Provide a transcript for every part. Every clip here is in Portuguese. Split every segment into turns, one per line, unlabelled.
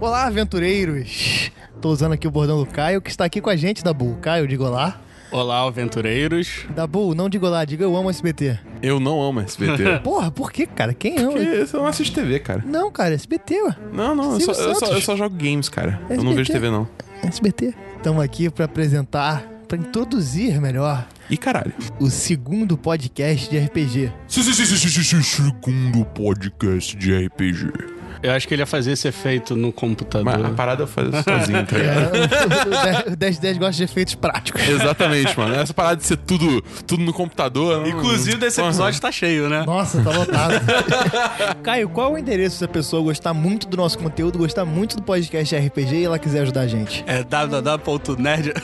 Olá, aventureiros! Tô usando aqui o bordão do Caio, que está aqui com a gente, Dabu. Caio, diga olá.
Olá, aventureiros.
Dabu, não diga olá, diga eu amo SBT.
Eu não amo SBT.
Porra, por que, cara? Quem ama?
Porque eu não assisto TV, cara.
Não, cara, SBT, ué.
Não, não, eu só,
Silvio
eu, só,
Santos.
eu só jogo games, cara. Eu não
SBT.
vejo TV, não.
SBT. Estamos aqui para apresentar, para introduzir melhor,
E caralho.
o segundo podcast de RPG.
Segundo podcast de RPG.
Eu acho que ele ia fazer esse efeito no computador.
Mas a parada eu faço sozinho, tá ligado?
É, o 10 10 gosta de efeitos práticos.
Exatamente, mano. Essa parada de ser tudo, tudo no computador. não-
Inclusive, desse episódio tá cheio, né?
Nossa, tá lotado. Caio, qual é o endereço se a pessoa gostar muito do nosso conteúdo, gostar muito do podcast de RPG e ela quiser ajudar a gente?
É www.nerd...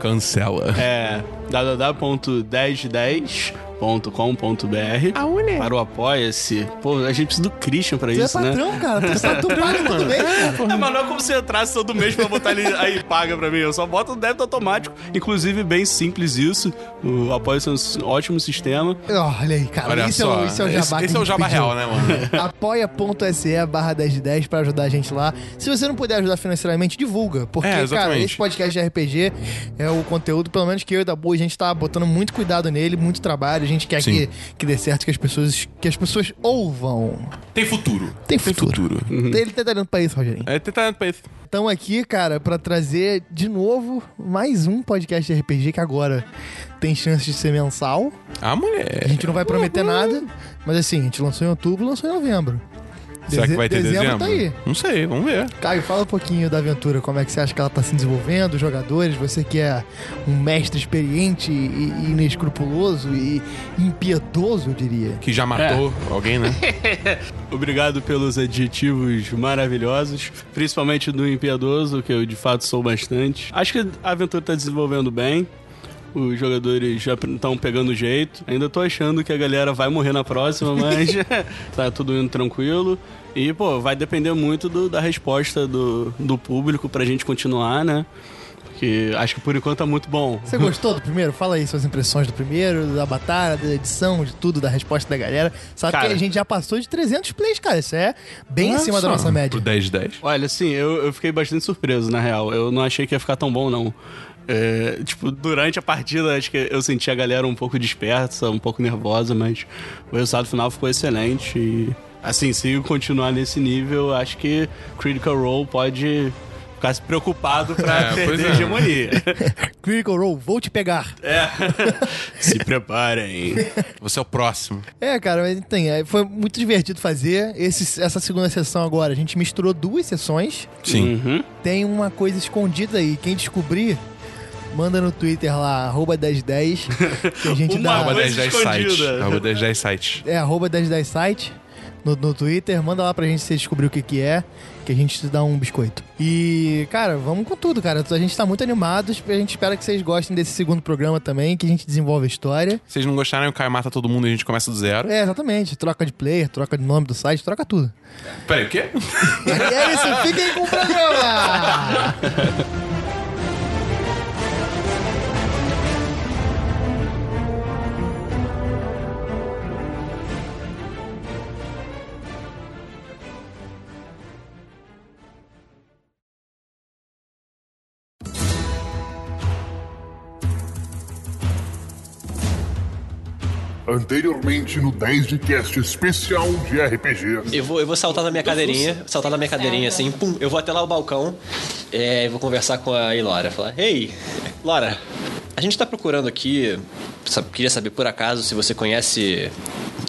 Cancela.
é www.1010.com.br
A mulher.
Para o Apoia-se. Pô, a gente precisa do Christian pra
Tu
isso,
é
né?
patrão, cara. Tu, tá, tu
É,
paga tudo bem, cara.
Ah, mas não é como se eu entrasse todo mês pra botar ele aí paga pra mim. Eu só boto o débito automático. Inclusive, bem simples isso. O Apoia-se é um s- ótimo sistema.
Olha aí, cara.
Olha
isso,
só.
é, o- isso é o jabá.
Esse,
que
esse é
a
o
gente
jabá
pediu.
real, né, mano?
apoia.se barra 10 de 10 pra ajudar a gente lá. Se você não puder ajudar financeiramente, divulga. Porque,
É, exatamente.
cara, esse podcast de RPG é o conteúdo, pelo menos que eu e da Boa, a gente tá botando muito cuidado nele, muito trabalho. A gente quer
Sim.
que, que dê certo, que as pessoas, que as pessoas ouvam.
Tem futuro.
Tem futuro.
futuro.
Ele tá olhando pra isso, Rogerinho.
Uhum. É tentar pra esse.
Estamos aqui, cara, pra trazer de novo mais um podcast de RPG que agora tem chance de ser mensal.
A Ah, mulher. Uhum.
A gente não vai prometer nada, mas assim, a gente lançou em outubro, lançou em novembro.
Será que
Deze-
vai ter
dezembro?
dezembro?
tá aí.
Não sei, vamos ver.
Caio, fala um pouquinho da aventura, como é que você acha que ela tá se desenvolvendo, os jogadores, você que é um mestre experiente e e inescrupuloso e impiedoso, eu diria.
Que já
É.
matou alguém, né?
Obrigado pelos adjetivos maravilhosos, principalmente do impiedoso, que eu de fato sou bastante. Acho que a aventura está desenvolvendo bem. Os jogadores já estão pegando jeito. Ainda tô achando que a galera vai morrer na próxima, mas tá tudo indo tranquilo. E, pô, vai depender muito do- da resposta do, do público pra gente continuar, né? Porque acho que por enquanto tá muito bom.
Você gostou do primeiro? Fala aí suas impressões do primeiro, da batalha, da edição, de tudo, da resposta da galera. Sabe
Cara.
que a gente já passou de 300 plays, cara. Isso é bem
Olha
acima
só,
da nossa média.
Pro 10 de 10.
Olha, assim, eu, eu fiquei bastante surpreso, na real. Eu não achei que ia ficar tão bom, não. É, tipo, durante a partida, acho que eu senti a galera um pouco dispersa, um pouco nervosa, mas o resultado final ficou excelente. E, assim, se eu continuar nesse nível, acho que Critical Role pode ficar se preocupado pra
É, pois
perder a
é.
hegemonia.
Critical Role, vou te pegar.
É. se preparem.
Você é o próximo.
É, cara, mas tem, é, foi muito divertido fazer Esse- essa segunda sessão agora. A gente misturou duas sessões.
Sim.
Uhum.
Tem uma coisa escondida aí. Quem descobrir, manda no Twitter lá, arroba 1010, que a gente
Uma
dá...
Arroba 10
coisa
10
escondida.
site. Arroba 10 10 site.
É, arroba 1010 site no, no Twitter. Manda lá pra gente se descobrir o que que é, que a gente te dá um biscoito. E, cara, vamos com tudo, cara. A gente tá muito animado. A gente espera que vocês gostem desse segundo programa também, que a gente desenvolve a história.
Se vocês não gostaram, o Caio mata todo mundo e a gente começa do zero.
É, exatamente. Troca de player, troca de nome do site, troca tudo.
Peraí, o quê?
E é isso, fiquem com o programa!
Anteriormente no 10 de cast especial de RPG.
Eu vou, eu vou saltar na minha cadeirinha, saltar na minha cadeirinha assim, pum, eu vou até lá o balcão é, e vou conversar com a Ilora. Falar, ei, Lora, a gente tá procurando aqui, sabe, queria saber por acaso se você conhece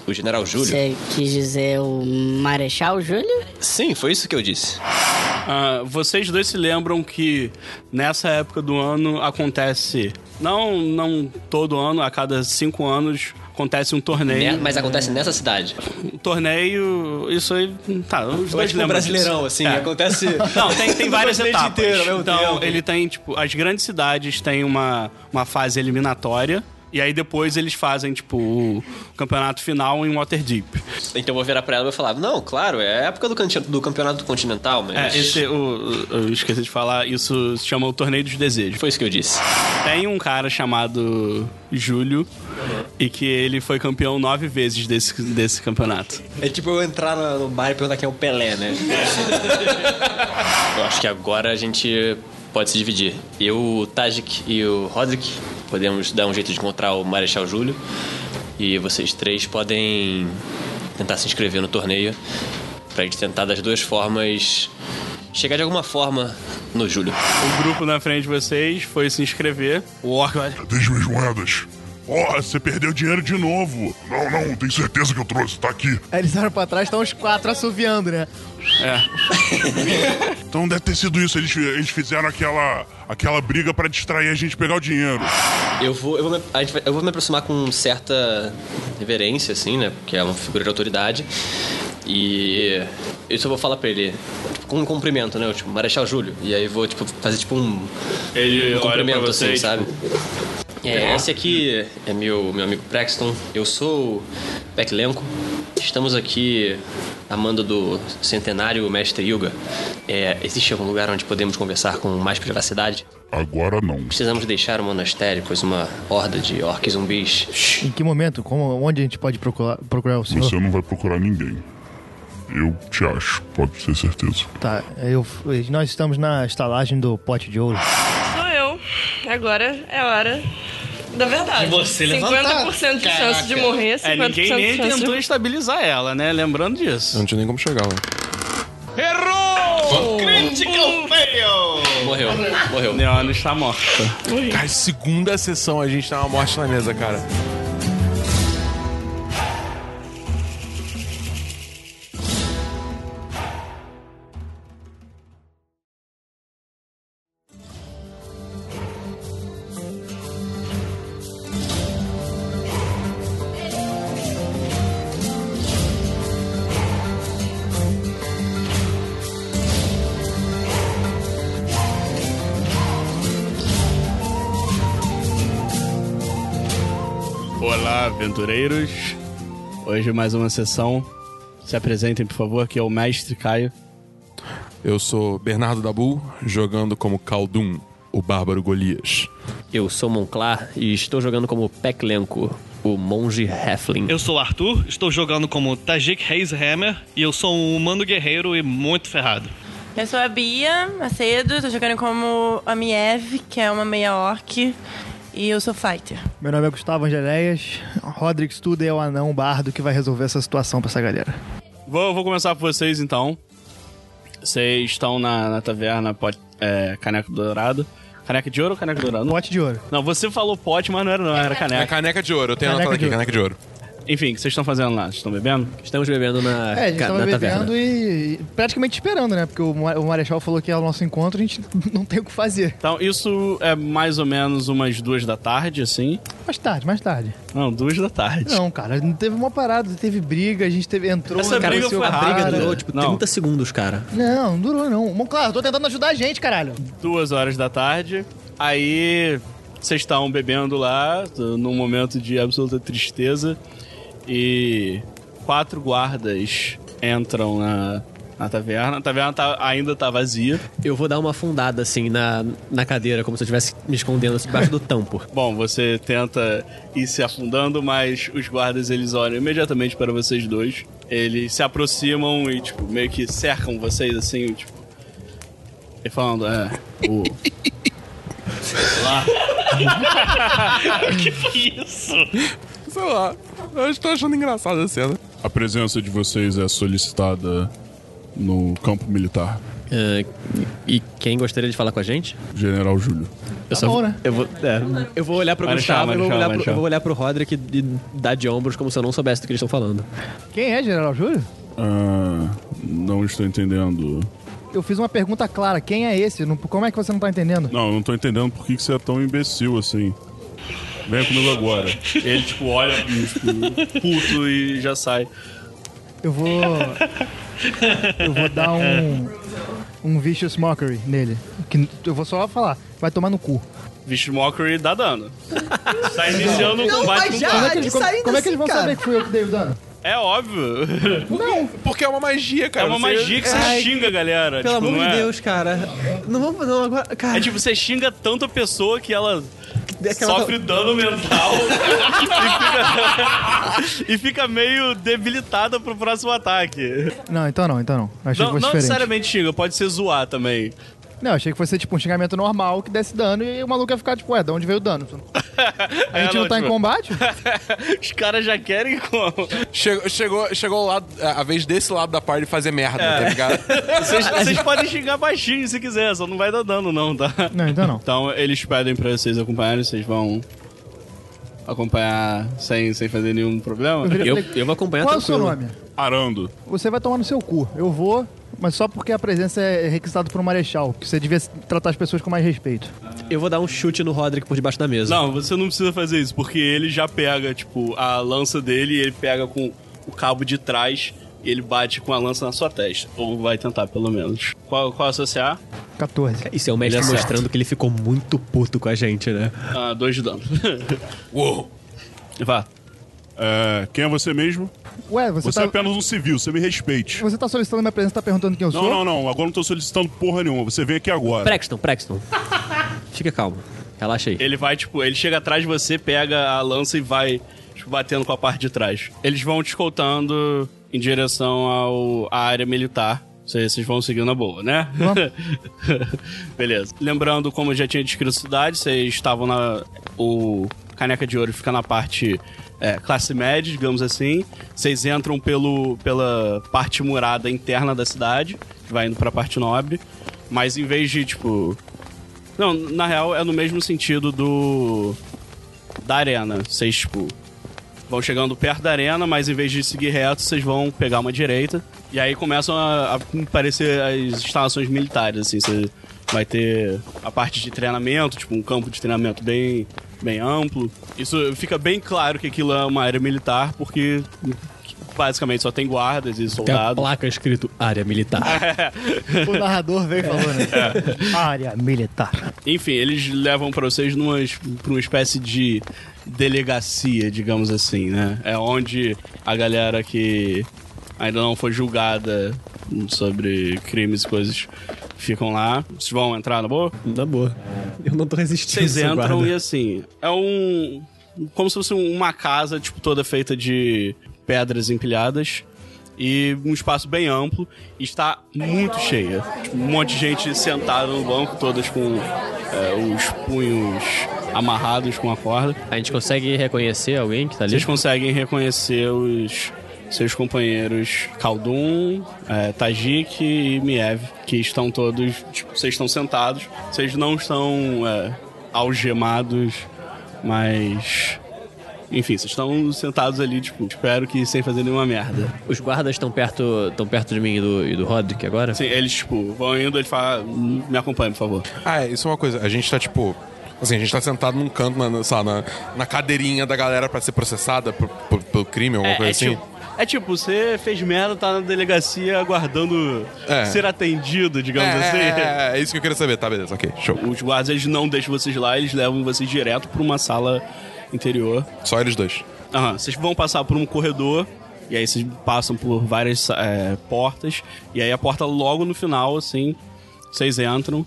o General Júlio?
Você quis dizer o Marechal Júlio?
Sim, foi isso que eu disse.
Ah, vocês dois se lembram que nessa época do ano acontece. Não, não todo ano, a cada cinco anos acontece um
Né?
torneio.
Mas acontece nessa cidade.
Um torneio. Isso aí. Tá, os
Foi
dois
tipo um
lembram.
brasileirão,
disso.
assim,
É.
acontece...
Não, tem, tem várias
no continente
etapas.
inteiro, ao mesmo
então,
tempo.
ele tem, tipo, as grandes cidades têm uma, uma fase eliminatória. E aí depois eles fazem, tipo, o campeonato final em Waterdeep.
Então eu vou virar pra ela e vou falar: Não, claro, é a época do, canti- do campeonato continental, mas.
É, esse, o- o- eu esqueci de falar, isso se chama o Torneio dos Desejos.
Foi isso que eu disse.
Tem um cara chamado Júlio e que ele foi campeão nove vezes desse, desse campeonato.
É tipo eu entrar na- no bar e perguntar quem é o Pelé, né? eu acho que agora a gente pode se dividir. Eu, o Tajik e o Rodrik podemos dar um jeito de encontrar o Marechal Júlio. E vocês três podem tentar se inscrever no torneio pra gente tentar das duas formas chegar de alguma forma no Júlio.
O grupo na frente de vocês foi se inscrever. O Orc, olha,
Cadê as minhas moedas? Ó, você perdeu dinheiro de novo. Não, não, tenho certeza que eu trouxe, tá aqui.
Aí eles olham pra trás, estão os quatro assoviando, né?
Então deve ter sido isso, eles, eles fizeram aquela, aquela briga pra distrair a gente pegar o dinheiro.
Eu vou, eu, vou me, a gente vai- eu vou me aproximar com certa reverência, assim, né? Porque é uma figura de autoridade. E eu só vou falar pra ele, tipo, com um cumprimento, né? Eu, tipo, Marechal Júlio. E aí vou, tipo, fazer tipo um,
ele
um
olha pra tipo,
cumprimento, assim,
vocês.
sabe? É, esse aqui é meu, meu amigo Prexton. Eu sou o Beck Lenko. Estamos aqui a mando do centenário Mestre Yuga. É, existe algum lugar onde podemos conversar com mais privacidade?
Agora não.
Precisamos deixar o monastério, pois uma horda de orques zumbis
Em que momento? Como, onde a gente pode procurar, procurar o senhor?
Você não vai procurar ninguém. Eu te acho, pode ter certeza.
Tá, eu, nós estamos na estalagem do pote de ouro.
Sou eu. Agora é hora da verdade.
De você
50%
levantar.
de chance de
Caraca.
morrer, 50%
É, ninguém
de
nem
chance
tentou
de...
estabilizar ela, né? Lembrando disso.
Não tinha nem como chegar lá.
Errou!
Bum.
Critical fail!
Morreu, morreu.
Neona está morta.
Cara, segunda sessão a gente tá uma morte na mesa, cara.
Olá, aventureiros. Hoje mais uma sessão. Se apresentem, por favor, que é o mestre Caio.
Eu sou Bernardo Dabu, jogando como Caldum, o Bárbaro Golias.
Eu sou Monclar e estou jogando como Peclenco, o monge Heflin.
Eu sou o Arthur, estou jogando como Tajik Hazehammer e eu sou um humano guerreiro e muito ferrado.
Eu sou a Bia Macedo, tô jogando como a Miev, que é uma meia orc. E eu sou fighter.
Meu nome é Gustavo Angeléias. Rodrigo Studa é o anão bardo que vai resolver essa situação pra essa galera.
Vou, vou começar por vocês então. Vocês estão na, na taverna pot, é, Caneca Dourado. Caneca de ouro ou caneca dourada? Não-
Pote de ouro.
Não, você falou pote, mas não era, não, era
É a
caneca.
caneca de ouro, eu tenho
Caneca
anotado aqui,
de ouro.
caneca de ouro.
Enfim, o que vocês estão fazendo lá? Vocês estão bebendo?
Estamos bebendo na,
É, a gente
ca-
tava
na taverna.
bebendo e e praticamente esperando, né? Porque o, Ma- o Marechal falou que é o nosso encontro, a gente não tem o que fazer.
Então, isso é mais ou menos umas duas da tarde, assim.
Mais tarde, mais tarde.
Não, duas da tarde.
Não, cara, não teve uma parada, teve briga, a gente teve, entrou...
Essa briga
apareceu
foi
o
A
cara. né?
briga
Cara,
durou, tipo,
não.
30 segundos, cara.
Não, não durou não. Bom, claro, tô tentando ajudar a gente, caralho.
duas horas da tarde. Aí vocês estavam bebendo lá, t- num momento de absoluta tristeza. E quatro guardas entram na, na taverna. A taverna tá- ainda tá vazia.
Eu vou dar uma afundada, assim, na, na cadeira, como se eu estivesse me escondendo assim, debaixo do tampo.
Bom, você tenta ir se afundando, mas os guardas eles olham imediatamente para vocês dois. Eles se aproximam e, tipo, meio que cercam vocês assim, tipo. E falando, é. O...
é
Sei lá, eu estou achando engraçada a cena.
A presença de vocês é solicitada no campo militar,
Ah, e e quem gostaria de falar com a gente?
General Júlio.
Eu só
bom, né?
eu vou, é, eu vou olhar pro
Marechal,
Gustavo, eu, vou
marechal,
olhar pro,
marechal.
eu vou olhar pro Roderick e dar de ombros como se eu não soubesse do que eles estão falando.
Quem é, General Júlio?
Ah, não estou entendendo.
Eu fiz uma pergunta clara, quem é esse? Não- Como é que você não tá entendendo?
Não, eu não estou entendendo por que que você é tão imbecil assim. Venha comigo agora.
Ele, tipo, olha, tipo, puto e já sai.
Eu vou... eu vou dar um... Um Vicious Mockery nele. Que eu vou só falar, vai tomar no cu.
Vicious Mockery dá dano. Tá iniciando o
Não,
combate
mas
com
já-
dano.
Ah, que
como,
saindo
como é
assim,
que eles vão
cara?
saber que fui eu que dei o dano?
É óbvio.
Porque é uma magia,
É
cara.
uma
Você-
magia que você
Ai,
xinga a galera.
Pelo
tipo,
amor
não
de
é-
Deus, cara. Não vamos, não, agora. Cara,
É tipo, você xinga tanto a pessoa que ela
aquela-
sofre dano mental e, fica, e fica meio debilitada pro próximo ataque.
Não, então não, então não. Eu achei
Não,
que fosse
não
diferente.
necessariamente xinga, pode ser zoar também.
Não, eu achei que fosse tipo um xingamento normal que desse dano e o maluco ia ficar tipo, ué, de onde veio o
Tá
dano? A
É,
gente não tá em
tipo,
combate?
Os caras já querem como?
Chegou, chegou, chegou lá, a vez desse lado da party fazer merda, tá ligado?
É. Vocês, vocês podem xingar baixinho se quiser, só não vai dar dano não, tá?
Não, então não.
Então eles pedem pra vocês acompanharem, vocês vão acompanhar sem, sem fazer nenhum problema.
Eu, eu vou acompanhar
Qual é o seu
tranquilo.
nome?
Arando.
Você vai tomar no seu cu. Eu vou, mas só porque a presença é requisitada por um marechal, que você devia tratar as pessoas com mais respeito.
Eu vou dar um chute no Roderick por debaixo da mesa.
Não, você não precisa fazer isso, porque ele já pega, tipo, a lança dele e ele pega com o cabo de trás e ele bate com a lança na sua testa. Ou vai tentar, pelo menos. Qual, é qual associar?
14.
Isso é o mestre mostrando que ele ficou muito puto com a gente, né?
Ah, dois de dano.
Uou.
Vá.
É, quem é você mesmo?
Ué, você,
Você é
tá.
apenas um civil, você me respeite.
Você tá solicitando minha presença, tá perguntando quem eu
Não,
sou?
não, não. Agora eu não tô solicitando porra nenhuma. Você vem aqui agora.
Prexton, Prexton. Fica calmo. Relaxa aí.
Ele vai, tipo, ele chega atrás de você, pega a lança e vai, tipo, batendo com a parte de trás. Eles vão te escoltando em direção ao, à área militar. Vocês vocês vão seguindo a boa, né? Beleza. Lembrando, como eu já tinha descrito a cidade, vocês estavam na. O Caneca de Ouro fica na parte é, classe média, digamos assim. Vocês entram pelo, pela parte murada interna da cidade, que vai indo pra parte nobre. Mas em vez de, tipo, não, na real é no mesmo sentido do. Da arena. Vocês, tipo. Vão chegando perto da arena, mas em vez de seguir reto, vocês vão pegar uma direita. E aí começam a, a aparecer as instalações militares, assim. Você vai ter a parte de treinamento, tipo, um campo de treinamento bem, bem amplo. Isso fica bem claro que aquilo é uma área militar, porque basicamente só tem guardas e
Tem a
soldados.
placa escrito área militar.
O narrador veio falando.
É.
né? Área militar.
Enfim, eles levam pra vocês numa, pra uma espécie de delegacia, digamos assim, né? É onde a galera que ainda não foi julgada sobre crimes e coisas ficam lá. Vocês vão entrar na boa?
Na boa. Eu não tô resistindo.
Vocês
seu
entram
guarda.
e assim. É um. Como se fosse uma casa, tipo, toda feita de pedras empilhadas. E um espaço bem amplo. E está muito cheia. Tipo, um monte de gente sentada no banco, todas com é, os punhos amarrados com a corda.
A gente consegue reconhecer alguém que tá ali?
Vocês conseguem reconhecer os seus companheiros Khaldun, eh, Tajik e Miev, que estão todos. Tipo, vocês estão sentados, vocês não estão eh, algemados, mas. Enfim, vocês estão sentados ali, tipo, espero que sem fazer nenhuma merda.
Os guardas estão perto, tão perto de mim e do, e do Roderick agora?
Assim, eles, tipo, vão indo, eles falam, "Ah, me acompanha, por favor.
Ah, é, isso é uma coisa. A gente tá, tipo... Assim, a gente tá sentado num canto, na, na, sei lá, na, na cadeirinha da galera pra ser processada por, por- pelo crime, alguma coisa assim.
tipo, é tipo, você fez merda, tá na delegacia aguardando
É.
ser atendido,
É,
digamos assim.
é, é, é isso que eu queria saber. Tá, beleza, ok, show.
Os guardas eles não deixam vocês lá, eles levam vocês direto pra uma sala interior.
Só eles dois.
Aham, vocês vão passar por um corredor, e aí vocês passam por várias é, portas, e aí a porta logo no final, assim, vocês entram,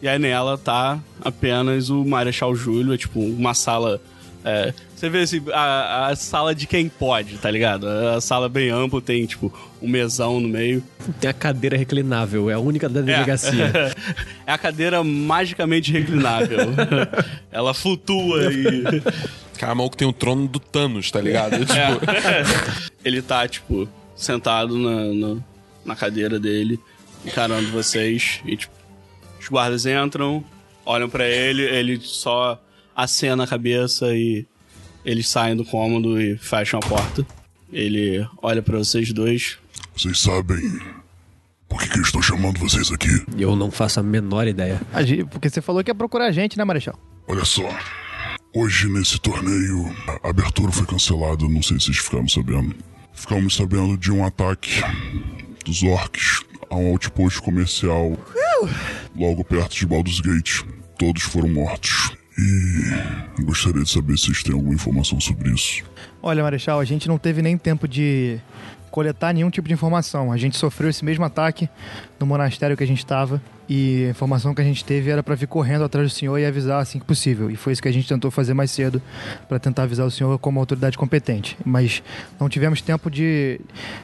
e aí nela tá apenas o Marechal Júlio, é tipo uma sala. é, você vê assim, a, a sala de quem pode, tá ligado? É A sala bem ampla, tem tipo um mesão no meio.
Tem a cadeira reclinável, é a única da delegacia.
É a cadeira magicamente reclinável. Ela flutua e. É.
Cara, maluco tem o trono do Thanos, tá ligado? Tipo,
Ele tá, tipo, sentado na, na, na cadeira dele, encarando vocês. E, tipo, os guardas entram, olham pra ele, ele só acena a cabeça e eles saem do cômodo e fecham a porta. Ele olha pra vocês dois.
Vocês sabem por que, que eu estou chamando vocês aqui?
Eu não faço a menor ideia.
A gente- Porque você falou que ia procurar a gente, né, marechal?
Olha só. Hoje nesse torneio, a abertura foi cancelada, não sei se vocês ficaram sabendo. Ficamos sabendo de um ataque dos orcs a um outpost comercial logo perto de Baldur's Gate. Todos foram mortos. E E eu gostaria de saber se vocês têm alguma informação sobre isso.
Olha, Marechal, a gente não teve nem tempo de coletar nenhum tipo de informação. A gente sofreu esse mesmo ataque no monastério que a gente estava e a informação que a gente teve era para vir correndo atrás do senhor e avisar assim que possível. E foi isso que a gente tentou fazer mais cedo para tentar avisar o senhor como autoridade competente. Mas não tivemos tempo de,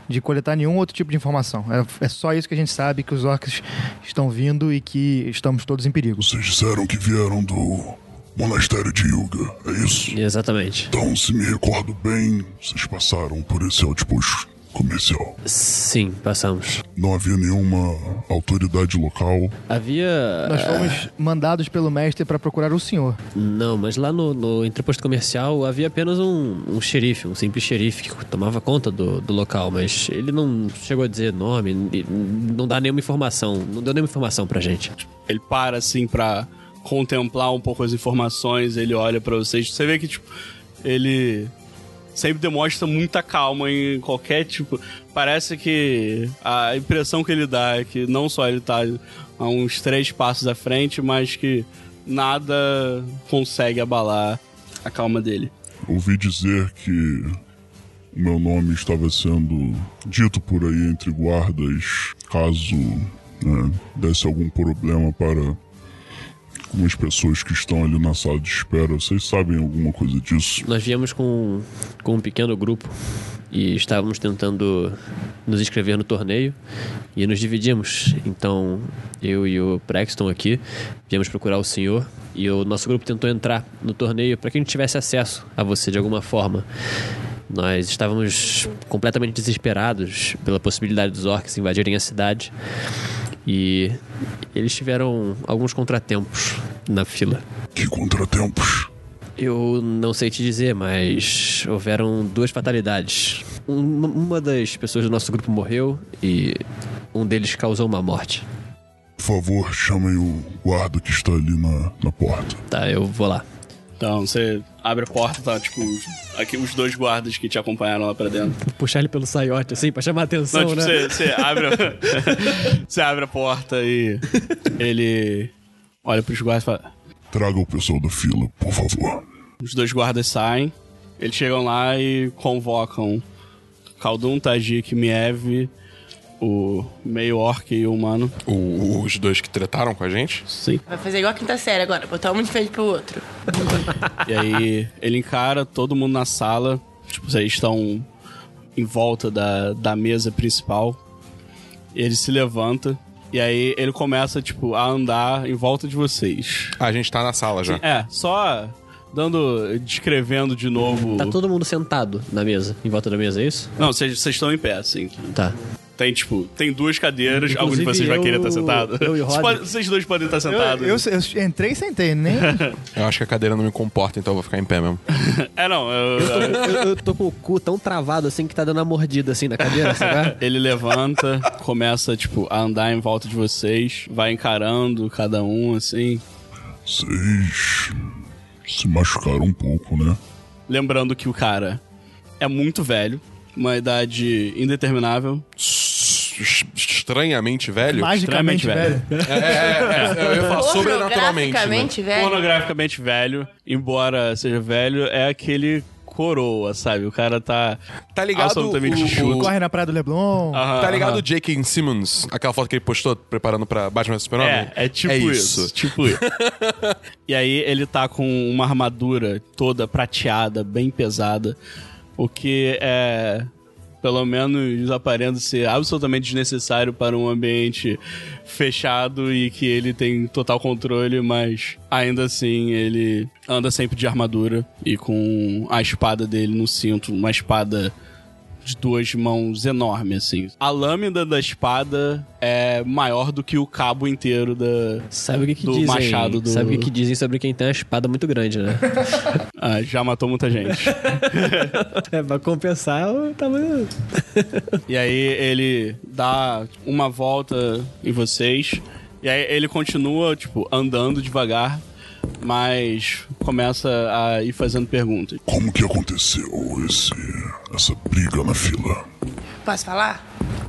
de coletar nenhum outro tipo de informação. É, é só isso que a gente sabe que os orcs estão vindo e que estamos todos em perigo.
Vocês disseram que vieram do monastério de Yuga, é isso?
Exatamente.
Então, se me recordo bem, vocês passaram por esse outpost comercial.
Sim, passamos.
Não havia nenhuma autoridade local.
Havia.
Nós
É.
fomos mandados pelo mestre para procurar o senhor.
Não, mas lá no, no entreposto comercial havia apenas um, um xerife, um simples xerife que tomava conta do, do local, mas ele não chegou a dizer nome, e não dá nenhuma informação, não deu nenhuma informação pra gente.
Ele para assim pra contemplar um pouco as informações, ele olha pra vocês. Você vê que, tipo, ele sempre demonstra muita calma em qualquer tipo. Parece que a impressão que ele dá é que não só ele tá a uns três passos à frente, mas que nada consegue abalar a calma dele.
Ouvi dizer que o meu nome estava sendo dito por aí entre guardas caso né, desse algum problema para algumas pessoas que estão ali na sala de espera. Vocês sabem alguma coisa disso?
Nós viemos com, com um pequeno grupo e estávamos tentando nos inscrever no torneio e nos dividimos. Então, eu e o Prexton aqui viemos procurar o senhor e o nosso grupo tentou entrar no torneio para que a gente tivesse acesso a você de alguma forma. Nós estávamos completamente desesperados pela possibilidade dos orcs invadirem a cidade e eles tiveram alguns contratempos na fila.
Que contratempos?
Eu não sei te dizer, mas houveram duas fatalidades. Um- uma das pessoas do nosso grupo morreu e um deles causou uma morte.
Por favor, chamem o guarda que está ali na, na porta.
Tá, eu vou lá.
Então você abre a porta, tá tipo os, aqui, os dois guardas que te acompanharam lá pra dentro.
Puxar ele pelo saiote, assim, pra chamar a atenção,
Não, tipo,
né?
você, você abre a, você abre a porta e ele olha pros guardas e fala.
Traga o pessoal da fila, por favor.
Os dois guardas saem, eles chegam lá e convocam Khaldun, Tajik, Miev, o meio orc e o humano.
os dois que tretaram com a gente?
Sim.
Vai fazer igual a quinta série agora, botar um de frente pro outro.
E aí ele encara todo mundo na sala. Tipo, vocês estão em volta da, da mesa principal. Ele se levanta e aí ele começa, tipo, a andar em volta de vocês.
A gente tá na sala já.
É, só dando. descrevendo de novo.
Tá todo mundo sentado na mesa, em volta da mesa, é isso?
Não, vocês vocês estão em pé, assim.
Tá.
Tem, tipo, tem duas cadeiras, algum de
Inclusive,
vocês vai
eu-
querer estar sentado.
eu e o
Vocês
Roderick.
podem- vocês dois podem estar sentados.
Eu, eu entrei e sentei, nem.
Eu acho que a cadeira não me comporta, então eu vou ficar em pé mesmo.
É, não. Eu,
Eu, eu- eu tô com o cu tão travado assim que tá dando uma mordida assim na cadeira, sabe?
Ele levanta, começa, tipo, a andar em volta de vocês, vai encarando cada um, assim.
Vocês se machucaram um pouco, né?
Lembrando que o cara é muito velho, uma idade indeterminável.
Estranhamente velho?
Magicamente velho.
É, é, é, eu ia falar sobrenaturalmente.
Pornograficamente
né?
velho.
Pornograficamente velho, embora seja velho, é aquele coroa, sabe? O cara tá.
Tá ligado
Absolutamente
o- o-
chuto.
Corre na Praia do Leblon.
Ah,
Tá ligado o J.K. Simmons, aquela foto que ele postou preparando pra Batman vs Superman?
É, é tipo isso, Tipo isso. E aí ele tá com uma armadura toda prateada, bem pesada, o que é pelo menos aparenta ser absolutamente desnecessário para um ambiente fechado e que ele tem total controle, mas ainda assim ele anda sempre de armadura e com a espada dele no cinto, uma espada de duas mãos enorme, assim. A lâmina da espada é maior do que o cabo inteiro da,
Sabe o que, que
do
dizem?
machado do...
Sabe o que, que dizem sobre quem tem uma espada muito grande, né?
Ah, já matou muita gente.
é, pra compensar o tamanho.
E aí ele dá uma volta em vocês. E aí ele continua, tipo, andando devagar, mas começa a ir fazendo perguntas.
Como que aconteceu esse, essa briga na fila?
Posso falar?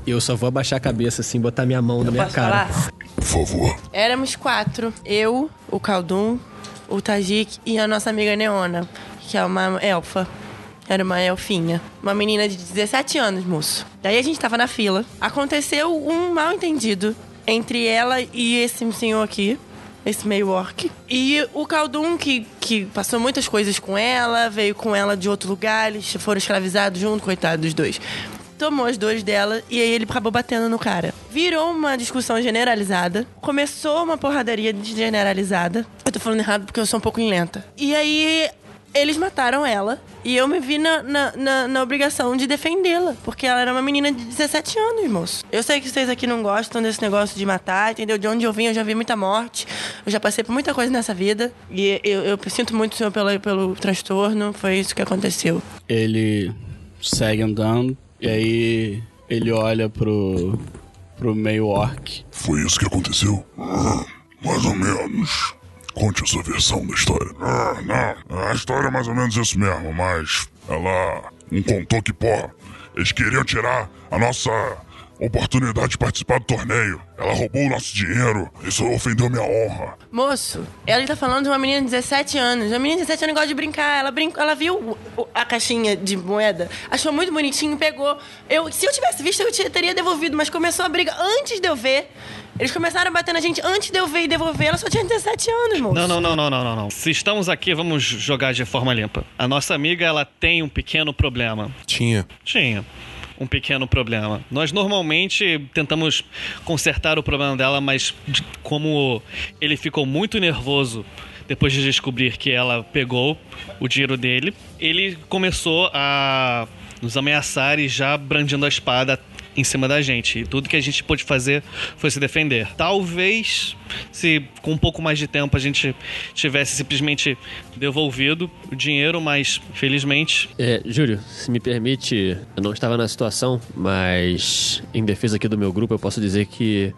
Eu só vou abaixar a cabeça assim, botar minha mão na minha
Posso
cara.
falar?
Por favor.
Éramos quatro. Eu, o Caldum, o Tajik e a nossa amiga Neona, que é uma elfa. Era uma elfinha. Uma menina de 17 anos, moço. Daí a gente tava na fila. Aconteceu um mal entendido entre ela e esse senhor aqui. Esse meio orc. E o Khaldun, que, que passou muitas coisas com ela, veio com ela de outro lugar, eles foram escravizados junto, coitado dos dois. Tomou as dores dela e aí ele acabou batendo no cara. Virou uma discussão generalizada. Começou uma porradaria generalizada. Eu tô falando errado porque eu sou um pouco lenta. E aí eles mataram ela e eu me vi na, na, na- na obrigação de defendê-la, porque ela era uma menina de 17 anos, moço. Eu sei que vocês aqui não gostam desse negócio de matar, entendeu? De onde eu vim, eu já vi muita morte, eu já passei por muita coisa nessa vida e eu, eu sinto muito o senhor pelo, pelo transtorno, foi isso que aconteceu.
Ele segue andando e aí ele olha pro, pro meio orc.
Foi isso que aconteceu? Ah, Mais ou menos. Conte a sua versão da história. Ah, não. A história é mais ou menos isso mesmo, mas ela um contou que, porra, eles queriam tirar a nossa oportunidade de participar do torneio. Ela roubou o nosso dinheiro. Isso ofendeu minha honra.
Moço, ele tá falando de uma menina de 17 anos. Uma menina de 17 anos gosta de brincar. Ela, brinca, ela viu o- o- a caixinha de moeda, achou muito bonitinho, pegou. Eu, se eu tivesse visto, eu te- teria devolvido, mas começou a briga antes de eu ver. Eles começaram a bater na gente antes de eu ver e devolver. Ela só tinha 17 anos, moço.
Não, não, não, não, não, não, não. Se estamos aqui, vamos jogar de forma limpa. A nossa amiga, ela tem um pequeno problema.
Tinha.
Tinha. Um pequeno problema. Nós normalmente tentamos consertar o problema dela, mas de- como ele ficou muito nervoso depois de descobrir que ela pegou o dinheiro dele, ele começou a nos ameaçar e já brandindo a espada em cima da gente. E tudo que a gente pôde fazer foi se defender. Talvez, se com um pouco mais de tempo a gente tivesse simplesmente devolvido o dinheiro, mas felizmente
É, Júlio, se me permite, eu não estava na situação, mas em defesa aqui do meu grupo, eu posso dizer que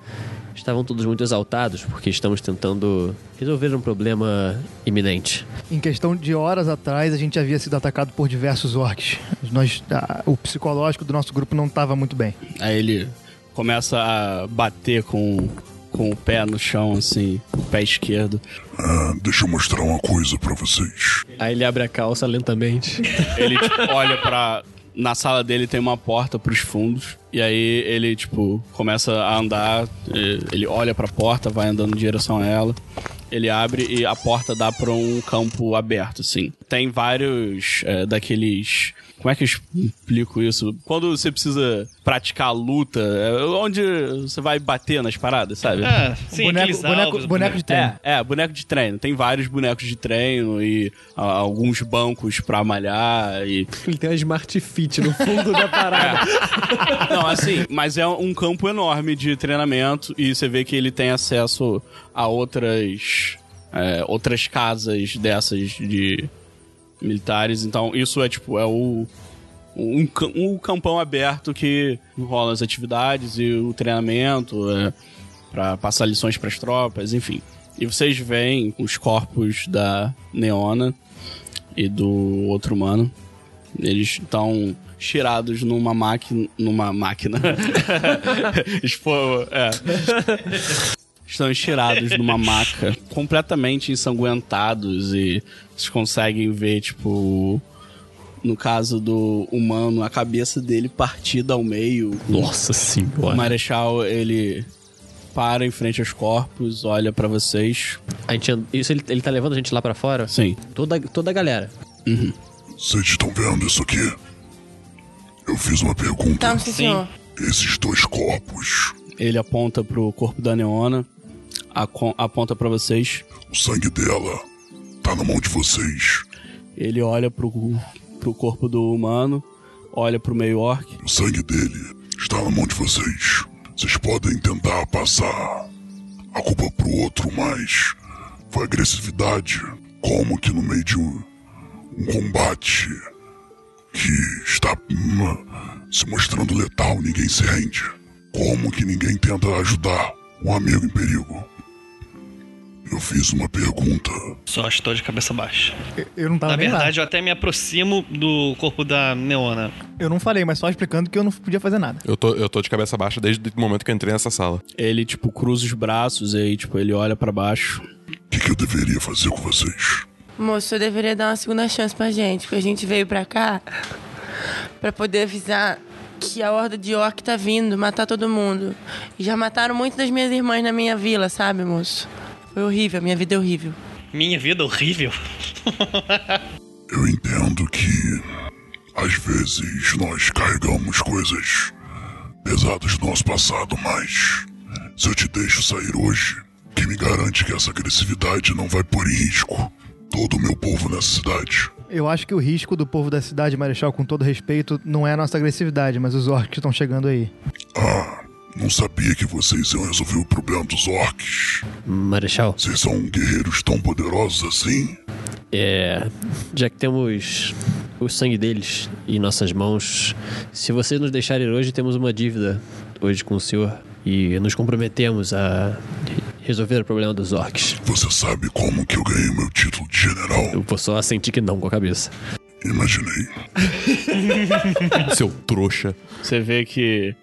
estavam todos muito exaltados porque estamos tentando resolver um problema iminente.
Em questão de horas atrás, a gente havia sido atacado por diversos orcs. Nós, ah, o psicológico do nosso grupo não estava muito bem.
Aí ele começa a bater com, com o pé no chão, assim, o pé esquerdo.
Ah, deixa eu mostrar uma coisa pra vocês.
Aí ele abre a calça lentamente.
Ele tipo, olha pra. Na sala dele tem uma porta pros fundos. E aí ele, tipo, começa a andar. e- Ele olha pra porta, vai andando em direção a ela. Ele abre e a porta dá pra um campo aberto, assim. Tem vários é, daqueles. Como é que eu explico isso? Quando você precisa praticar a luta, é onde você vai bater nas paradas, sabe?
É, sim, Boneco- aqueles boneco- alvos, né? boneco de treino.
É, é, boneco de treino. Tem vários bonecos de treino e ah, alguns bancos pra malhar e...
Ele tem uma Smart Fit no fundo da parada.
Não, assim, mas é um campo enorme de treinamento e você vê que ele tem acesso a outras... é, outras casas dessas de militares. Então, isso é tipo, é o... Um, cam- um campão aberto que rola as atividades e o treinamento é, para passar lições pras tropas, enfim. E vocês veem os corpos da Neona e do outro humano. Eles estão tirados numa máquina. Numa máquina. Expo, é. Estão estirados numa maca, completamente ensanguentados, e vocês conseguem ver, tipo. No caso do humano, a cabeça dele partida ao meio.
Nossa
O
senhora.
Marechal, ele para em frente aos corpos, olha pra vocês.
A gente, and- isso ele, ele tá levando a gente lá pra fora?
Sim.
Toda, toda a galera.
Vocês estão vendo isso aqui? Eu fiz uma pergunta.
Então, sim, senhor.
Esses dois corpos.
Ele aponta pro corpo da Neona, aco- aponta pra vocês.
O sangue dela tá na mão de vocês.
Ele olha pro, pro corpo do humano, olha pro meio orc.
O sangue dele está na mão de vocês. Vocês podem tentar passar a culpa pro outro, mas foi agressividade. Como que no meio de um, um combate que está hum, se mostrando letal, ninguém se rende? Como que ninguém tenta ajudar um amigo em perigo? Eu fiz uma pergunta.
Só estou de cabeça baixa.
Eu não tava
Na
nem lá.
verdade, eu até me aproximo do corpo da Neona.
Eu não falei, mas só explicando que eu não podia fazer nada.
Eu tô, eu tô de cabeça baixa desde o momento que eu entrei nessa sala.
Ele, tipo, cruza os braços e aí, tipo, ele olha pra baixo.
O que, que eu deveria fazer com vocês?
Moço, você deveria dar uma segunda chance pra gente, porque a gente veio pra cá pra poder avisar que a horda de orc tá vindo matar todo mundo. E já mataram muito das minhas irmãs na minha vila, sabe, moço? Foi horrível, minha vida é horrível.
Minha vida é horrível.
Eu entendo que às vezes nós carregamos coisas pesadas do nosso passado, mas se eu te deixo sair hoje, quem me garante que essa agressividade não vai pôr em risco todo o meu povo nessa cidade?
Eu acho que o risco do povo da cidade, Marechal, com todo respeito, não é a nossa agressividade, mas os orcs que estão chegando aí.
Ah, não sabia que vocês iam resolver o problema dos orcs.
Marechal.
Vocês são guerreiros tão poderosos assim?
É. Já que temos o sangue deles em nossas mãos, se vocês nos deixarem hoje, temos uma dívida hoje com o senhor e nos comprometemos a resolver o problema dos orcs.
Você sabe como que eu ganhei meu título de general?
Eu vou só assentir que não com a cabeça.
Imaginei.
Seu trouxa. Você vê que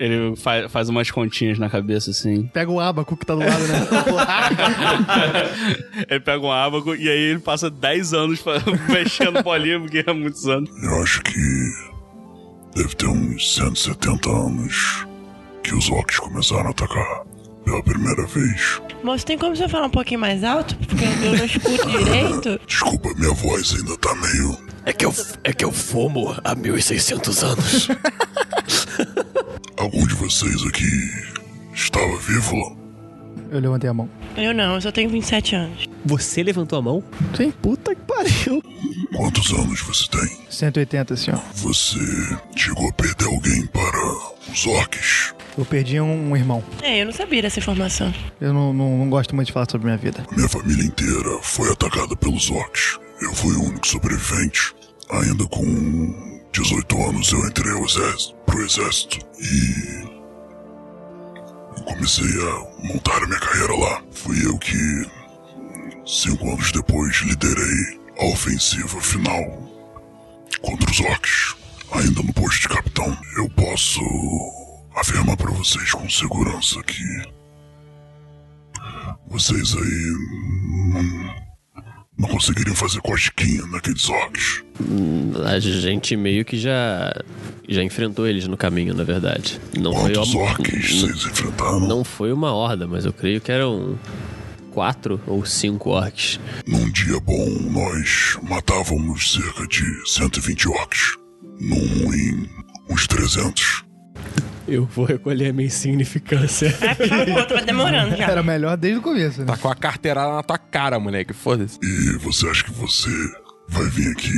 ele fa- faz umas continhas na cabeça, assim.
Pega o abaco que tá do lado, né?
Ele pega um ábaco e aí ele passa 10 anos fa- mexendo bolinha, porque é muitos anos.
Eu acho que deve ter uns 170 anos que os orcs começaram a atacar pela primeira vez.
Moço, tem como você falar um pouquinho mais alto? Porque eu não escuto direito.
Desculpa, minha voz ainda tá meio.
É que eu, é que eu fumo há 1600 anos.
Algum de vocês aqui estava vivo?
Eu levantei a mão.
Eu não, eu só tenho 27 anos.
Você levantou a mão?
Sim. Puta que pariu.
Quantos anos você tem?
180, senhor.
Você chegou a perder alguém para os orcs?
Eu perdi um, um irmão.
É, eu não sabia dessa informação.
Eu não, não- não gosto muito de falar sobre minha vida.
Minha família inteira foi atacada pelos orcs. Eu fui o único sobrevivente. Ainda com 18 anos eu entrei ao exército, pro exército e eu comecei a montar a minha carreira lá. Fui eu que, cinco anos depois, liderei a ofensiva final contra os orcs. Ainda no posto de capitão, eu posso afirmar pra vocês com segurança que vocês aí. hum, Não conseguiriam fazer cosquinha naqueles orcs.
Hum, A gente meio que já já enfrentou eles no caminho, na verdade. Não
Quantos
foi uma,
orcs vocês enfrentaram?
Não foi uma horda, mas eu creio que eram quatro ou cinco orcs.
Num dia bom, nós matávamos cerca de 120 orcs. Num ruim, uns 300.
Eu vou recolher a minha insignificância.
Tá demorando já.
Era melhor desde o começo, né?
Tá com a carteirada na tua cara, moleque. Foda-se.
E você acha que você vai vir aqui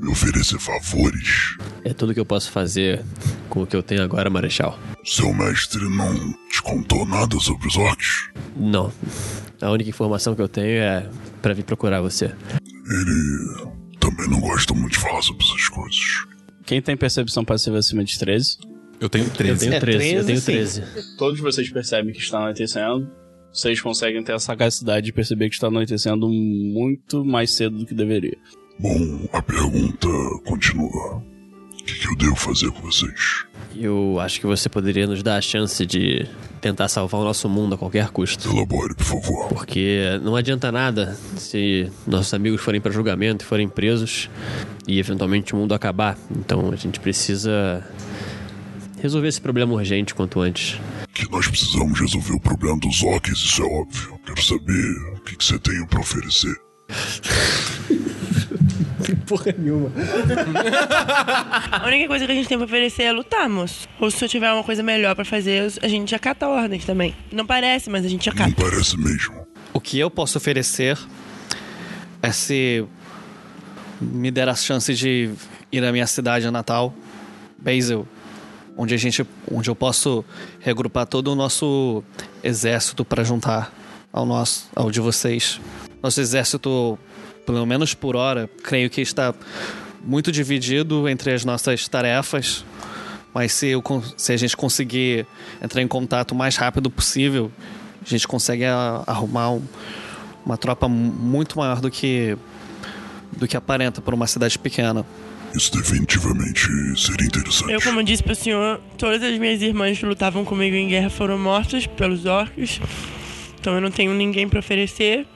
me oferecer favores?
É tudo que eu posso fazer com o que eu tenho agora, Marechal.
Seu mestre não te contou nada sobre os orcs?
Não. A única informação que eu tenho é pra vir procurar você.
Ele também não gosta muito de falar sobre essas coisas.
Quem tem percepção passiva acima de 13?
Eu tenho 13.
Eu tenho
É,
13,
13,
eu tenho
sim.
13. Todos vocês percebem que está anoitecendo. Vocês conseguem ter a sagacidade de perceber que está anoitecendo muito mais cedo do que deveria.
Bom, a pergunta continua. O que, que eu devo fazer com vocês?
Eu acho que você poderia nos dar a chance de tentar salvar o nosso mundo a qualquer custo.
Elabore, por favor.
Porque não adianta nada se nossos amigos forem para julgamento e forem presos e eventualmente o mundo acabar. Então a gente precisa resolver esse problema urgente quanto antes.
Que nós precisamos resolver o problema dos orques, isso é óbvio. Quero saber o que, que você tem pra oferecer.
Porra nenhuma.
A única coisa que a gente tem pra oferecer é lutar, moço. Ou se eu tiver uma coisa melhor pra fazer, a gente acata ordens também. Não parece, mas a gente acata.
Parece mesmo.
O que eu posso oferecer é se me der a chance de ir à minha cidade natal, Basel, onde a gente, onde eu posso regrupar todo o nosso exército para juntar ao nosso, ao de vocês. Nosso exército, pelo menos por hora, creio que está muito dividido entre as nossas tarefas. Mas se, eu, con- se a gente conseguir entrar em contato o mais rápido possível, a gente consegue a- arrumar um- uma tropa mu- muito maior do que do que aparenta por uma cidade pequena.
Isso definitivamente seria interessante.
Eu, como disse pro senhor, todas as minhas irmãs que lutavam comigo em guerra foram mortas pelos orcs. Então eu não tenho ninguém pra oferecer,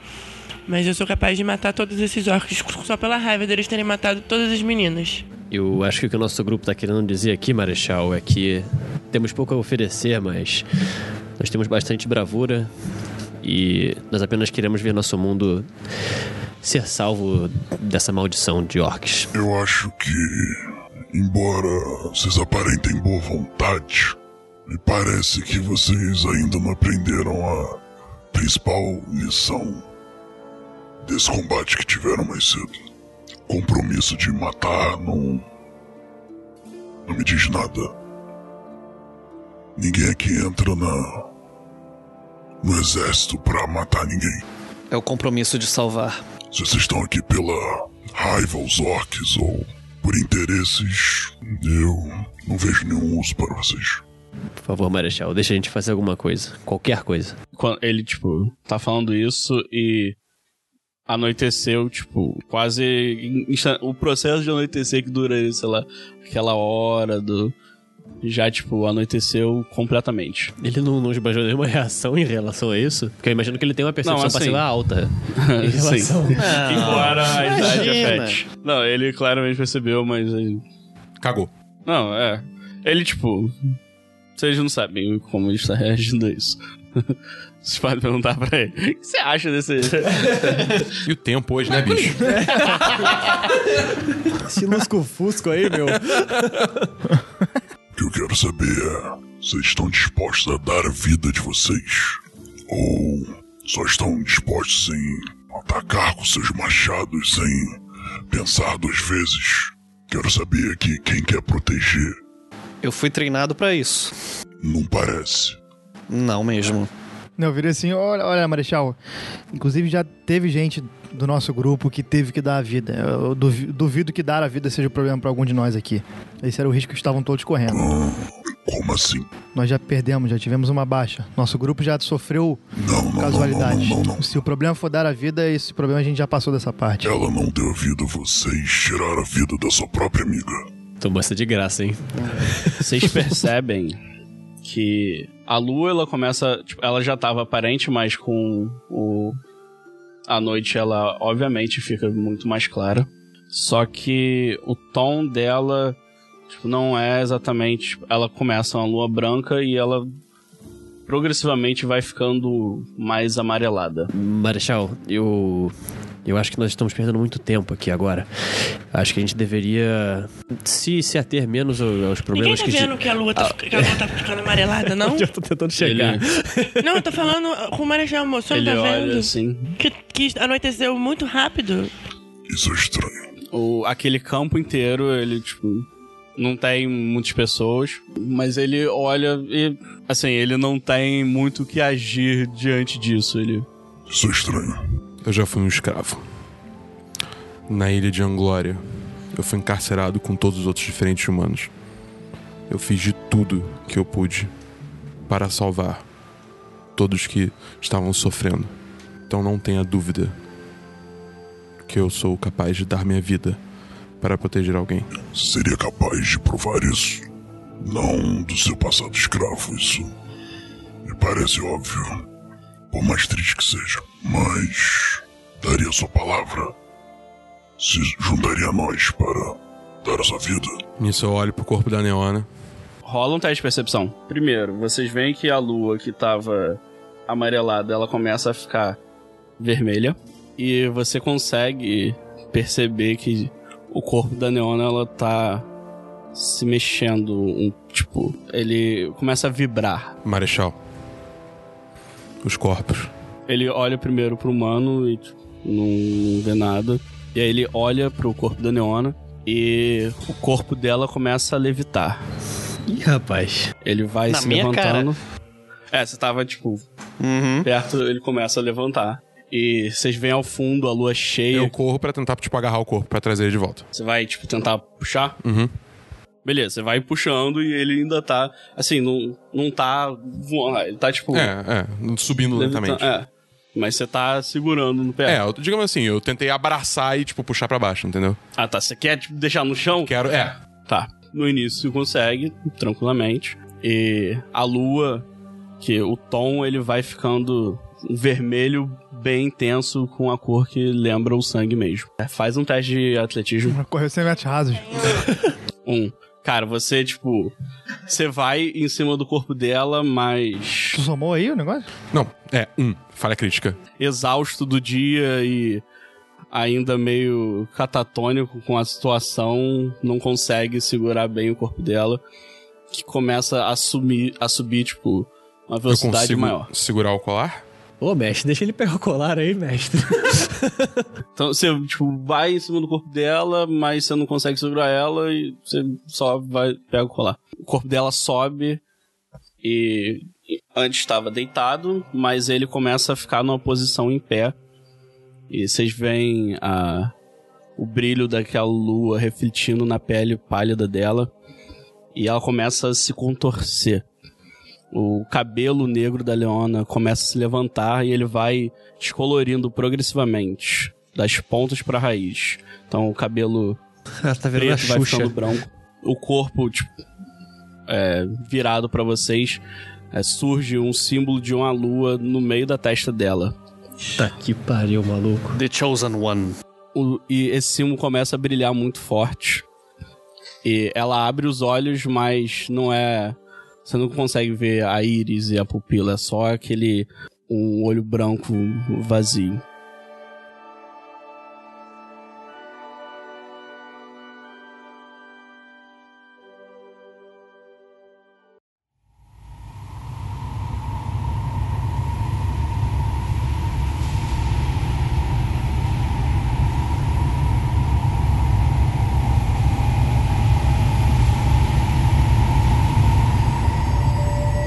mas eu sou capaz de matar todos esses orcs só pela raiva deles terem matado todas as meninas.
Eu acho que o que o nosso grupo está querendo dizer aqui, Marechal, é que temos pouco a oferecer, mas nós temos bastante bravura e nós apenas queremos ver nosso mundo ser salvo dessa maldição de orcs.
Eu acho que, embora vocês aparentem boa vontade, me parece que vocês ainda não aprenderam a principal lição desse combate que tiveram mais cedo. Compromisso de matar não. não me diz nada. Ninguém aqui entra na. no exército pra matar ninguém.
É o compromisso de salvar.
Se vocês estão aqui pela raiva aos orcs ou por interesses, eu não vejo nenhum uso para vocês.
Por favor, Marechal, deixa a gente fazer alguma coisa. Qualquer coisa.
Quando ele, tipo, tá falando isso e anoiteceu, tipo, quase. insta- O processo de anoitecer que dura, sei lá, aquela hora do. Já, tipo, anoiteceu completamente.
Ele não, não esbanjou nenhuma reação em relação a isso? Porque eu imagino que ele tem uma percepção
Não, assim-
passiva alta. em relação.
Sim. Embora a idade
Imagina.
afete. Não, ele claramente percebeu, mas. ele-
Cagou.
Não, é. Ele, tipo. Vocês não sabem como ele está reagindo a isso. Vocês podem perguntar pra ele. O que você acha desse.
e o tempo hoje, né, bicho?
Esse lusco-fusco aí, meu.
O que eu quero saber é: vocês estão dispostos a dar a vida de vocês? Ou só estão dispostos em atacar com seus machados sem pensar duas vezes? Quero saber aqui quem quer proteger.
Eu fui treinado pra isso.
Não parece.
Não mesmo.
Não, eu virei assim, olha, olha, Marechal, inclusive já teve gente do nosso grupo que teve que dar a vida. Eu duvi- duvido que dar a vida seja o problema para algum de nós aqui. Esse era o risco que estavam todos correndo.
Como assim?
Nós já perdemos, já tivemos uma baixa. Nosso grupo já sofreu casualidades. Se o problema for dar a vida, esse problema a gente já passou dessa parte.
Ela não deu a vida a vocês, tiraram a vida da sua própria amiga.
Tomou essa de graça, hein?
Vocês percebem que a lua ela começa, tipo, ela já estava aparente, mas com o a noite ela obviamente fica muito mais clara. Só que o tom dela tipo, não é exatamente, tipo, ela começa uma lua branca e ela progressivamente vai ficando mais amarelada.
Marechal, eu. Eu acho que nós estamos perdendo muito tempo aqui agora. Acho que a gente deveria se, se ater menos ao- aos
Ninguém
problemas
tá
que.
vendo que a lua tá, fica- que a lua tá ficando amarelada, não?
Onde eu tô tentando chegar.
Não, eu tô falando com o Marechal Moço, não
Ele
tá
olha
vendo?
assim.
Que, que anoiteceu muito rápido.
Isso é estranho.
O, aquele campo inteiro, ele, tipo, não tem muitas pessoas, mas ele olha e, assim, ele não tem muito o que agir diante disso. Ele.
Isso é estranho.
Eu já fui um escravo. Na ilha de Anglória, eu fui encarcerado com todos os outros diferentes humanos. Eu fiz de tudo que eu pude para salvar todos que estavam sofrendo. Então não tenha dúvida que eu sou capaz de dar minha vida para proteger alguém.
Seria capaz de provar isso? Não do seu passado escravo, isso me parece óbvio. Por mais triste que seja, mas daria sua palavra. Se juntaria a nós para dar a sua vida.
Nisso eu olho pro corpo da Neona.
Rola um teste de percepção. Primeiro, vocês veem que a lua que tava amarelada, ela começa a ficar vermelha. E você consegue perceber que o corpo da Neona, ela tá se mexendo, um, tipo, ele começa a vibrar.
Marechal, os corpos.
Ele olha primeiro pro humano e tipo, não, não vê nada. E aí ele olha pro corpo da Neona e o corpo dela começa a levitar.
Ih, rapaz.
Ele vai
Na
se
minha Uhum.
levantando. É, você tava, tipo, perto, ele começa a levantar. E vocês veem ao fundo a lua cheia.
Eu corro pra tentar, tipo, agarrar o corpo pra trazer ele de volta.
Você vai, tipo, tentar puxar?
Uhum.
Beleza, você vai puxando e ele ainda tá. Assim, não, não tá voando. Ele tá, tipo.
É, é, subindo
levitando,
lentamente.
É. Mas você tá segurando no pé.
É, eu- digamos assim, eu tentei abraçar e, tipo, puxar pra baixo, entendeu?
Ah, tá. Você quer tipo, deixar no chão?
Quero, é.
Tá. No início consegue, tranquilamente. E a lua, que o tom ele vai ficando vermelho bem intenso com a cor que lembra o sangue mesmo. É, Faz um teste de atletismo.
Correu 100 metros rasos.
Um. Cara, você, tipo, você vai em cima do corpo dela, mas
Tu somou aí o negócio?
Não, é um. Falha crítica.
exausto do dia e ainda meio catatônico com a situação, não consegue segurar bem o corpo dela, que começa a, sumir, a subir, tipo, uma
eu
velocidade
consigo
maior.
segurar o colar?
Ô, mestre, deixa ele pegar o colar aí, mestre.
Então você, tipo, vai em cima do corpo dela, mas você não consegue segurar ela e você só vai, pega o colar. O corpo dela sobe e e antes estava deitado, mas ele começa a ficar numa posição em pé. E vocês veem a, o brilho daquela lua refletindo na pele pálida dela. E ela começa a se contorcer. O cabelo negro da Leona começa a se levantar e ele vai descolorindo progressivamente, das pontas para a raiz. Então o cabelo
Ela tá virando
preto
a
vai
Xuxa.
ficando branco. O corpo, tipo, é, virado para vocês, é, surge um símbolo de uma lua no meio da testa dela.
Tá que pariu, maluco.
The Chosen One. e esse símbolo começa a brilhar muito forte. E ela abre os olhos, mas não é. Você não consegue ver a íris e a pupila, é só aquele. um olho branco vazio.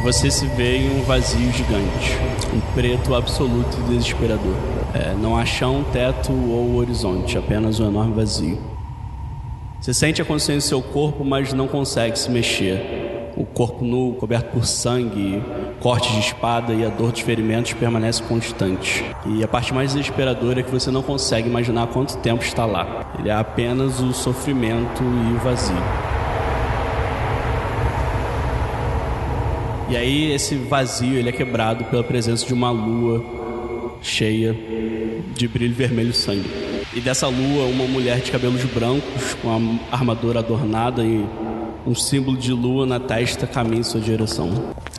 Você se vê em um vazio gigante, um preto absoluto e desesperador. É, não há chão, teto ou horizonte, apenas um enorme vazio. Você sente a consciência do seu corpo, mas não consegue se mexer. O corpo nu, coberto por sangue, cortes de espada e a dor dos ferimentos permanece constante. E a parte mais desesperadora é que você não consegue imaginar quanto tempo está lá. Ele é apenas o sofrimento e o vazio. E aí esse vazio ele é quebrado pela presença de uma lua cheia de brilho vermelho sangue. E dessa lua uma mulher de cabelos brancos com a armadura adornada e um símbolo de lua na testa caminha em sua direção.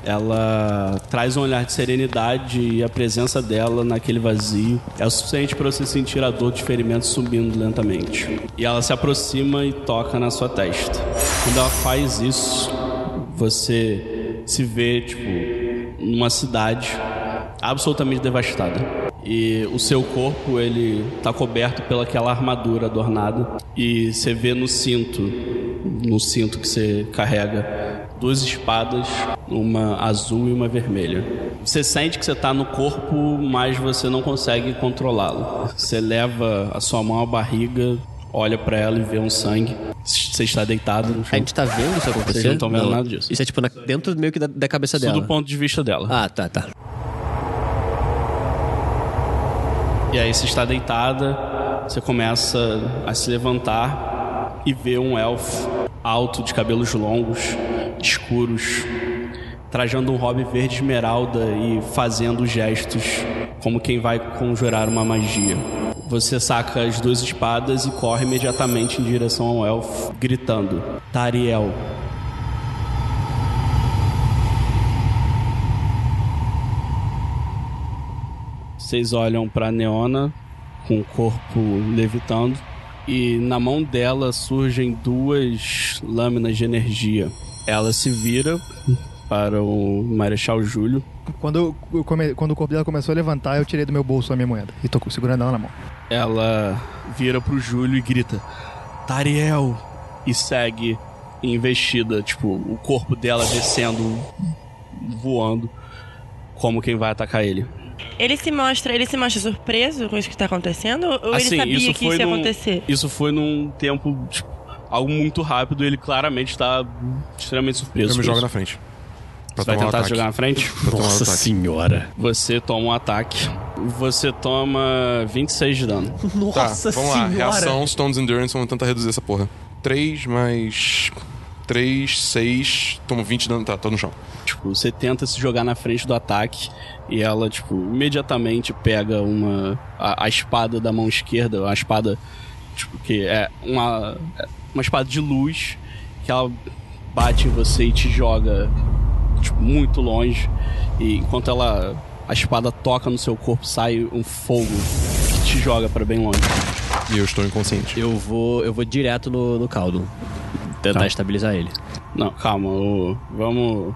Ela traz um olhar de serenidade e a presença dela naquele vazio é o suficiente para você sentir a dor de ferimentos subindo lentamente. E ela se aproxima e toca na sua testa. Quando ela faz isso, você se vê, tipo, numa cidade absolutamente devastada. E o seu corpo, ele tá coberto pelaquela armadura adornada. E você vê no cinto, no cinto que você carrega, duas espadas, uma azul e uma vermelha. Você sente que você tá no corpo, mas você não consegue controlá-lo. Você leva a sua mão à barriga, olha pra ela e vê um sangue. Você está deitado no chão.
A gente tá vendo isso acontecer?
Vocês não estão vendo
Não.
nada disso.
Isso é tipo na- dentro meio que da, da cabeça
Isso
dela.
do ponto de vista dela.
Ah, tá, tá.
E aí você está deitada, você começa a se levantar e vê um elfo alto, de cabelos longos, escuros, trajando um hobby verde esmeralda e fazendo gestos como quem vai conjurar uma magia. Você saca as duas espadas e corre imediatamente em direção ao elfo, gritando: Tariel. Vocês olham pra Neona com o corpo levitando e na mão dela surgem duas lâminas de energia. Ela se vira para o Marechal Júlio.
Quando, eu come- quando o corpo dela começou a levantar, eu tirei do meu bolso a minha moeda. E tô segurando ela na mão.
Ela vira pro Júlio e grita: Tariel! E segue investida, tipo, o corpo dela descendo, voando, como quem vai atacar ele.
Ele se mostra, ele se mostra surpreso com isso que tá acontecendo? Ou ele sabia que isso ia
Assim, num-
acontecer?
Isso foi num tempo, tipo, algo muito rápido. Ele claramente tá extremamente surpreso.
Eu me
com
jogo
isso.
na frente.
Você vai
tomar o
tentar se
ataque.
jogar na frente?
Pra tomar o ataque.
senhora. Você toma um ataque. Você toma 26 de dano.
tá, vamos lá. Reação, Stones Endurance, vamos tentar reduzir essa porra. 3 mais 3, 6. Tomo 20 de dano. Tá, tô no chão.
Tipo, você tenta se jogar na frente do ataque e ela, tipo, imediatamente pega uma. a, a espada da mão esquerda, uma espada, tipo, que é uma. é uma espada de luz que ela bate em você e te joga, tipo, muito longe. E enquanto ela. a espada toca no seu corpo, sai um fogo que te joga pra bem longe.
E eu estou inconsciente.
Eu vou, eu vou direto no, no caldo. Tentar estabilizar ele.
Tá. Não, calma, ô, vamos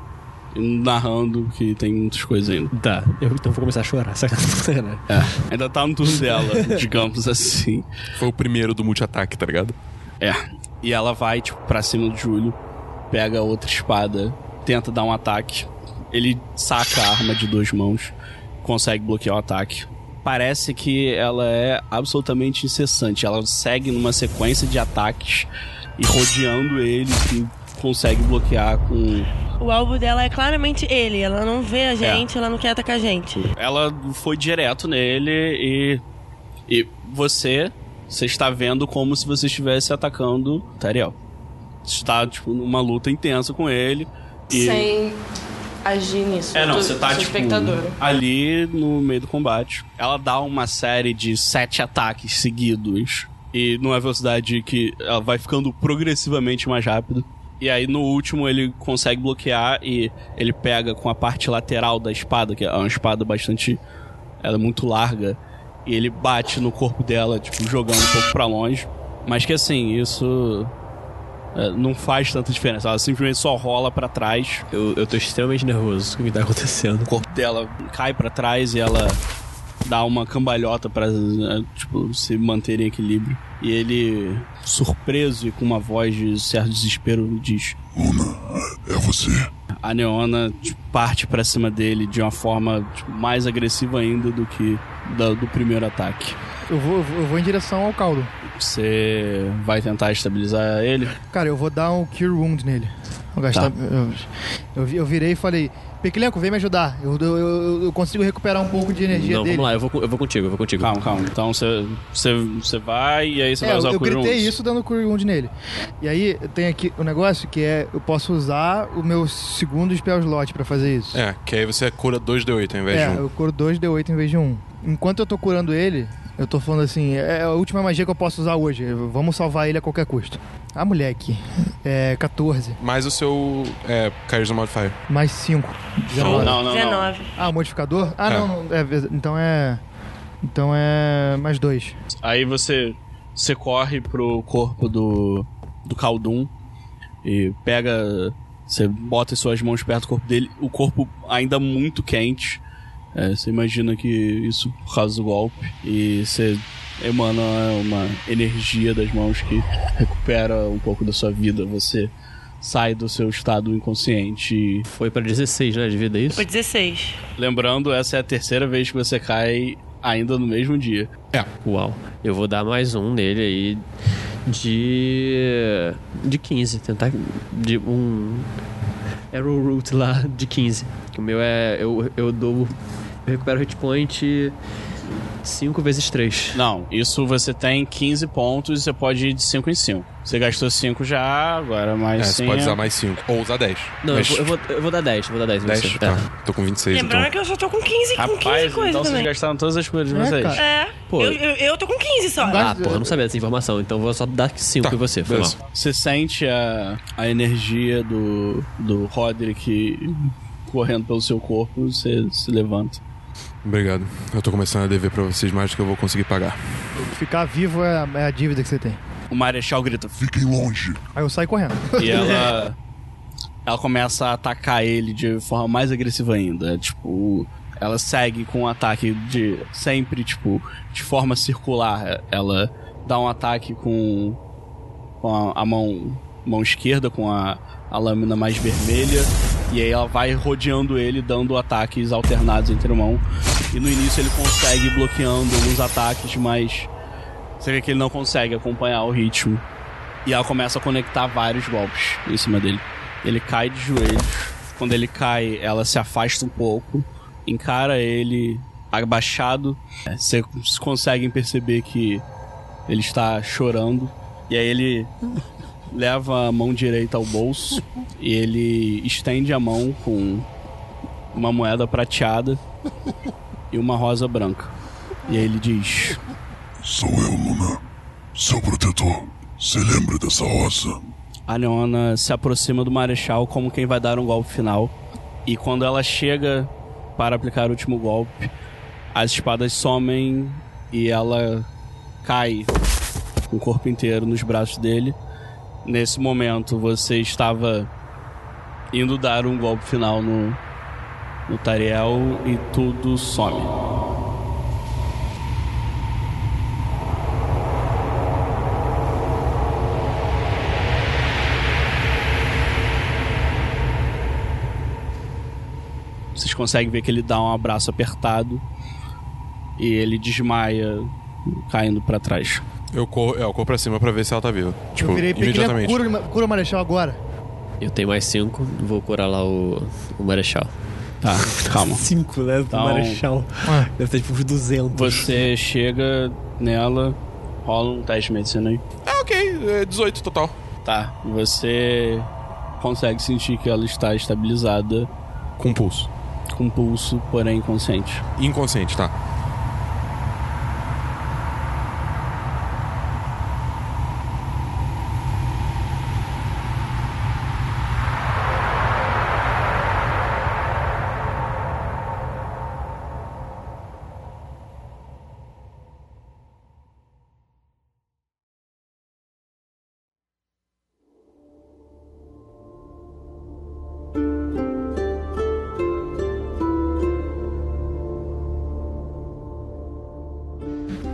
narrando que tem muitas coisas ainda.
Tá, eu então vou começar a chorar. sacanagem.
É, ainda tá no turno dela, digamos assim.
Foi o primeiro do multi-ataque, tá ligado?
É. E ela vai, tipo, pra cima do Júlio, pega outra espada, tenta dar um ataque. Ele saca a arma de duas mãos, consegue bloquear o ataque. Parece que ela é absolutamente incessante. Ela segue numa sequência de ataques e rodeando ele que consegue bloquear com.
O alvo dela é claramente ele. Ela não vê a gente, ela não quer atacar a gente.
Ela foi direto nele e. E você. Você está vendo como se você estivesse atacando Tariel. Você está, tipo, numa luta intensa com ele. E...
Sem agir nisso.
É,
Eu
não,
tô-
você tá,
sou
tipo,
espectadora.
ali no meio do combate. Ela dá uma série de sete ataques seguidos. E numa velocidade que ela vai ficando progressivamente mais rápido. E aí no último ele consegue bloquear e ele pega com a parte lateral da espada, que é uma espada bastante. Ela é muito larga. E ele bate no corpo dela, tipo, jogando um pouco pra longe. Mas que assim, isso. é, Não faz tanta diferença. Ela simplesmente só rola pra trás.
Eu, eu tô extremamente nervoso com o que tá acontecendo. O
corpo dela cai pra trás e ela dá uma cambalhota pra eh, tipo, se manter em equilíbrio. E ele, surpreso e com uma voz de certo desespero, diz:
É você.
A Neona tipo, parte pra cima dele de uma forma tipo, mais agressiva ainda do que da- do primeiro ataque.
Eu vou, eu vou em direção ao caldo.
Você vai tentar estabilizar ele?
Cara, eu vou dar um Cure Wound nele. Vou gastar.
Tá.
Eu, eu, vi- eu virei e falei: Pequilenco, vem me ajudar. Eu, eu- eu- eu consigo recuperar um pouco de energia
Não,
dele.
vamos lá, eu vou, co- eu vou contigo, eu vou contigo.
Calma, calma. Então você, você, você vai e aí você
É,
vai
eu,
usar
eu
o Cure
gritei
Wounds.
isso dando Cure Wound nele. E aí tem aqui o negócio que é: eu posso usar o meu segundo spell slot pra fazer isso.
É, que aí você cura 2d8 ao invés
É,
de 1.
eu curo 2d8 em vez de 1. Enquanto eu tô curando ele, eu tô falando assim, é a última magia que eu posso usar hoje. Vamos salvar ele a qualquer custo. Ah, moleque. É 14.
Mais o seu é, Charisma Modifier.
Mais 5.
Não, não, não.
19.
Ah, o modificador? Ah,
É.
não. não, é vez- então é... Então é mais 2.
Aí você, você corre pro corpo do, do Khaldun e pega. Você bota as suas mãos perto do corpo dele, o corpo ainda muito quente. É, você imagina que isso por causa do golpe. E você emana uma energia das mãos que recupera um pouco da sua vida. Você sai do seu estado inconsciente.
Foi para 16, né, de vida isso?
Foi 16.
Lembrando, essa é a terceira vez que você cai ainda no mesmo dia.
É.
Uau. Eu vou dar mais um nele aí de. de 15. Tentar. de um. Arrow Root lá de 15. Que o meu é. Eu, eu dou. Eu recupero hit point 5 vezes 3.
Não, isso você tem 15 pontos e você pode ir de 5 em 5. Você gastou 5 já, agora mais
É,
5.
você pode usar mais 5. Ou usar 10.
Não, eu
Mas-
vou, eu, vou, eu vou dar 10, vou dar 10 em
10,
você. É.
tá. Tô com 26,
Lembrando
então.
que eu só tô com 15, com 15
Rapaz,
coisa
então vocês
também.
gastaram todas as coisas de
É,
vocês.
É,
Pô.
eu, eu, eu tô com 15 só.
Ah, porra, eu não sabia dessa informação, então eu vou só dar 5 em você. Foi mal.
Tá, Beleza. Você sente a, a energia do, do Roderick correndo pelo seu corpo, você se levanta.
Obrigado. Eu tô começando a dever pra vocês mais do que eu vou conseguir pagar.
Ficar vivo é a, é a dívida que você tem.
O Marechal grita:
Fiquem longe!
Aí eu saio correndo.
E ela. Ela começa a atacar ele de forma mais agressiva ainda. Tipo, ela segue com um ataque de. Sempre, tipo, de forma circular. Ela dá um ataque com. Com a, a mão. Mão esquerda, com a, a lâmina mais vermelha. E aí ela vai rodeando ele, dando ataques alternados entre mão. E no início ele consegue bloqueando alguns ataques, mas. Você vê que ele não consegue acompanhar o ritmo. E ela começa a conectar vários golpes em cima dele. Ele cai de joelhos. Quando ele cai, ela se afasta um pouco, encara ele abaixado. Vocês conseguem perceber que ele está chorando. E aí ele leva a mão direita ao bolso e ele estende a mão com uma moeda prateada e uma rosa branca. E aí ele diz:
Sou eu, Luna. Seu protetor. Se lembra dessa rosa?
A Leona se aproxima do Marechal como quem vai dar um golpe final. E quando ela chega para aplicar o último golpe, as espadas somem e ela cai com o corpo inteiro nos braços dele. Nesse momento, você estava indo dar um golpe final no, no Tariel e tudo some. Vocês conseguem ver que ele dá um abraço apertado e ele desmaia caindo pra trás.
Eu corro, é, eu corro pra cima pra ver se ela tá viva. Tipo,
Virei pra ele,
imediatamente.
cura, cura o Marechal agora.
Eu tenho mais cinco, vou curar lá o, o Marechal.
Tá, calma.
Cinco, né? Do
Então-
Marechal. Deve ter tipo uns 200.
Você chega nela, rola um teste de medicina aí.
Ah, ok. É 18 total.
Tá, você consegue sentir que ela está estabilizada.
Com pulso.
Com pulso, porém inconsciente.
Inconsciente, tá.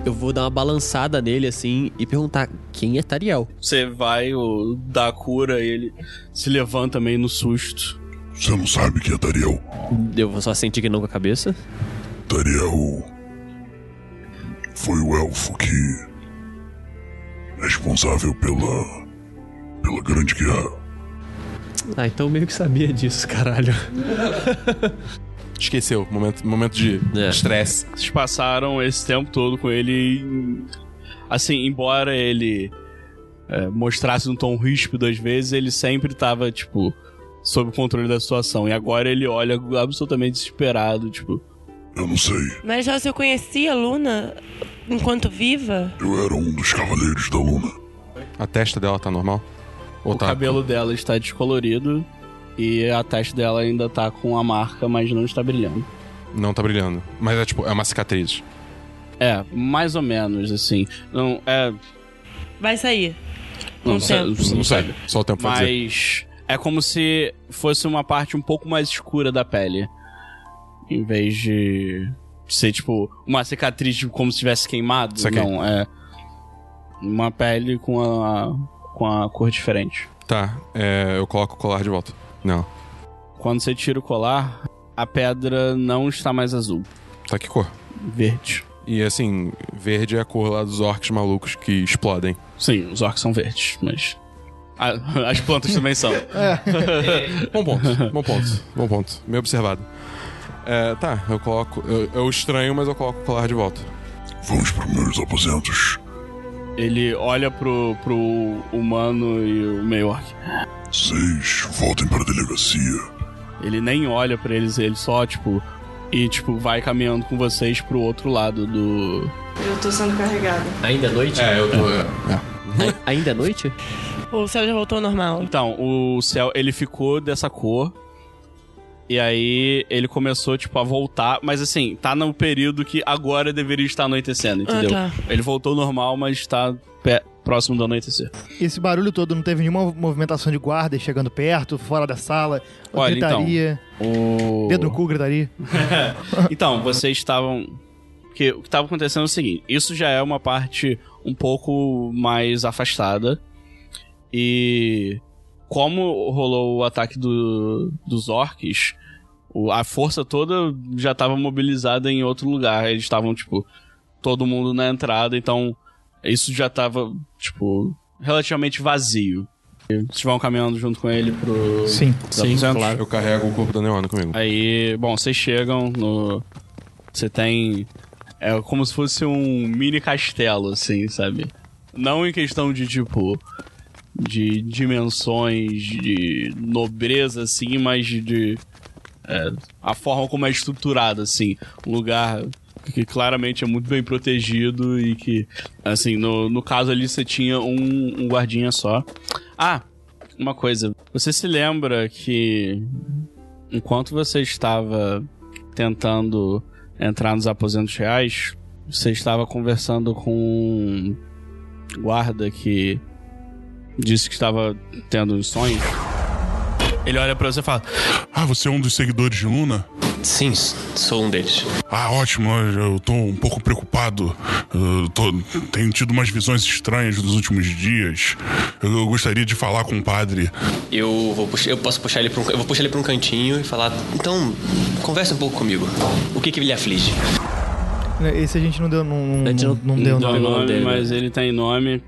Eu vou dar uma balançada nele assim e perguntar quem é Tariel.
Você vai o, dar a cura e ele se levanta meio no susto.
Você não sabe que é Tariel?
Eu vou só sentir que não com a cabeça.
Tariel foi o elfo que é responsável pela pela grande guerra.
Ah, então eu meio que sabia disso, caralho.
Esqueceu. Momento, momento de
É.
estresse.
Vocês passaram esse tempo todo com ele. e, Assim, embora ele é, mostrasse um tom ríspido às vezes, ele sempre tava, tipo, sob o controle da situação. E agora ele olha absolutamente desesperado, tipo.
Eu não sei.
Mas já se eu conhecia a Luna enquanto viva,
Eu era um dos cavaleiros da Luna.
A testa dela tá normal? Ou
O
tá?
cabelo dela está descolorido e a testa dela ainda tá com a marca, mas não está brilhando.
Não tá brilhando. Mas é tipo, é uma cicatriz.
É, mais ou menos, assim. Não, é.
vai sair.
Não,
Com
sei,
tempo.
Não sabe. Só o tempo vai dizer.
Mas é como se fosse uma parte um pouco mais escura da pele. Em vez de ser, tipo, uma cicatriz tipo, como se tivesse queimado.
Saquei.
Não, é. Uma pele com a, com a cor diferente.
Tá, é, eu coloco o colar de volta. Não.
Quando você tira o colar, a pedra não está mais azul.
Tá que cor?
Verde.
E assim, verde é a cor lá dos orcs malucos que explodem.
Sim, os orcs são verdes, mas. A- as plantas também são.
bom ponto, bom ponto, bom ponto. Meio observado. É, tá, eu coloco. Eu, eu estranho, mas eu coloco o colar de volta.
Vamos para meus aposentos.
Ele olha pro, pro humano e o meio orc.
Vocês voltem para a delegacia.
Ele nem olha pra eles, ele só, tipo. E, tipo, vai caminhando com vocês pro outro lado do.
Eu tô sendo carregada.
Ainda é noite?
É, eu tô.
Ainda é noite?
O céu já voltou ao normal.
Então, o céu, ele ficou dessa cor. E aí ele começou, tipo, a voltar. Mas assim, tá no período que agora deveria estar anoitecendo,
Ah,
entendeu?
tá.
Ele voltou normal, mas tá pé- próximo do anoitecer.
Esse barulho todo não teve nenhuma movimentação de guardas chegando perto, fora da sala,
Olha,
gritaria.
então. O...
Pedro Cu gritaria.
então, vocês estavam. Que, o que estava acontecendo é o seguinte: isso já é uma parte um pouco mais afastada. E. Como rolou o ataque do, dos orcs, o- a força toda já estava mobilizada em outro lugar. Eles estavam, tipo, todo mundo na entrada, então isso já estava, tipo, relativamente vazio. E Vocês vão caminhando junto com ele pro. pros aposentos?
Eu carrego o corpo da Neona comigo.
Aí, bom, vocês chegam no. Você tem. É como se fosse um mini castelo, assim, sabe? Não em questão de tipo. de dimensões, de nobreza, assim, mas de. de, é, a forma como é estruturado, assim. Um lugar que claramente é muito bem protegido e que, assim, no, no caso ali você tinha um, um guardinha só. Ah, uma coisa. Você se lembra que enquanto você estava tentando entrar nos aposentos reais, você estava conversando com um guarda que disse que estava tendo uns sonhos. Ele olha pra você e fala:
Ah, você é um dos seguidores de Luna?
Sim, sou um deles.
Ah, ótimo, eu tô um pouco preocupado. Eu tô- tenho tido umas visões estranhas nos últimos dias. Eu, eu gostaria de falar com o padre.
Eu vou puxar, eu posso puxar ele pra um, eu vou puxar ele pra um cantinho e falar, então, conversa um pouco comigo. O que que ele aflige?
Né, Esse a gente não deu, não, não, não, deu
Não
nome. né?
deu nome, mas ele tem nome.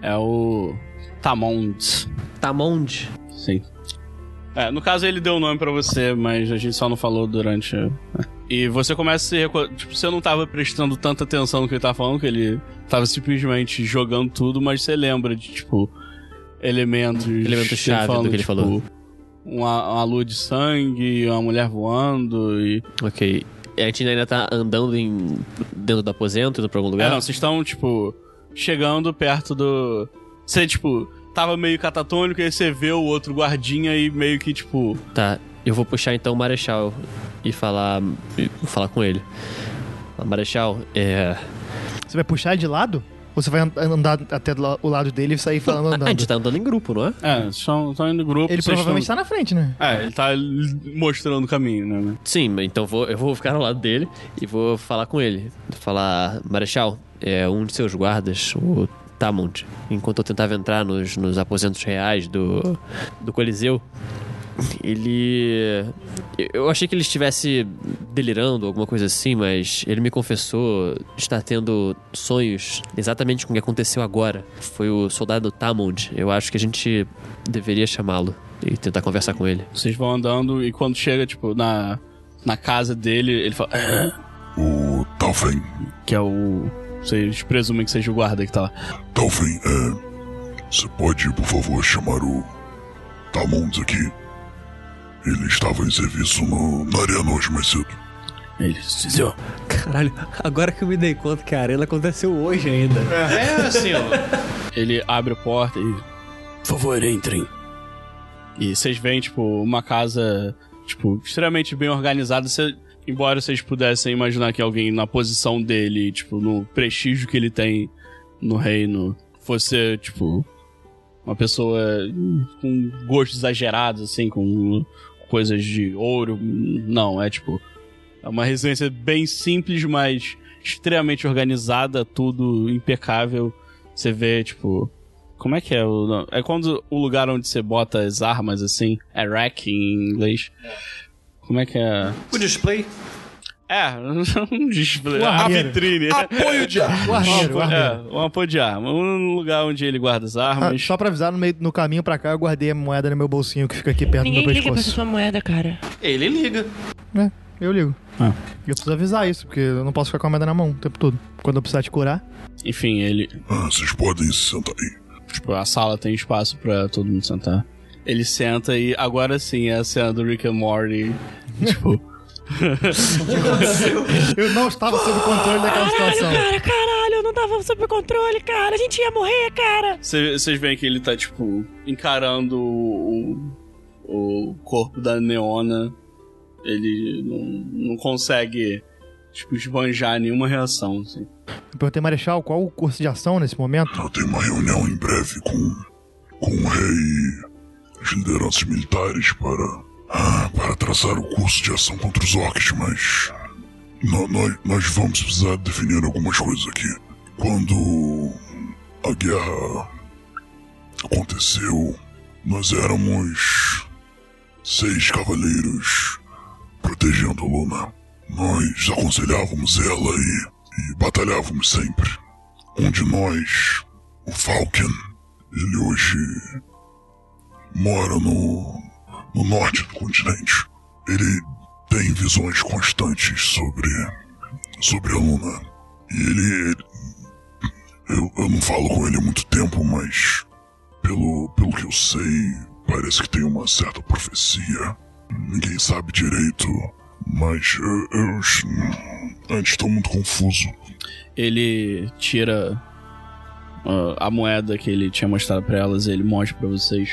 É o Tamond.
Tamond?
Sim. É, no caso ele deu o nome pra você, mas a gente só não falou durante. a- E você começa a se reco... Tipo, você não tava prestando tanta atenção no que ele tava falando, que ele tava simplesmente jogando tudo, mas você lembra de, tipo, elementos.
Elemento-chave do que ele falou.
tipo, Uma, uma lua de sangue, uma mulher voando e.
Ok. E A gente ainda tá andando em, dentro do aposento, indo pra algum lugar?
É, não, vocês estão, tipo, chegando perto do. Você, tipo, tava meio catatônico, aí você vê o outro guardinha e meio que, tipo.
Tá, eu vou puxar então o Marechal e falar, e falar com ele. Fala, Marechal, é.
Você vai puxar de lado? Ou você vai an- andar até do la- o lado dele e sair falando andando?
A gente tá andando em grupo, não é?
É, vocês estão estão indo em grupo.
Ele
vocês
provavelmente
estão-
tá na frente, né?
É, ele tá l- mostrando o caminho, né?
Sim, mas então vou, eu vou ficar ao lado dele e vou falar com ele. Falar, Marechal, é um de seus guardas, o Tamund, enquanto eu tentava entrar nos, nos aposentos reais do, do Coliseu, ele. Eu achei que ele estivesse delirando, alguma coisa assim, mas ele me confessou estar tendo sonhos exatamente com o que aconteceu agora. Foi o soldado Tamund. Eu acho que a gente deveria chamá-lo e tentar conversar com ele.
Vocês vão andando e quando chega, tipo, na, na casa dele, ele fala. "Ah,
O Taufen.
Que é o. Vocês presumem que seja o guarda que tá lá.
Taufen, é. Você pode, por favor, chamar o Tamons aqui? Ele estava em serviço no, na arena hoje mais cedo.
Ele disse, ó.
Caralho, agora que eu me dei conta que a arena aconteceu hoje ainda.
É, assim, ó. Ele abre a porta e. Por favor, entrem. E vocês veem, tipo, uma casa, tipo, extremamente bem organizada. Cê- embora vocês pudessem imaginar que alguém na posição dele, tipo, no prestígio que ele tem no reino, fosse, tipo, uma pessoa com gostos exagerados, assim, com coisas de ouro. Não, é tipo. É uma residência bem simples, mas extremamente organizada, tudo impecável. Você vê, tipo. Como é que é o nome? É quando o lugar onde você bota as armas assim. É rack em inglês. Como é que é?
O display?
É, um display.
O
a
armeiro.
vitrine.
Apoio de armas.
O armeiro,
Um
o
apo-
armeiro.
É, um apoio de arma. Um lugar onde ele guarda as
Ah,
armas.
só pra avisar, no, meio, no caminho pra cá eu guardei a moeda no meu bolsinho que fica aqui perto
Ninguém
do meu
liga pra
pescoço.
sua moeda, cara.
Ele liga.
É, eu ligo. E eu preciso avisar isso, porque eu não posso ficar com a moeda na mão o tempo todo. Quando eu precisar te curar.
Enfim, ele.
Ah, vocês podem sentar aí.
Tipo, a sala tem espaço pra todo mundo sentar. Ele senta e agora sim é a cena do Rick and Morty. tipo.
eu não estava sob controle daquela situação.
Cara, caralho, eu não tava sob controle, cara. A gente ia morrer, cara.
Cê- Vocês veem que ele tá, tipo, encarando o, o o corpo da Neona. Ele não, não consegue, tipo, esbanjar nenhuma reação, assim.
Eu perguntei, Marechal, qual o curso de ação nesse momento?
Eu tenho uma reunião em breve com, com o rei e as lideranças militares para, ah, para traçar o curso de ação contra os orcs, mas nó- nós, nós vamos precisar definir algumas coisas aqui. Quando a guerra aconteceu, nós éramos seis cavaleiros protegendo a Luna. Nós aconselhávamos ela e, e batalhávamos sempre. Um de nós, o Falcon, ele hoje mora no, no norte do continente. Ele tem visões constantes sobre, sobre a Luna. E ele. ele- eu, eu não falo com ele há muito tempo, mas Pelo, pelo que eu sei, parece que tem uma certa profecia. Ninguém sabe direito, mas eu. eu s- antes estou muito confuso.
Ele tira ah, a moeda que ele tinha mostrado pra elas e ele mostra pra vocês.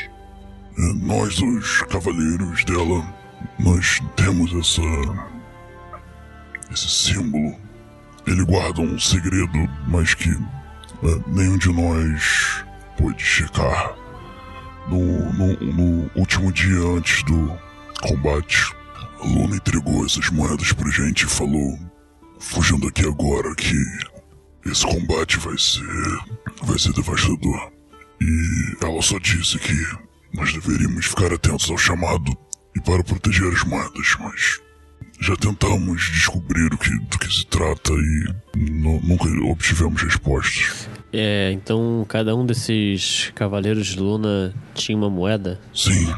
É, Nós, os cavaleiros dela, nós temos essa. esse símbolo. Ele guarda um segredo, mas que é, nenhum de nós pôde checar. No, no- no último dia antes do combate, a Luna entregou essas moedas pra gente e falou: fugindo daqui agora, que esse combate vai ser. vai ser devastador. E ela só disse que nós deveríamos ficar atentos ao chamado e para proteger as moedas, mas já tentamos descobrir o que, do que se trata e nu- nunca obtivemos respostas.
É, então cada um desses cavaleiros de Luna tinha uma moeda?
Sim.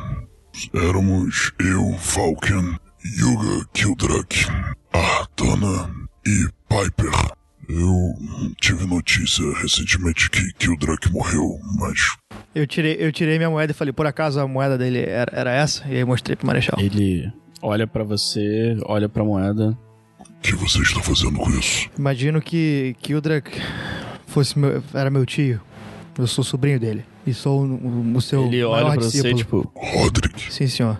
Éramos eu, Falcon, Yuga Kildrak, Artana e Piper. Eu tive notícia recentemente que Kildrak morreu, mas
Eu tirei, eu tirei minha moeda e falei, por acaso a moeda dele era, era essa? E aí mostrei pro Marechal.
Ele olha pra você, olha pra moeda.
O que você está fazendo com isso?
Imagino que Kildrak fosse meu, era meu tio. Eu sou sobrinho dele. E sou o, o seu
Ele
maior
olha pra você,
discípulo.
tipo.
Roderick.
Sim, senhor.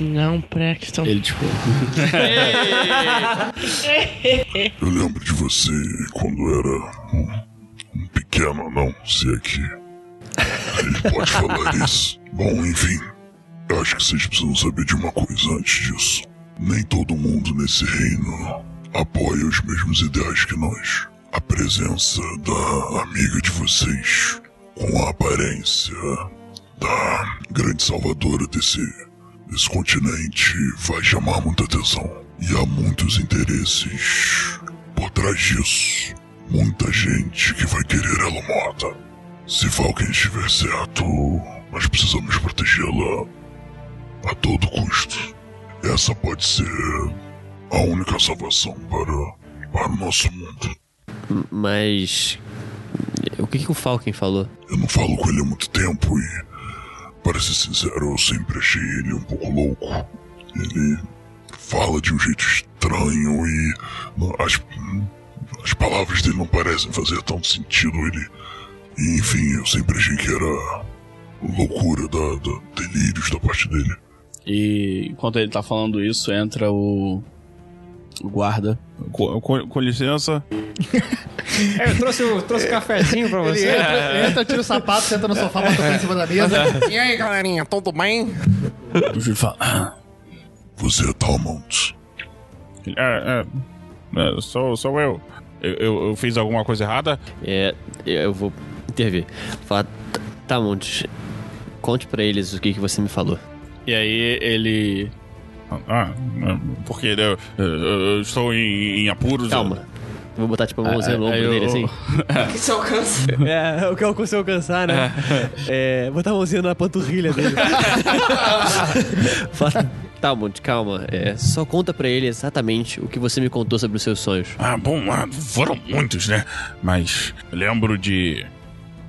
Não, Preston.
Ele, tipo.
Eu lembro de você quando era um, um pequeno anão, se é que ele pode falar isso. Bom, enfim, eu acho que vocês precisam saber de uma coisa antes disso. Nem todo mundo nesse reino apoia os mesmos ideais que nós. A presença da amiga de vocês, com a aparência da grande salvadora desse, desse continente, vai chamar muita atenção. E há muitos interesses por trás disso. Muita gente que vai querer ela morta. Se Falken estiver certo, nós precisamos protegê-la a todo custo. Essa pode ser a única salvação para, para o nosso mundo.
M- Mas. O que, que o Falcon falou?
Eu não falo com ele há muito tempo e, para ser sincero, eu sempre achei ele um pouco louco. Ele fala de um jeito estranho e não- as, as palavras dele não parecem fazer tanto sentido. Ele, e, enfim, eu sempre achei que era loucura, da, da, delírios da parte dele.
E enquanto ele tá falando isso, entra o. o guarda.
Com, com- com licença.
É, eu trouxe o trouxe um cafezinho pra
Ele
você. É.
entra, entra, tira o sapato, senta no sofá, bota o pé em cima da mesa.
E aí, galerinha, tudo bem?
O Júlio fala: "Ah, Você é Talmont.
É, é. É, sou, sou eu. Eu, eu- eu fiz alguma coisa errada?
É, eu vou intervir. Fala, "Tá- tá, Montes, conte pra eles o que, que você me falou.
E aí ele.
Ah, porque né, eu, eu- eu estou em, em apuros. né?"
Calma. Vou botar tipo a mãozinha no
Ah,
ombro
eu- É.
dele assim.
que se alcança. É, o que eu consigo alcançar, né? É, botar a mãozinha na panturrilha dele.
Fala, tá, Montes, calma. É, só conta pra ele exatamente o que você me contou sobre os seus sonhos.
Ah, bom, ah, foram muitos, né? Mas eu lembro de.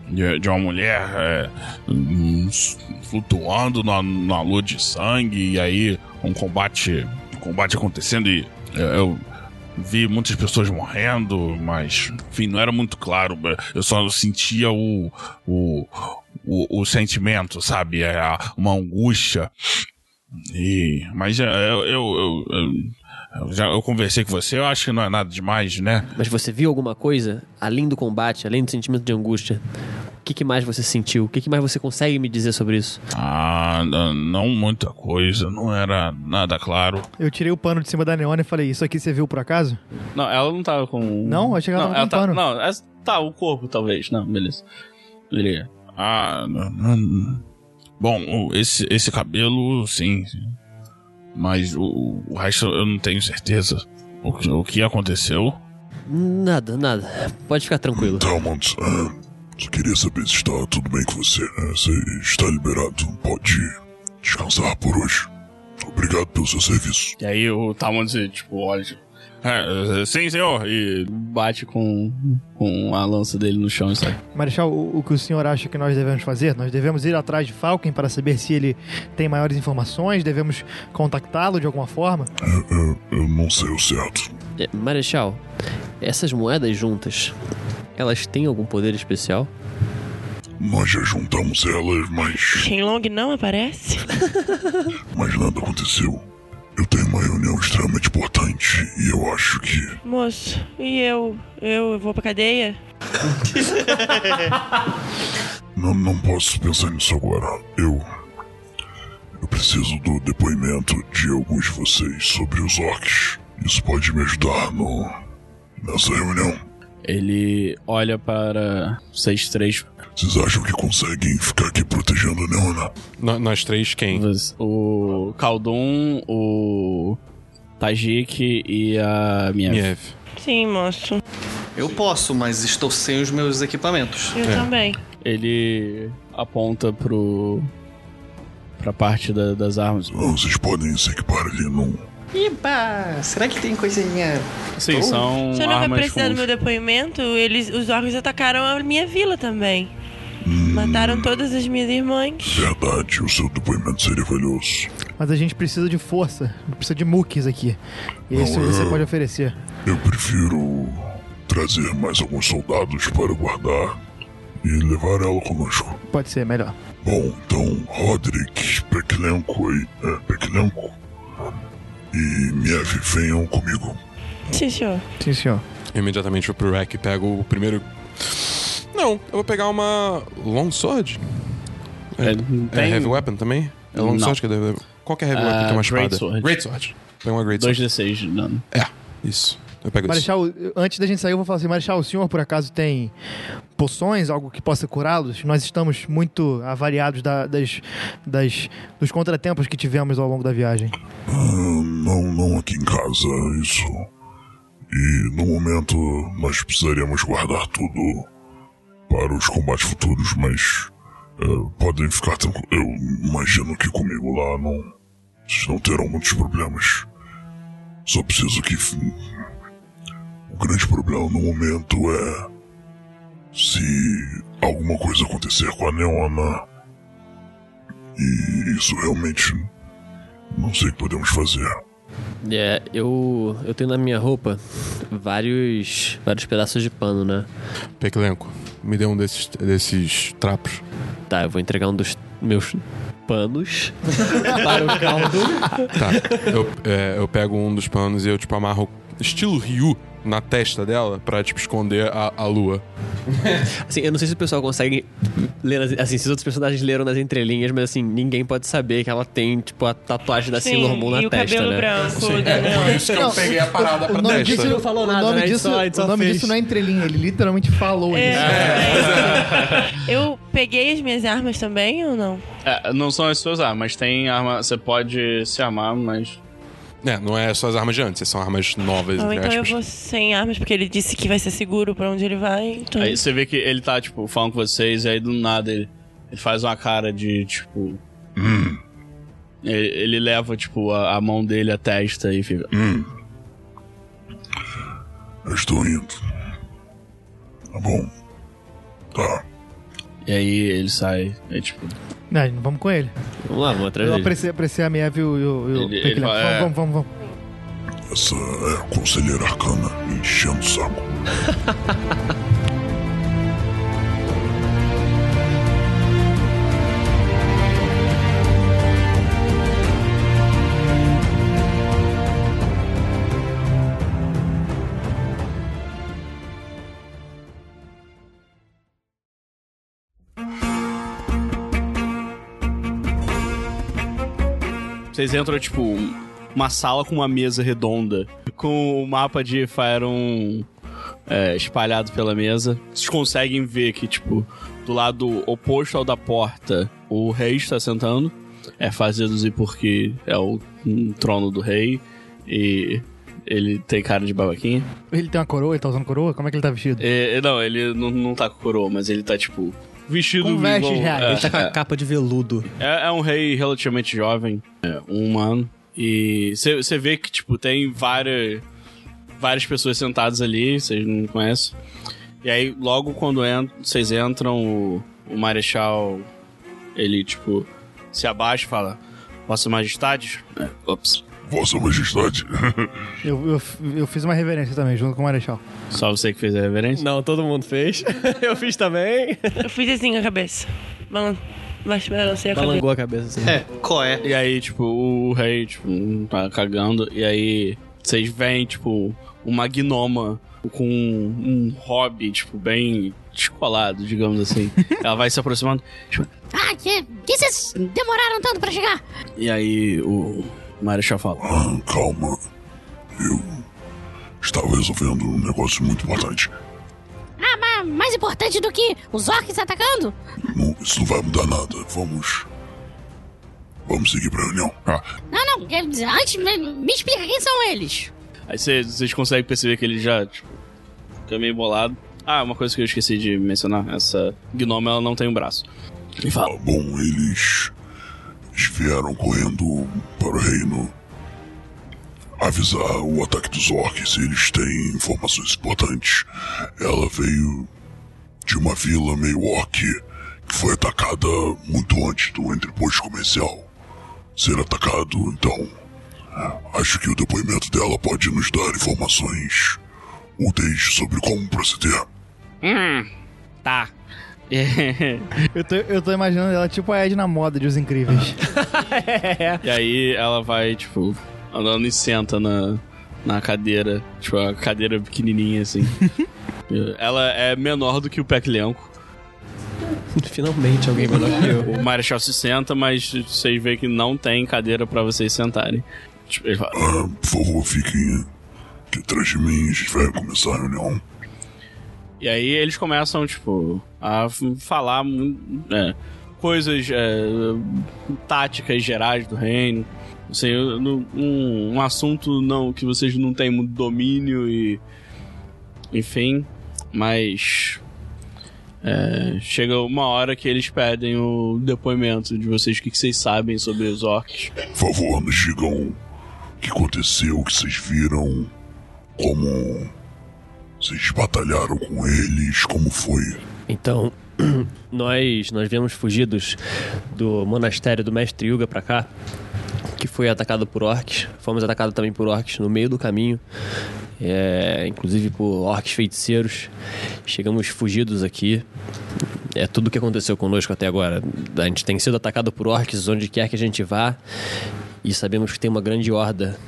de, de uma mulher é, hum, s- flutuando na, na lua de sangue, e aí um combate. Um combate acontecendo e é, eu. Vi muitas pessoas morrendo, mas, enfim, não era muito claro. Eu só sentia o. o, o, o sentimento, sabe? É, a- Uma angústia. E, mas é, eu, eu, eu, eu, já, eu conversei com você, eu acho que não é nada demais, né?
Mas você viu alguma coisa além do combate, além do sentimento de angústia? O que, que mais você sentiu? O que, que mais você consegue me dizer sobre isso?
Ah, n- não muita coisa, não era nada claro.
Eu tirei o pano de cima da neona e falei, isso aqui você viu por acaso?
Não, ela não tava com.
Não, achei que ela
não,
tava com
tá,
pano.
Não, essa- tá, o corpo talvez. Não, beleza. Ele.
Ah, n- n- bom, o- esse, esse cabelo, sim. sim. Mas o, o resto eu não tenho certeza. O, que- o que aconteceu?
Nada, nada. Pode ficar tranquilo.
Talmont, é, só queria saber se está tudo bem com você. É, você está liberado, pode descansar por hoje. Obrigado pelo seu serviço.
E aí o Talmud, tipo, olha. tipo,
"Ah, Sim, senhor. E
bate com, com a lança dele no chão e sai.
Marechal, o, o que o senhor acha que nós devemos fazer? Nós devemos ir atrás de Falcon para saber se ele tem maiores informações? Devemos contactá-lo de alguma forma?
Eu, É, eu não sei o certo.
É, Marechal, essas moedas juntas, elas têm algum poder especial?
Nós já juntamos elas, mas,
Shenlong não aparece?
mas nada aconteceu. Eu tenho uma reunião extremamente importante e eu acho que.
Moço, e eu? Eu vou pra cadeia?
Não, não posso pensar nisso agora. Eu. Eu preciso do depoimento de alguns de vocês sobre os orcs. Isso pode me ajudar no. nessa reunião.
Ele olha para vocês três.
Vocês acham que conseguem ficar aqui protegendo a Neona?
nós três quem? O Caldun, o Tajik e a Miev.
Sim, moço.
Eu posso, mas estou sem os meus equipamentos.
Eu
É.
também.
Ele aponta pro. pra parte da- das armas.
Vocês podem se equipar ali num.
Iba! Será que tem coisinha?
Sim, são
Se eu não vai
armas
precisar do
com-
meu depoimento, eles, os orcs atacaram a minha vila também.
Hum.
Mataram todas as minhas irmãs.
Verdade, o seu depoimento seria valioso.
Mas a gente precisa de força, precisa de mookies aqui. E é isso que você pode oferecer.
Eu prefiro trazer mais alguns soldados para guardar e levar ela conosco.
Pode ser, melhor.
Bom, então, Roderick, Peclenco aí, é, Peclenco e Miev, venham comigo.
Sim, senhor.
Sim, senhor.
Imediatamente vou pro rack e pego o primeiro. Não, eu vou pegar uma Longsword. É, é
tem-
Heavy Weapon também? É
Não.
Longsword que é heavy... Qual que é Heavy Weapon que é uma
Ah,
espada?
Great Sword.
Great Sword. Pega uma Great Sword.
2d6 de dano.
É, isso. Eu pego isso.
Marechal, antes da gente sair, eu vou falar assim: Marechal, o senhor por acaso tem poções, algo que possa curá-los? Nós estamos muito avariados da- das, das- dos contratempos que tivemos ao longo da viagem.
Ah, não, não aqui em casa, isso. E no momento nós precisaríamos guardar tudo para os combates futuros, mas é, podem ficar tranquilos. Eu imagino que comigo lá não. Vocês não terão muitos problemas. Só preciso que. f- O grande problema no momento é. Se alguma coisa acontecer com a Neona. E isso realmente. Não sei o que podemos fazer.
É, eu, eu tenho na minha roupa vários, vários pedaços de pano, né?
Peclenco, me dê um desses, desses trapos.
Tá, eu vou entregar um dos meus panos para o caldo.
Tá, eu, é, eu pego um dos panos e eu, tipo, amarro estilo Ryu na testa dela pra, tipo, esconder a, a lua.
Assim, eu não sei se o pessoal consegue ler, nas- assim, se os outros personagens leram nas entrelinhas, mas assim, ninguém pode saber que ela tem, tipo, a tatuagem da
Sim,
Sailor Moon na
e o
testa,
cabelo
né?
branco Sim, da é por Neon. isso que eu peguei a parada
O
pra
nome
testa.
disso
Ele não falou nada,
o nome
né? Ele
Disso,
só- ele só
o nome
fez. É.
disso não é entrelinha, ele literalmente falou isso.
Eu peguei as minhas armas também ou não?
É, não são as suas armas, tem arma. Você pode se armar, mas.
É, não é só as armas de antes, são armas novas,
Ou
entre
então eu
aspas.
vou sem armas porque ele disse que vai ser seguro pra onde ele vai. Então...
Aí você vê que ele tá, tipo, falando com vocês, e aí do nada ele, ele faz uma cara de, tipo.
Hum.
Ele, ele leva, tipo, a, a mão dele à testa e fica.
Hum. Eu estou indo. Tá bom. Tá.
E aí ele sai. É tipo.
Não, não vamos com ele.
Vamos lá, vamos atrás
Eu
dele.
apreciei, apreciei a minha, viu? Eu, eu,
Ele- ele
Pequeno.
fala, é.
vamos, vamos, vamos, vamos.
Essa é a conselheira arcana me enchendo o saco.
Vocês entram, tipo, um- uma sala com uma mesa redonda, com o mapa de Faeron é, espalhado pela mesa. Vocês conseguem ver que, tipo, do lado oposto ao da porta, o rei está sentando. É fazedos e porque é o hum, trono do rei. E ele tem cara de babaquinha.
Ele tem uma coroa, ele tá usando coroa? Como é que ele tá vestido?
É, não, ele não, não tá com coroa, mas ele tá, tipo, vestido...
Com vestes
igual-
reais. Ele
tá com a
é.
capa de veludo.
É, é um rei relativamente jovem, é, um humano. E você vê que, tipo, tem várias, várias pessoas sentadas ali, vocês não conhecem. E aí, logo quando en- vocês entram, o, o Marechal, ele, tipo, se abaixa e fala, Vossa Majestade? É, Ops.
Vossa Majestade.
Eu, eu, eu fiz uma reverência também, junto com o Marechal.
Só você que fez a reverência?
Não, todo mundo fez. eu fiz também.
Eu fiz assim a cabeça. Balan... Mas balancei a
Balangou a
cabeça.
cabeça assim.
É, qual é? E aí, tipo, o rei, tipo, não tá cagando. E aí, vocês veem, tipo, uma gnoma com um hobby, tipo, bem descolado, digamos assim. Ela vai se aproximando. tipo,
Ah, que, que vocês demoraram tanto pra chegar?
E aí, o Marechal fala:
Ah, calma. Eu estava resolvendo um negócio muito importante.
Ah, mas mais importante do que os orcs atacando?
Não- isso não vai mudar nada. Vamos. Vamos seguir pra reunião. Ah,
Não, não, quer dizer, antes me, me explica quem são eles.
Aí vocês vocês conseguem perceber que ele já, tipo, fica meio bolado. Ah, uma coisa que eu esqueci de mencionar: essa gnome ela não tem um braço. Ele fala:
bom, eles. Eles vieram correndo para o reino avisar o ataque dos orcs. Eles têm informações importantes. Ela veio de uma vila meio orc que foi atacada muito antes do entreposto comercial ser atacado. Então, acho que o depoimento dela pode nos dar informações úteis sobre como proceder.
Hum, tá.
É. Eu tô, eu tô imaginando ela tipo a Ed na moda de Os Incríveis.
E aí ela vai, tipo, andando e senta na, na cadeira. Tipo, a cadeira pequenininha, assim. ela é menor do que o Peck Lenco.
Finalmente alguém menor que eu.
O Marechal se senta, mas vocês veem que não tem cadeira pra vocês sentarem. Tipo, ele fala,
Ah, por favor, fiquem aqui atrás de mim. A gente vai começar a reunião.
E aí eles começam, tipo, a f- falar mu- é, coisas, é, táticas gerais do reino. Assim, eu- no- um, um assunto não que vocês não têm muito domínio e. Enfim, mas. é, chega uma hora que eles pedem o depoimento de vocês, o que que vocês sabem sobre os orcs.
Por favor, nos digam o que aconteceu, o que vocês viram, como vocês batalharam com eles, como foi.
Então, nós nós viemos fugidos do monastério do Mestre Yuga pra cá, que foi atacado por orcs. Fomos atacados também por orcs no meio do caminho, é, inclusive por orcs feiticeiros. Chegamos fugidos aqui. É tudo o que aconteceu conosco até agora. A gente tem sido atacado por orcs onde quer que a gente vá. E sabemos que tem uma grande horda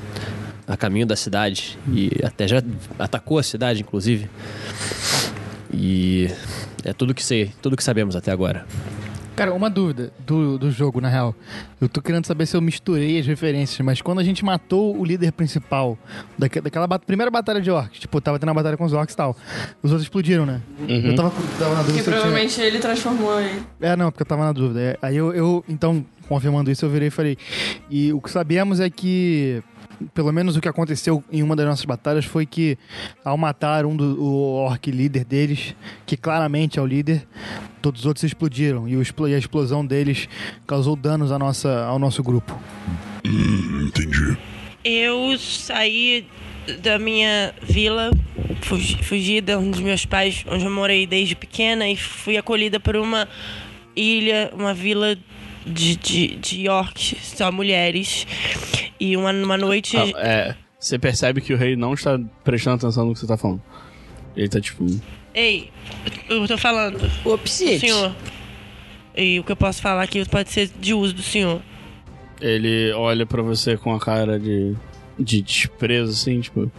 a caminho da cidade. E até já atacou a cidade, inclusive. E é tudo que sei, tudo que sabemos até agora.
Cara, uma dúvida do, do jogo, na real. Eu tô querendo saber se eu misturei as referências, mas quando a gente matou o líder principal daque- daquela bat- primeira batalha de orcs, tipo, tava tendo a batalha com os orcs e tal, os outros explodiram, né?
Uhum.
Eu tava, tava
Tá
na dúvida
Que
se eu tinha...
provavelmente ele transformou ele.
É, não, porque eu tava na dúvida. É, Aí eu, eu, então, confirmando isso, eu virei e falei. E o que sabemos é que. Pelo menos o que aconteceu em uma das nossas batalhas foi que, ao matar um do o orc líder deles, que claramente é o líder, todos os outros explodiram. E, o explo- e a explosão deles causou danos à nossa, ao nosso grupo.
Hum, entendi.
Eu saí da minha vila, fugi, fugi de onde meus pais, onde eu morei desde pequena, e fui acolhida por uma ilha, uma vila de, de, de orcs, só mulheres. E uma, uma noite.
Ah, é, você percebe que o rei não está prestando atenção no que você tá falando. Ele tá tipo.
Ei, eu tô falando.
Ops,
senhor. E o que eu posso falar aqui pode ser de uso do senhor.
Ele olha pra você com a cara de, de desprezo, assim, tipo.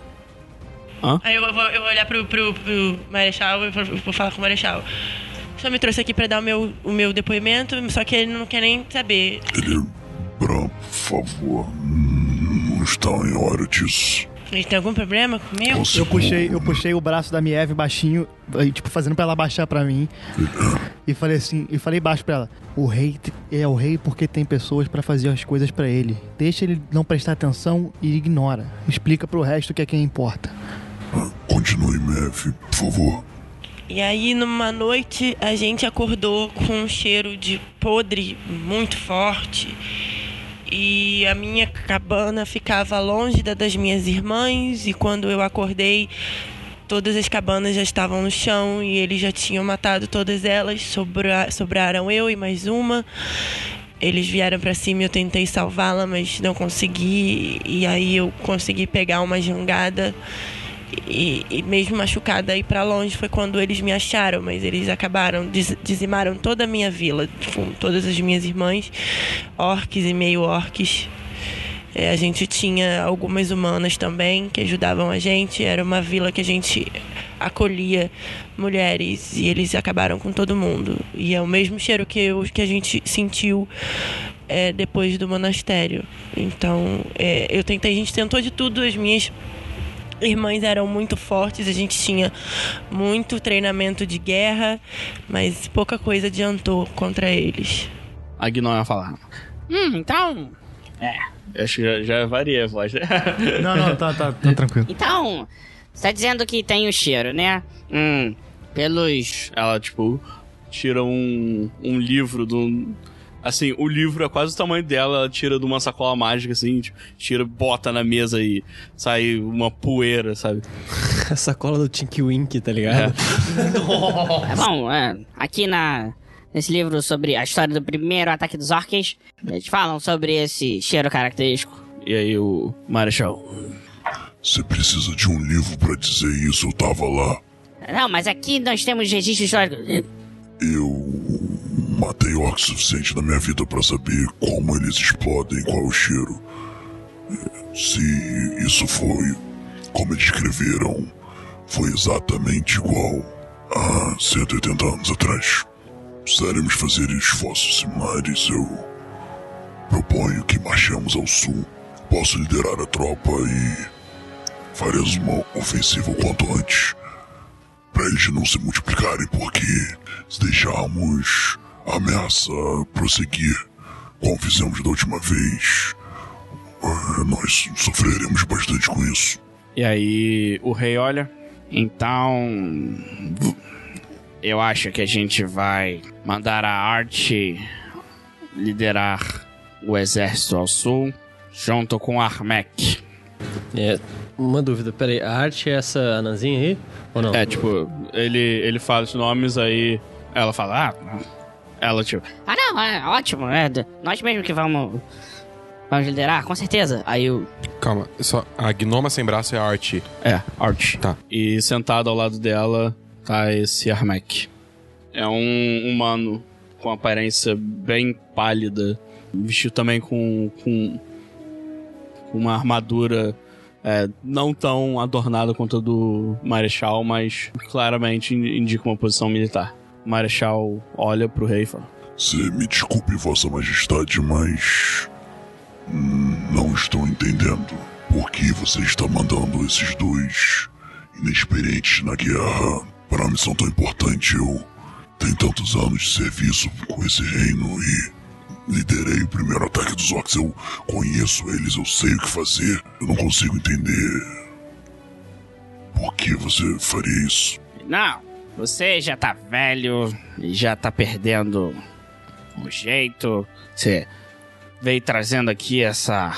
Hã?
Aí eu vou, eu vou olhar pro, pro, pro Marechal e vou, vou falar com o Marechal. Só me trouxe aqui pra dar o meu, o meu depoimento, só que ele não quer nem saber.
Bram, por favor, hum, não está em hora disso.
Ele tem algum problema comigo?
Eu puxei, eu puxei o braço da Mieve baixinho, aí, tipo, fazendo pra ela baixar pra mim. E falei assim, e falei baixo pra ela: "O rei te- é o rei porque tem pessoas pra fazer as coisas pra ele. Deixa ele não prestar atenção e ignora. Explica pro resto que é quem importa."
Continue, Mev, por favor.
E aí, numa noite, a gente acordou com um cheiro de podre muito forte. E a minha cabana ficava longe da das minhas irmãs. E quando eu acordei, todas as cabanas já estavam no chão e eles já tinham matado todas elas. Sobra- sobraram eu e mais uma. Eles vieram pra cima e eu tentei salvá-la, mas não consegui. E aí eu consegui pegar uma jangada. E, e mesmo machucada ir pra longe foi quando eles me acharam, mas eles acabaram, diz- dizimaram toda a minha vila, com todas as minhas irmãs, orques e meio orques. É, a gente tinha algumas humanas também que ajudavam a gente. Era uma vila que a gente acolhia mulheres e eles acabaram com todo mundo. E é o mesmo cheiro que, eu, que a gente sentiu é, depois do monastério. Então, é, eu tentei, a gente tentou de tudo. As minhas irmãs eram muito fortes, a gente tinha muito treinamento de guerra, mas pouca coisa adiantou contra eles.
A Gnon ia falar.
Hum, então.
É.
Eu acho que já, já varia a voz, né?
Não, não, tá, tá,
Hum.
tá tranquilo.
Então, você tá dizendo que tem o cheiro, né? Hum, pelos.
Ela, tipo, tira um, um livro de um. Assim, o livro é quase o tamanho dela, ela tira de uma sacola mágica, assim, tipo, tira, bota na mesa e sai uma poeira, sabe?
A sacola do Tinky Wink, tá ligado?
É Bom, é, aqui na, nesse livro sobre a história do primeiro ataque dos orques, eles falam sobre esse cheiro característico.
E aí, o Marechal.
Você precisa de um livro pra dizer isso, eu tava lá.
Não, mas aqui nós temos registro histórico.
Matei orcs suficiente na minha vida pra saber como eles explodem, qual é o cheiro. Eh, Se isso foi como eles escreveram, foi exatamente igual a 180 anos atrás. Precisaremos fazer esforços similares. Eu proponho que marchemos ao sul. Posso liderar a tropa e faremos uma ofensiva o quanto antes. Pra eles não se multiplicarem, porque se deixarmos a ameaça prosseguir, como fizemos da última vez, eh, nós sofreremos bastante com isso.
E aí o rei olha. Então. v- Eu acho que a gente vai mandar a arte liderar o exército ao sul, junto com Armek.
É, uma dúvida, peraí, a arte é essa anãzinha aí? Ou não?
É, tipo, ele, ele fala os nomes, aí ela fala, ah. Ela, tipo,
Ah, não, é ótimo, é d- nós mesmo que vamos, vamos liderar, com certeza. Aí eu.
Calma, só a gnoma sem braço é a arte.
É, arte.
Tá.
E sentado ao lado dela tá esse Armek. É um humano com aparência bem pálida, vestido também com, com com uma armadura é, não tão adornada quanto a do Marechal, mas claramente in- indica uma posição militar. O Marechal olha pro rei e fala:
Se me desculpe, Vossa Majestade, mas. hum, Não estou entendendo por que você está mandando esses dois inexperientes na guerra para uma missão tão importante. Eu tenho tantos anos de serviço com esse reino e liderei o primeiro ataque dos orcs. Eu conheço eles, eu sei o que fazer. Eu não consigo entender. Por que você faria isso?
Não, você já tá velho e já tá perdendo o jeito. Você veio trazendo aqui essa.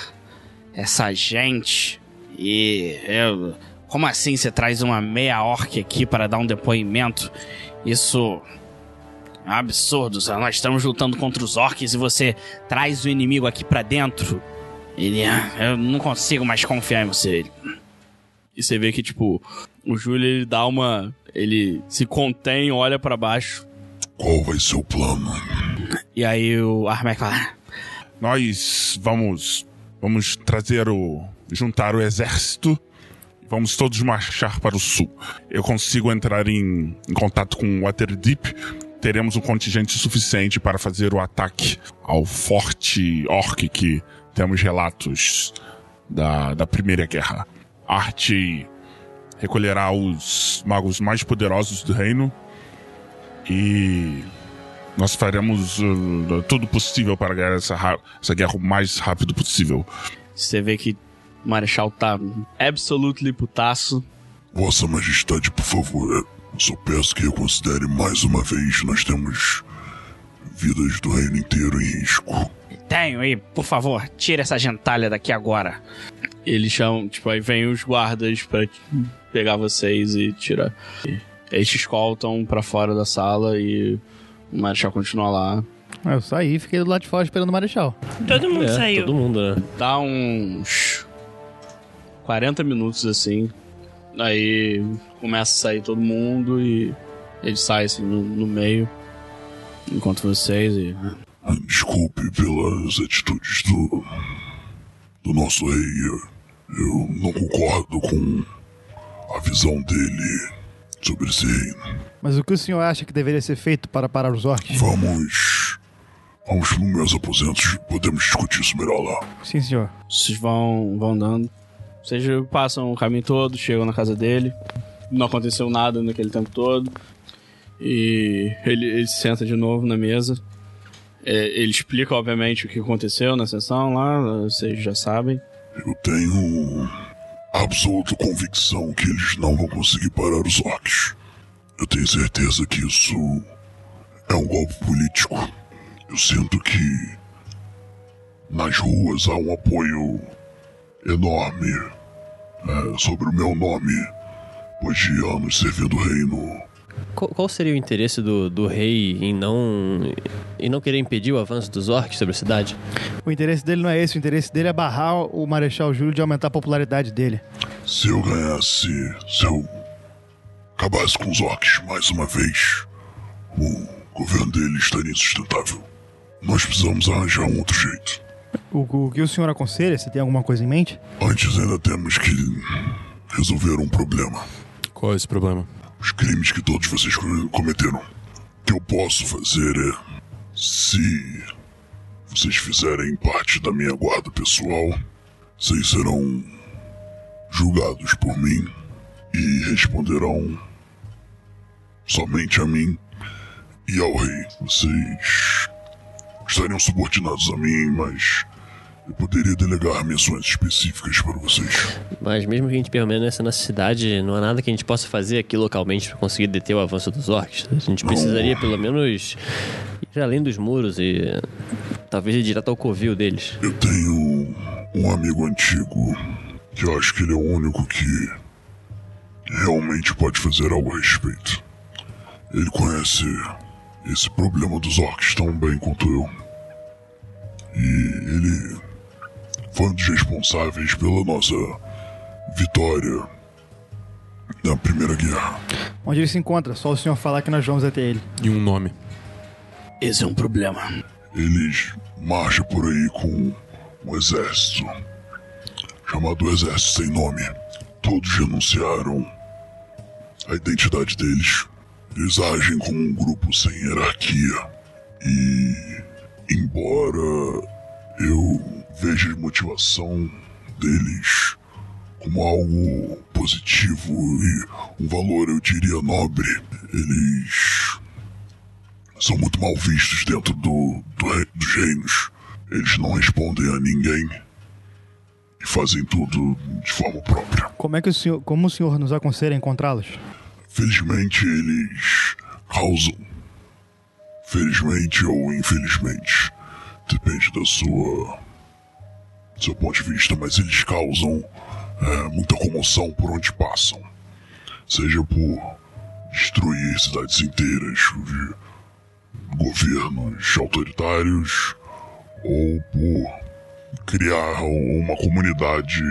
essa gente e eu. Como assim você traz uma meia orc aqui para dar um depoimento? Isso. é um absurdo, sabe? nós estamos lutando contra os orcs e você traz o inimigo aqui pra dentro. Ele, é, eu não consigo mais confiar em você.
E você vê que, tipo, o Júlio ele dá uma. Ele se contém, olha pra baixo.
Qual vai ser o plano?
E aí o é Armek fala: Nós vamos. Vamos trazer o. juntar o exército. e Vamos todos marchar para o sul. Eu consigo entrar em, em contato com Waterdeep. Teremos um contingente suficiente para fazer o ataque ao forte orc que temos relatos da, da Primeira Guerra. Arte recolherá os magos mais poderosos do reino e nós faremos uh, tudo possível para ganhar essa, ra- essa guerra o mais rápido possível.
Você vê que o Marechal tá absolutely putaço.
Vossa Majestade, por favor, eu só peço que reconsidere mais uma vez. Nós temos vidas do reino inteiro em risco.
tenho e, por favor, tira essa gentalha daqui agora.
Eles chamam, tipo, aí vem os guardas pra t- pegar vocês e tirar. E Eles te escoltam pra fora da sala e o Marechal continua lá.
Ah, Eu saí e fiquei do lado de fora esperando o Marechal.
Todo
É,
mundo saiu.
É, mundo, né?
Dá uns 40 minutos assim. Aí começa a sair todo mundo e ele sai assim no, no meio. Enquanto vocês e.
Desculpe pelas atitudes do. do nosso rei. Eu não concordo com a visão dele sobre esse reino.
Mas o que o senhor acha que deveria ser feito para parar os orcs?
Vamos. Vamos para meus aposentos, podemos discutir isso melhor lá.
Sim, senhor.
Vocês vão, vão andando. Vocês passam o caminho todo, chegam na casa dele. Não aconteceu nada naquele tempo todo. E ele, ele se senta de novo na mesa. É, ele explica, obviamente, o que aconteceu na sessão lá, vocês já sabem.
Eu tenho absoluta convicção que eles não vão conseguir parar os orcs. Eu tenho certeza que isso é um golpe político. Eu sinto que nas ruas há um apoio enorme eh, sobre o meu nome, pois de anos servindo o reino.
Qual, qual seria o interesse do, do rei em não, em não querer impedir o avanço dos orcs sobre a cidade?
O interesse dele não é esse, o interesse dele é barrar o Marechal Júlio de aumentar a popularidade dele.
Se eu ganhasse, se eu acabasse com os orcs mais uma vez, o governo dele estaria insustentável. Nós precisamos arranjar um outro jeito.
O, o que o senhor aconselha? Você tem alguma coisa em mente?
Antes ainda temos que resolver um problema.
Qual é esse problema?
Os crimes que todos vocês co- cometeram. O que eu posso fazer é. Se vocês fizerem parte da minha guarda pessoal, vocês serão julgados por mim e responderão somente a mim e ao rei. Vocês estariam subordinados a mim, mas eu poderia delegar missões específicas para vocês.
Mas mesmo que a gente permaneça na cidade, não há nada que a gente possa fazer aqui localmente para conseguir deter o avanço dos orcs. A gente precisaria pelo menos ir além dos muros e eh, talvez ir direto ao covil deles.
Eu tenho um amigo antigo que eu acho que ele é o único que realmente pode fazer algo a respeito. Ele conhece esse problema dos orcs tão bem quanto eu. E ele foi um dos responsáveis pela nossa vitória na Primeira Guerra.
Onde ele se encontra? Só o senhor falar que nós vamos até ele.
E um nome.
Esse é um problema. Eles marcham por aí com um exército chamado Exército Sem Nome. Todos renunciaram à identidade deles. Eles agem como um grupo sem hierarquia. E, embora eu veja a motivação deles como algo positivo e um valor, eu diria, nobre, eles são muito mal vistos dentro do, do re- dos reinos. Eles não respondem a ninguém e fazem tudo de forma própria.
Como é que o senhor, como o senhor nos aconselha a encontrá-los?
Felizmente eles causam. Felizmente ou infelizmente, depende da sua do seu ponto de vista, mas eles causam é, muita comoção por onde passam, seja por destruir cidades inteiras, de governos autoritários, ou por criar uma comunidade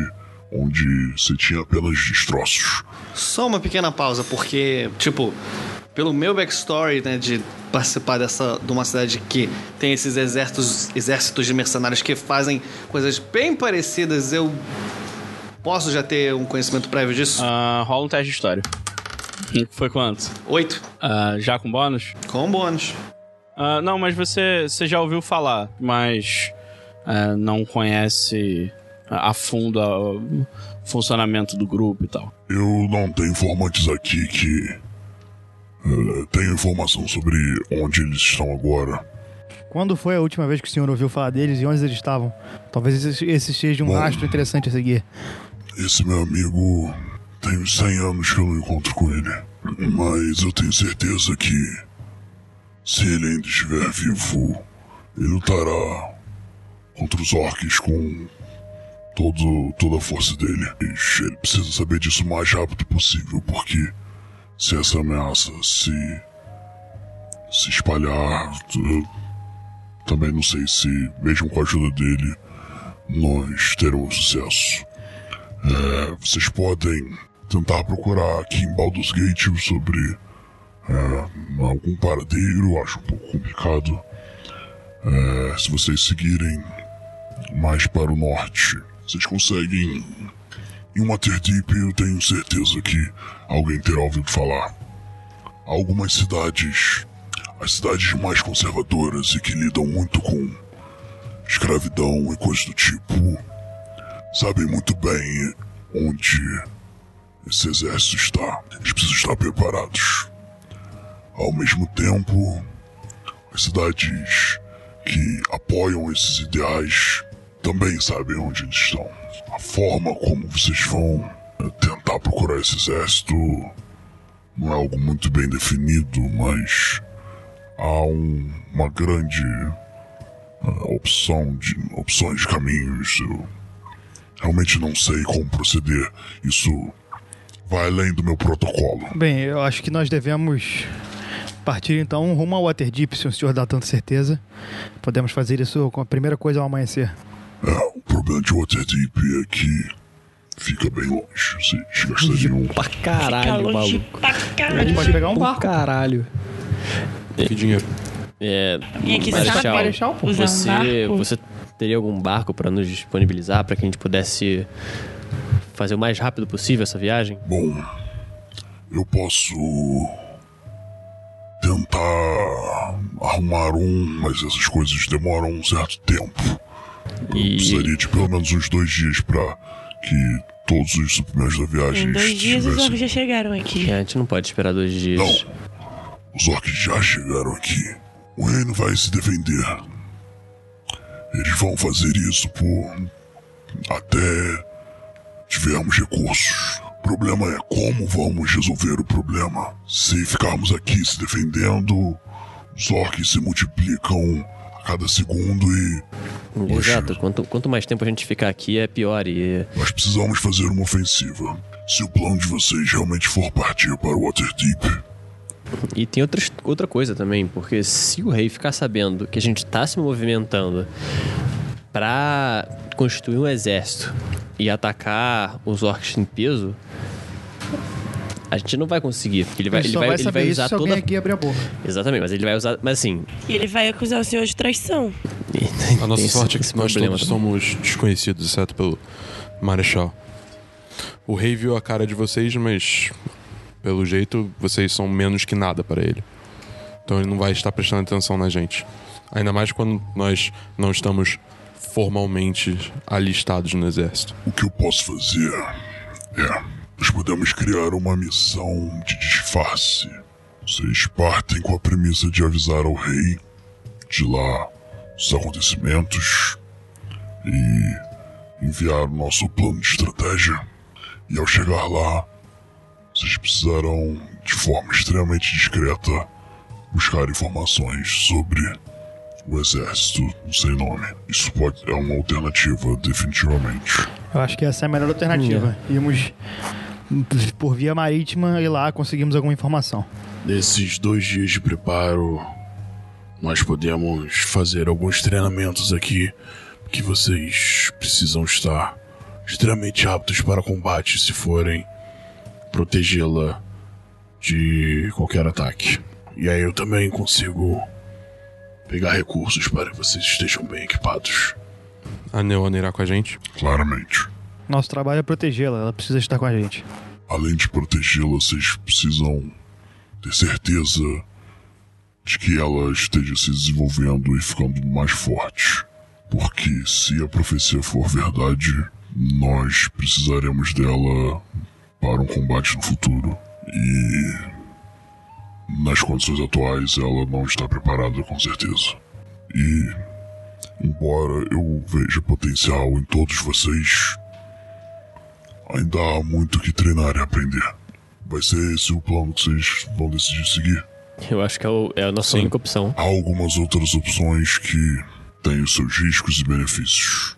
onde se tinha apenas destroços.
Só uma pequena pausa, porque, tipo, pelo meu backstory, né, de participar dessa, de uma cidade que tem esses exércitos, exércitos de mercenários que fazem coisas bem parecidas, eu posso já ter um conhecimento prévio disso?
Ah, rola um teste de história. Foi quanto? Ah,
Oito.
já com bônus? Ah,
Com bônus.
não, mas você, você já ouviu falar, mas ah, não conhece a a fundo a- o funcionamento do grupo e tal.
Eu não tenho informantes aqui que eh, tenham informação sobre onde eles estão agora.
Quando foi a última vez que o senhor ouviu falar deles e onde eles estavam? Talvez esse, esse seja um rastro interessante a seguir.
Esse meu amigo tem uns 100 anos que eu não encontro com ele. Mas eu tenho certeza que, se ele ainda estiver vivo, ele lutará contra os orcs com todo, toda a força dele. Mas Ele precisa saber disso o mais rápido possível, porque se essa ameaça se, se espalhar, eu também não sei se, mesmo com a ajuda dele, nós teremos sucesso. É, vocês podem tentar procurar aqui em Baldur's Gate sobre é, algum paradeiro, acho um pouco complicado. É, se vocês seguirem mais para o norte, vocês conseguem. Em Waterdeep, eu tenho certeza que alguém terá ouvido falar. Há algumas cidades, as cidades mais conservadoras e que lidam muito com escravidão e coisas do tipo, sabem muito bem onde esse exército está. Eles precisam estar preparados. Ao mesmo tempo, as cidades que apoiam esses ideais também sabem onde eles estão. A forma como vocês vão eh, tentar procurar esse exército não é algo muito bem definido, mas há um- uma grande eh, opção de opções de caminhos. Eu realmente não sei como proceder. Isso vai além do meu protocolo.
Bem, eu acho que nós devemos partir então rumo ao Waterdeep, se o senhor dá tanta certeza. Podemos fazer isso com a primeira coisa ao amanhecer.
É, o problema de Waterdeep é que fica bem longe. Vocês gastariam. Pra
Caralho, maluco.
A gente
pode pegar um barco.
Caralho.
Que dinheiro.
É.
E aqui você sabe Marechal, pô. Usar um
Você,
barco.
você teria algum barco pra nos disponibilizar pra que a gente pudesse fazer o mais rápido possível essa viagem?
Bom, eu posso tentar arrumar um, mas essas coisas demoram um certo tempo. Eu precisaria de pelo menos uns dois dias pra que todos os suprimentos da viagem
Em dois dias os
estivessem.
orcs já chegaram aqui.
É, a gente não pode esperar dois dias.
Os orcs já chegaram aqui. O reino vai se defender. Eles vão fazer isso por. até tivermos recursos. O problema é como vamos resolver o problema. Se ficarmos aqui se defendendo, os orcs se multiplicam a cada segundo e
Exato. Quanto, quanto mais tempo a gente ficar aqui, é pior. E
nós precisamos fazer uma ofensiva. Se o plano de vocês realmente for partir para o Waterdeep,
E tem outras, outra coisa também, porque se o rei ficar sabendo que a gente tá se movimentando pra constituir um exército e atacar os orcs em peso, a gente não vai conseguir, porque ele vai, ele
só
vai,
vai
ele
saber
vai
isso
usar
se alguém é
toda.
aqui abrir a boca.
Exatamente, mas ele vai usar. Mas assim,
E ele vai acusar o senhor de traição.
A nossa
esse-
sorte é
esse
que nós
problema
todos
também.
somos desconhecidos, exceto pelo Marechal. O rei viu a cara de vocês, mas pelo jeito vocês são menos que nada para ele. Então ele não vai estar prestando atenção na gente. Ainda mais quando nós não estamos formalmente alistados no exército.
O que eu posso fazer é. Nós podemos criar uma missão de disfarce. Vocês partem com a premissa de avisar ao rei de lá os acontecimentos e enviar o nosso plano de estratégia. E ao chegar lá, vocês precisarão, de forma extremamente discreta, buscar informações sobre o exército sem nome. Isso pode, é uma alternativa, definitivamente.
Eu acho que essa é a melhor alternativa.
Hum.
Irmos por via marítima e lá conseguimos alguma informação.
Nesses dois dias de preparo, nós podemos fazer alguns treinamentos aqui que vocês precisam estar extremamente aptos para combate se forem protegê-la de qualquer ataque. E aí eu também consigo pegar recursos para que vocês estejam bem equipados.
A Neona irá com a gente?
Claramente.
Nosso trabalho é protegê-la, ela precisa estar com a gente.
Além de protegê-la, vocês precisam ter certeza de que ela esteja se desenvolvendo e ficando mais forte. Porque se a profecia for verdade, nós precisaremos dela para um combate no futuro. E nas condições atuais ela não está preparada com certeza. E embora eu veja potencial em todos vocês, Ainda há muito que treinar e aprender. Vai ser esse o plano que vocês vão decidir seguir?
eu acho que é, o- é a nossa única opção.
Há algumas outras opções que tem os seus riscos e benefícios.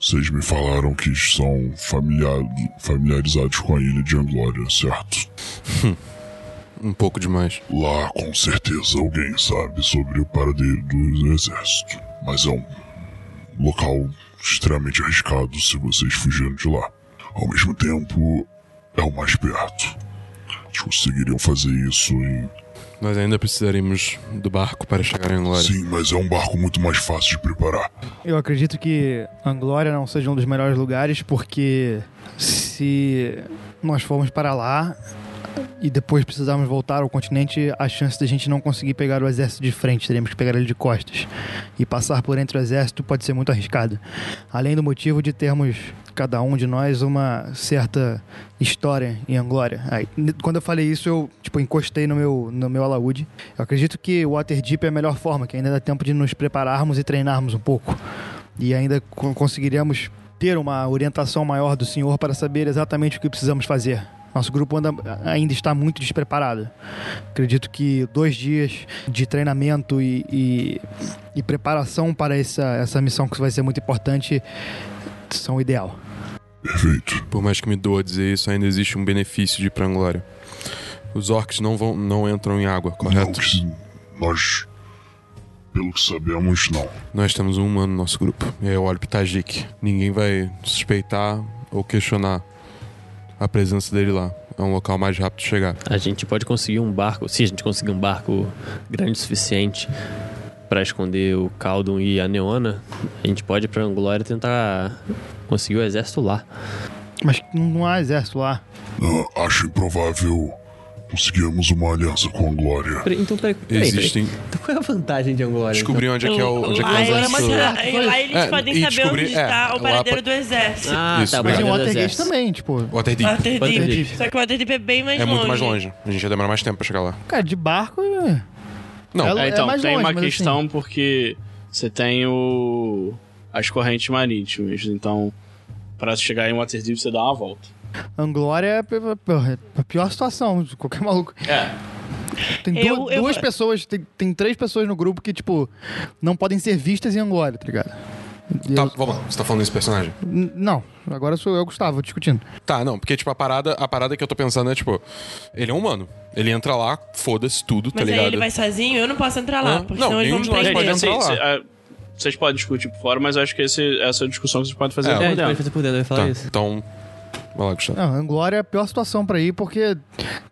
Vocês me falaram que são familiar, familiarizados com a ilha de Anglória, certo?
Um pouco demais.
Lá, com certeza, alguém sabe sobre o paradeiro do exército. Mas é um local extremamente arriscado se vocês fugirem de lá. Ao mesmo tempo, é o mais perto. Eles conseguiriam fazer isso em
Nós ainda precisaremos do barco para chegar em Glória.
Sim, mas é um barco muito mais fácil de preparar.
Eu acredito que Anglória não seja um dos melhores lugares, porque se nós formos para lá e depois precisarmos voltar ao continente, a chance da gente não conseguir pegar o exército de frente, teremos que pegar ele de costas. E passar por entre o exército pode ser muito arriscado. Além do motivo de termos, cada um de nós, uma certa história em Anglória. Aí, n- quando eu falei isso, eu tipo, encostei no meu, no meu alaúde. Eu acredito que o Waterdeep é a melhor forma, que ainda dá tempo de nos prepararmos e treinarmos um pouco. E ainda co- conseguiremos ter uma orientação maior do senhor para saber exatamente o que precisamos fazer. Nosso grupo anda- ainda está muito despreparado. Acredito que dois dias de treinamento e, e- e preparação para essa, essa missão que vai ser muito importante são o ideal.
Perfeito.
Por mais que me doa dizer isso, ainda existe um benefício de ir pra Anglória. Os orcs não, vão, não entram em água, correto?
nós, pelo que sabemos, não.
Nós temos um humano no nosso grupo. E aí eu olho pro Tajik. Ninguém vai suspeitar ou questionar a presença dele lá. É um local mais rápido de chegar.
A gente pode conseguir um barco, se a gente conseguir um barco grande o suficiente para esconder o Caldon e a Neona, a gente pode ir pra Anglória tentar conseguir o exército lá.
Mas não há exército lá.
Ah, acho improvável conseguirmos uma aliança com a Glória.
Peraí, então, peraí, peraí,
Existem.
peraí. Então qual é a vantagem de Angolória?
Descobrir onde é que é o- onde é que é o
Lá,
exército.
mas lá- lá eles
É,
podem
e
saber onde
descobrir-
está
é,
o
lá
paradeiro
pa-
do exército.
Ah, Isso, tá, o
Mas
paradeiro
em
do
Watergate
exército.
também, tipo.
Waterdeep.
Waterdeep.
Waterdeep.
Só que o Waterdeep é bem mais
é
longe.
muito mais longe. A gente vai demorar mais tempo pra chegar lá.
Cara, de barco.
Não.
É,
É, então,
mais
tem
longe,
uma
mas
questão
assim-
porque você tem o as correntes marítimas, então para chegar em Waterdeep você dá uma volta.
Anglória é a pi- pi- a pior situação de qualquer maluco.
É.
Tem du-
Eu- eu-
duas pessoas, tem, tem três pessoas no grupo que, tipo, não podem ser vistas em Anglória, tá ligado?
Tá, vamos lá. Você tá falando desse personagem?
N- Não, agora sou eu, Gustavo, discutindo.
Tá, não, porque, tipo, a parada, a parada que eu tô pensando é, tipo, ele é um humano. Ele entra lá, foda-se tudo, tá
Mas
ligado?
aí ele vai sozinho, eu não posso
Ah,
entrar lá,
Hã?
porque
Não,
senão eles
nenhum
vão
de
me
nós
prender.
pode entrar lá.
Cê- ah, vocês podem discutir por fora, mas eu acho que esse- essa é a discussão que vocês podem
É,
fazer por
a gente
dentro.
então.
pode fazer
por dentro, eu ia falar
Tá,
isso.
Então, vai lá, Gustavo.
Não, Anglória é a pior situação pra ir, porque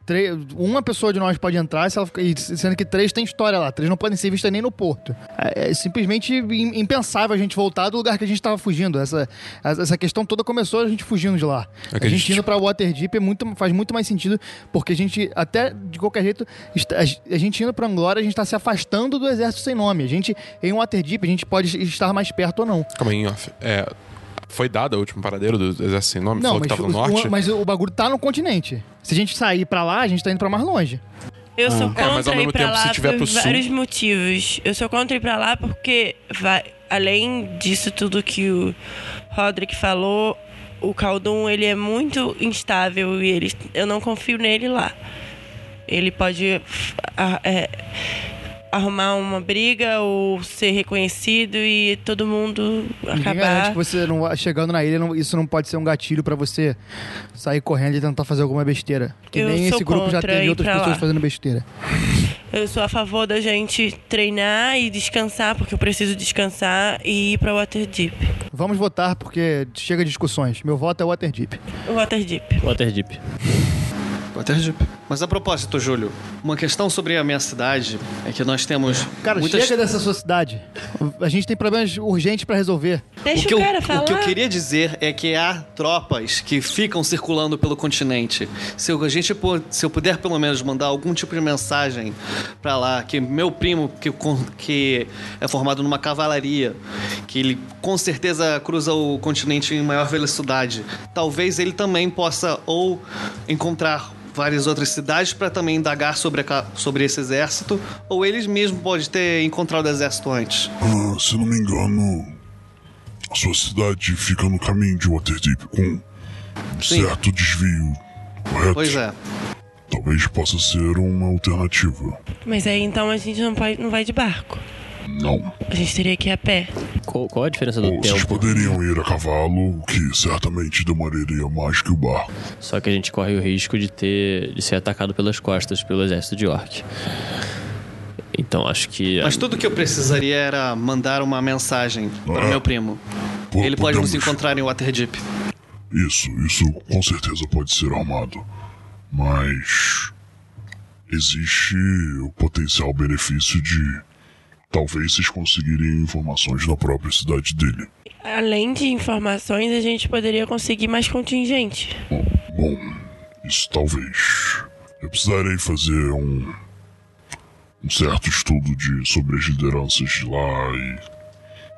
tre- uma pessoa de nós pode entrar, se ela fica- e sendo que três tem história lá, três não podem ser vistas nem no porto. É, é simplesmente im- impensável a gente voltar do lugar que a gente tava fugindo. Essa, essa essa questão toda começou a gente fugindo de lá. A
Acredite.
gente indo pra Waterdeep é muito, faz muito mais sentido, porque a gente, até de qualquer jeito, está- a gente indo pra Anglória, a gente tá se afastando do exército sem nome. A gente, em Waterdeep, a gente pode estar mais perto ou não.
Calma aí, em off. É, foi dada o último paradeiro do Exército Sem Nome?
Não,
falou
mas,
que tava no
o-
norte?
o, mas o bagulho tá no continente. Se a gente sair pra lá, a gente tá indo pra mais longe.
Eu sou
Ah.
contra
É, mas ao
ir
mesmo
pra
tempo, se
lá
tiver
por
pro sul-
vários motivos. Eu sou contra ir pra lá porque, vai, além disso tudo que o Roderick falou, o Caldun, ele é muito instável e ele, eu não confio nele lá. Ele pode ah, é, arrumar uma briga ou ser reconhecido e todo mundo
Ninguém garante
acabar...
que você não vai- chegando na ilha, não- isso não pode ser um gatilho pra você sair correndo e tentar fazer alguma besteira. Que
Eu
nem
sou
esse grupo já
contra
teve
ir
outras
pra lá.
pessoas fazendo besteira.
Eu sou a favor da gente treinar e descansar, porque eu preciso descansar e ir pra Waterdeep.
Vamos votar porque chega discussões. Meu voto é Waterdeep.
Waterdeep.
Waterdeep.
Waterdeep. Mas a propósito, Júlio, uma questão sobre a minha cidade é que nós temos
Cara,
muitas...
chega dessa sua cidade. A gente tem problemas urgentes pra resolver.
o que, eu, o que eu queria dizer é que há tropas que ficam circulando pelo continente. Se eu, a gente, pu- se eu puder pelo menos mandar algum tipo de mensagem pra lá, que meu primo, que, con- que é formado numa cavalaria, que ele com certeza cruza o continente em maior velocidade, talvez ele também possa ou encontrar várias outras cidades pra também indagar sobre, a ca- sobre esse exército, ou eles mesmos podem ter encontrado o exército antes.
Ah, se não me engano, a sua cidade fica no caminho de Waterdeep com um
Sim.
certo desvio, correto?
Pois é.
Talvez possa ser uma alternativa.
Mas aí então a gente não, pode, não vai de barco.
Não.
A gente teria que ir a pé.
Qual, qual a diferença do
Ou
tempo?
vocês poderiam ir a cavalo, o que certamente demoraria mais que o barco.
Só que a gente corre o risco de ter de ser atacado pelas costas pelo exército de orc. Então acho que
Mas tudo que eu precisaria era mandar uma mensagem para
Ah.
meu primo.
Po-
Ele pode nos
podemos-
encontrar em Waterdeep.
Isso, isso com certeza pode ser armado. Mas. Existe o potencial benefício de. Talvez vocês conseguirem informações na própria cidade dele.
Além de informações, a gente poderia conseguir mais contingente.
Bom, isso talvez. Eu precisarei fazer um. um certo estudo de, sobre as lideranças de lá e.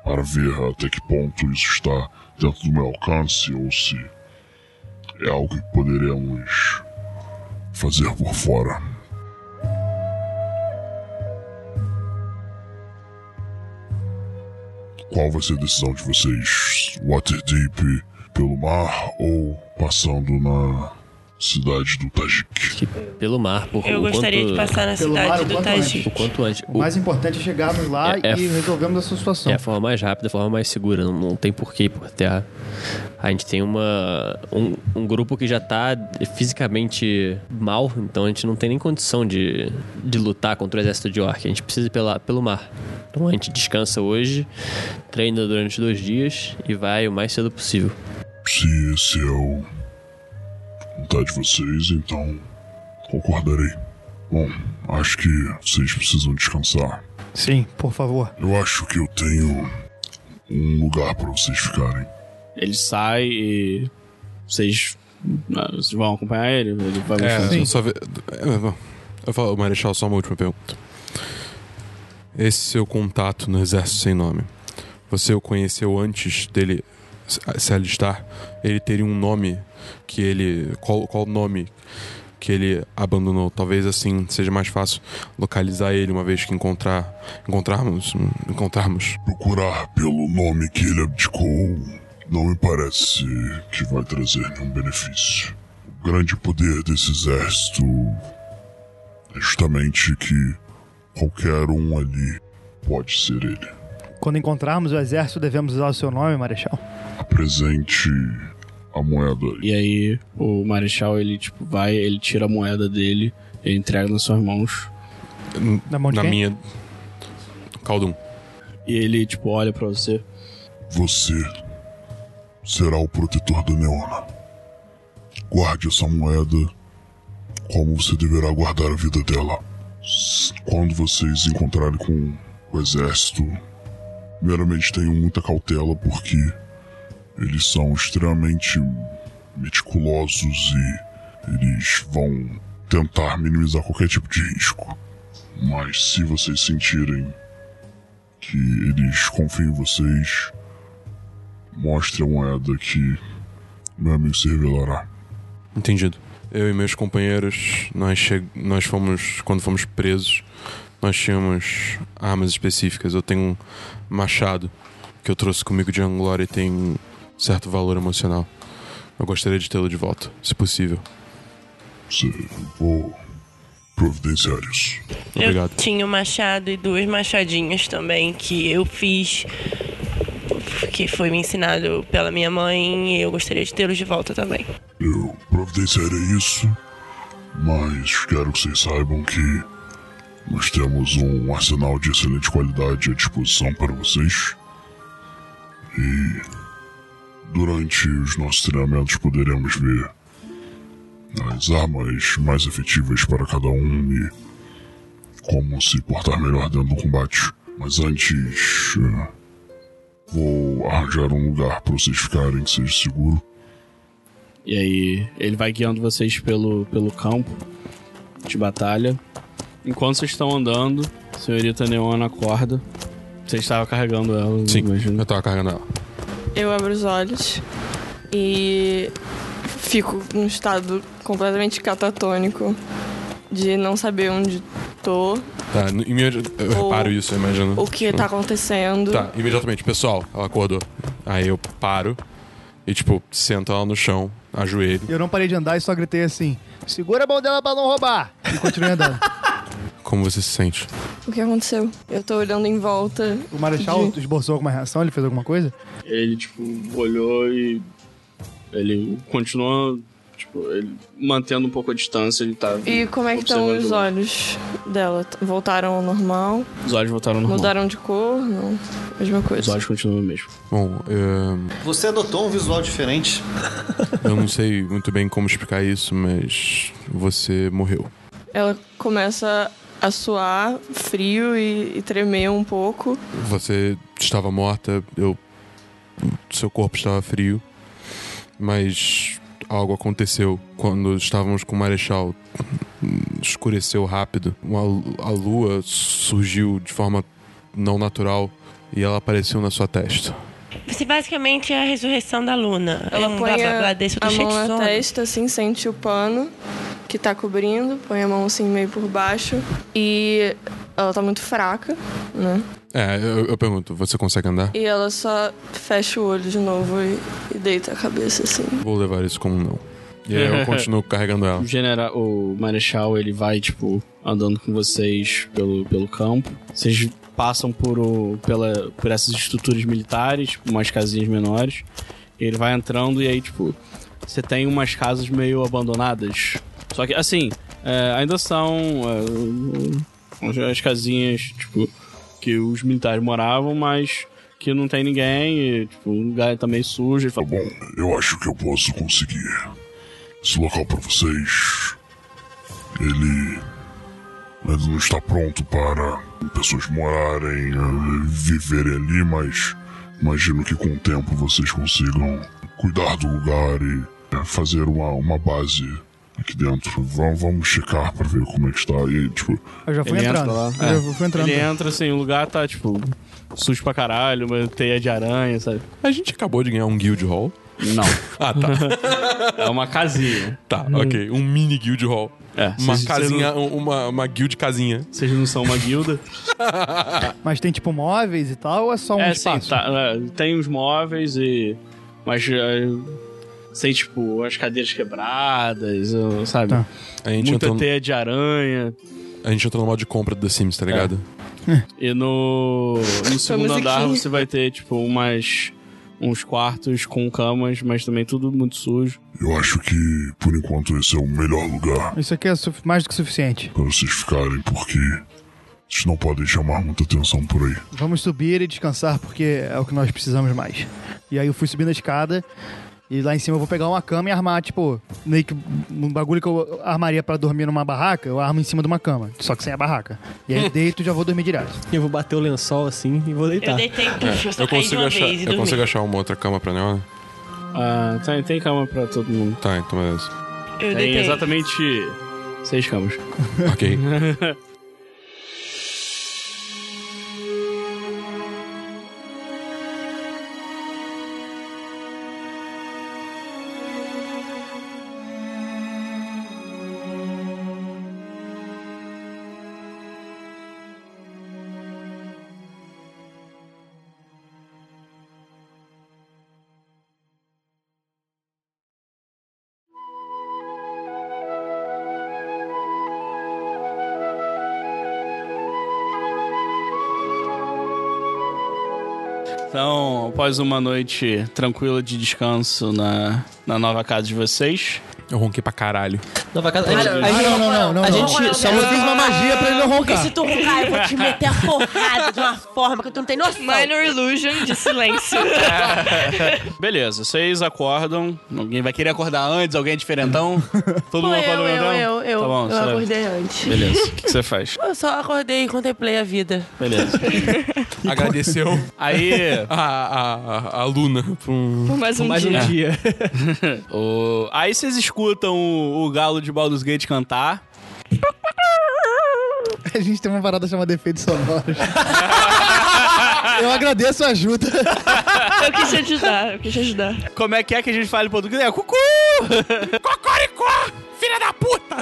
para ver até que ponto isso está dentro do meu alcance ou se. é algo que poderemos. fazer por fora. Qual vai ser a decisão de vocês? Waterdeep pelo mar ou passando na cidade do Tajik?
pelo mar, por
Eu
o
gostaria
quanto-
de passar na
Pelo
cidade
mar, o
do
quanto
Tajik.
antes. O quanto antes.
O mais importante é chegarmos lá
É- é-
e resolvermos essa situação.
É a forma mais rápida, a forma mais segura. Não, não tem porquê ir por terra. A gente tem uma, um, um grupo que já tá fisicamente mal, então a gente não tem nem condição de, de lutar contra o exército de orc. A gente precisa ir pela, pelo mar. Então a gente descansa hoje, treina durante dois dias e vai o mais cedo possível.
Se esse é o vontade de vocês, então concordarei. Bom, acho que vocês precisam descansar.
Sim, por favor.
Eu acho que eu tenho um lugar para vocês ficarem.
Ele sai e. Vocês. ah, Vocês vão acompanhar ele? Ele vai
É,
mexer.
só ver. é, bom. Eu falo, Marechal, só uma última pergunta. Esse seu contato no Exército Sem Nome, você o conheceu antes dele se- se alistar? Ele teria um nome que ele. Qual, qual nome que ele abandonou? Talvez assim seja mais fácil localizar ele uma vez que encontrar. Encontrarmos. Encontrarmos.
Procurar pelo nome que ele abdicou não me parece que vai trazer nenhum benefício. O grande poder desse exército é justamente que qualquer um ali pode ser ele.
Quando encontrarmos o exército, devemos usar o seu nome, Marechal.
Apresente a moeda.
E aí o Marechal ele tipo vai, ele tira a moeda dele, ele entrega nas suas mãos.
Na mão
de Na quem? minha. Caldum.
E ele tipo olha pra você.
Você será o protetor da Neona. Guarde essa moeda como você deverá guardar a vida dela. S- Quando vocês encontrarem com o exército, primeiramente tenham muita cautela porque eles são extremamente meticulosos e eles vão tentar minimizar qualquer tipo de risco. Mas se vocês sentirem que eles confiam em vocês, mostre a moeda que meu amigo se revelará.
Entendido. Eu e meus companheiros, nós, che... nós fomos, quando fomos presos, nós tínhamos armas específicas. Eu tenho um machado que eu trouxe comigo de Anglória e tem um certo valor emocional. Eu gostaria de tê-lo de volta, se possível.
Sim, vou providenciar isso.
Obrigado.
Eu tinha um machado e duas machadinhas também que eu fiz, que foi me ensinado pela minha mãe e eu gostaria de tê-los de volta também.
Eu providenciarei isso, mas quero que vocês saibam que nós temos um arsenal de excelente qualidade à disposição para vocês. E durante os nossos treinamentos poderemos ver as armas mais efetivas para cada um e como se portar melhor dentro do combate. Mas antes, eh, vou arranjar um lugar para vocês ficarem que seja seguro.
E aí ele vai guiando vocês pelo, pelo campo de batalha. Enquanto vocês estão andando, a senhorita Neona acorda. Você estava carregando ela, Sim,
eu estava carregando ela.
Eu abro os olhos e fico num estado completamente catatônico de não saber onde tô,
Tá, no- imedi- eu
Ou-
reparo isso, eu imagino.
o que tá acontecendo.
Tá, imediatamente, pessoal, ela acordou. Aí eu paro e, tipo, sento ela no chão, ajoelho.
Eu não parei de andar e só gritei assim: segura a mão dela pra não roubar! E continuei andando.
Como você se sente?
O que aconteceu? Eu tô olhando em volta.
O Marechal
de-
esboçou alguma reação? Ele fez alguma coisa?
Ele, tipo, olhou e. Ele continua, tipo, ele mantendo um pouco a distância, ele tá.
E como é que estão
observando.
os olhos dela? T- Voltaram ao normal?
Os olhos voltaram ao normal.
Mudaram de cor? Não. Mesma coisa.
Os olhos continuam o mesmo.
Bom, ehm,
Você adotou um visual diferente.
eu não sei muito bem como explicar isso, mas você morreu.
Ela começa a suar frio e, e tremer um pouco.
Você estava morta, eu. Seu corpo estava frio, mas algo aconteceu quando estávamos com o Marechal. Escureceu rápido. Uma, a lua surgiu de forma não natural e ela apareceu na sua testa.
Você basicamente é a ressurreição da Luna.
Ela
É um
põe
blá, blá,
a,
blá desse, eu tô
a
cheio
mão
de
na
sono.
testa, assim, sente o pano que tá cobrindo, põe a mão assim meio por baixo. E ela tá muito fraca, né?
É, eu, eu pergunto, você consegue andar?
E ela só fecha o olho de novo e, e deita a cabeça assim.
Vou levar isso como um não. E aí eu continuo carregando ela.
O, general, o Marechal, ele vai, tipo, andando com vocês pelo, pelo campo. Vocês passam por, o, pela, por essas estruturas militares, tipo, umas casinhas menores. Ele vai entrando e aí, tipo, você tem umas casas meio abandonadas. Só que, assim, é, ainda são é, as casinhas, tipo, que os militares moravam, mas que não tem ninguém, e, tipo, o lugar tá meio sujo. Tá
bom, Eu acho que eu posso conseguir. Esse local pra vocês. Ele. Ainda não está pronto para pessoas morarem, eh, viverem ali, mas imagino que com o tempo vocês consigam cuidar do lugar e eh, fazer uma, uma base aqui dentro. Va- vamos checar para ver como é que está. E, tipo,
Eu já fui
Ele
entrando.
entra lá.
Eu
É.
já fui entrando.
Ele entra assim, o lugar tá tipo sujo pra caralho, uma teia de aranha, sabe?
A gente acabou de ganhar um guild hall.
Não.
ah, tá.
é uma casinha. Hum.
Tá, ok. Um mini guild hall.
É,
uma
vocês-
casinha, um,
vocês não-
uma, uma guild casinha.
Vocês não são uma guilda?
Mas tem tipo móveis e tal, ou é só um
é, sim,
espaço?
tá, é, tem os móveis e. Mas. sei, tipo, as cadeiras quebradas, ou, sabe?
Tá. A gente
Muita
entrou no-
teia de aranha.
A gente entrou no modo de compra do The Sims, tá
É.
ligado?
E no, no segundo
musiquinha.
andar você vai ter, tipo, umas. Uns quartos com camas, mas também tudo muito sujo.
eu acho que por enquanto esse é o melhor lugar
Isso aqui é su- mais do que suficiente.
para vocês ficarem, porque vocês não podem chamar muita atenção por aí.
Vamos subir e descansar porque é o que nós precisamos mais. E aí eu fui subindo a escada e lá em cima eu vou pegar uma cama e armar, tipo, meio que um bagulho que eu armaria pra dormir numa barraca, eu armo em cima de uma cama, só que sem a barraca. E aí eu deito e já vou dormir direto.
Eu vou bater o lençol assim e vou
Ah.
deitar.
Eu deitei, puxa, eu só
É.
caí de
eu consigo
uma
achar,
vez e
eu
dormi.
consigo achar uma outra cama pra Neona?
Ah, tem, tem cama pra todo mundo.
Tá, então beleza.
Eu
tem
deitei.
exatamente seis camas.
ok.
Então, após uma noite tranquila de descanso na, na nova casa de vocês.
Eu ronquei pra caralho.
Nova casa.
não, não, não, não.
A gente só eu fiz uma
magia pra ele não
Porque
roncar.
se tu roncar, eu vou te meter a porrada de uma forma que tu não tem noção. É. Minor illusion de silêncio.
Beleza, vocês acordam. Alguém vai querer acordar antes? Alguém é diferentão? Todo
Pô,
mundo acorda
eu, eu,
diferentão?
eu, eu.
Tá bom,
eu
você leva.
acordei antes.
Beleza, o que que você faz?
Eu só acordei e contemplei a vida.
Beleza.
Agradeceu
Aí.
a, a, a, a Luna por um,
O- Aí vocês escutam o, o galo de Baldur's Gate cantar.
A gente tem uma parada chamada efeitos sonoros. eu agradeço a ajuda.
Eu quis te ajudar, eu quis te ajudar.
Como é que é que a gente fala em português? É cucu! Cocoricó! Filha da puta!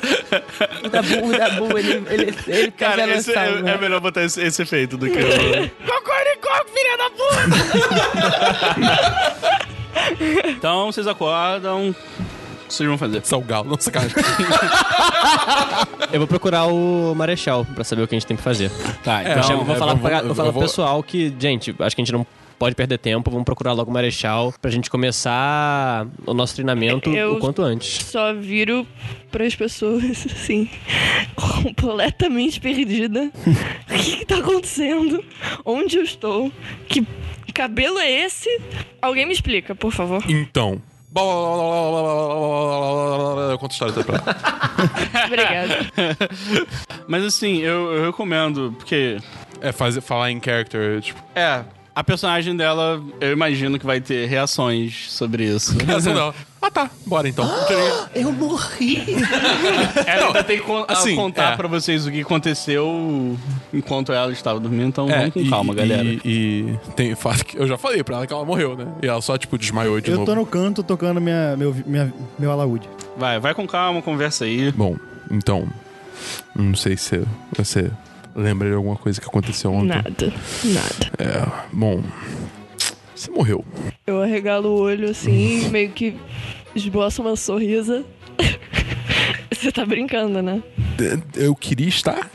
O Dabu, o Dabu, ele, ele, ele
Cara,
pega
esse-
na
é,
sala.
né?
é melhor botar esse, esse efeito do que o.
Cocoricó, filha da puta!
Então vocês acordam, vocês vão fazer?
Salgal, não sacanagem.
Eu vou procurar o Marechal pra saber o que a gente tem que fazer.
Tá,
eu
então,
chego- vou
é,
falar,
eu vou-
pra-
eu
vou falar pro
vou-
pessoal que, gente, acho que a gente não pode perder tempo, vamos procurar logo o Marechal pra gente começar o nosso treinamento
Eu-
o quanto antes.
Só viro pras pessoas, assim, completamente perdida. O que, que tá acontecendo? Onde eu estou? Que cabelo é esse? Alguém me explica, por favor.
Então. Conta a história até pra ela.
Obrigada.
Mas assim, eu, eu recomendo, porque.
É, fazer, falar em character, tipo.
É. A personagem dela, eu imagino que vai ter reações sobre isso.
Reação dela. Ah tá, bora então.
Eu morri.
Ela ainda tem que con-
assim,
contar
é.
pra vocês o que aconteceu enquanto ela estava dormindo, então
É,
vamos com
e-
calma,
e-
galera.
E, tem o fato que eu já falei pra ela que ela morreu, né? E ela só, tipo, desmaiou de
eu
novo.
tô no canto tocando minha, meu, minha- meu alaúde.
Vai, vai com calma, conversa aí.
Bom, então. Não sei se você lembra de alguma coisa que aconteceu ontem.
Nada, nada.
É, bom. Você morreu.
Eu arregalo o olho, assim, meio que esboço uma sorrisa. Você tá brincando, né?
É, Eu queria estar,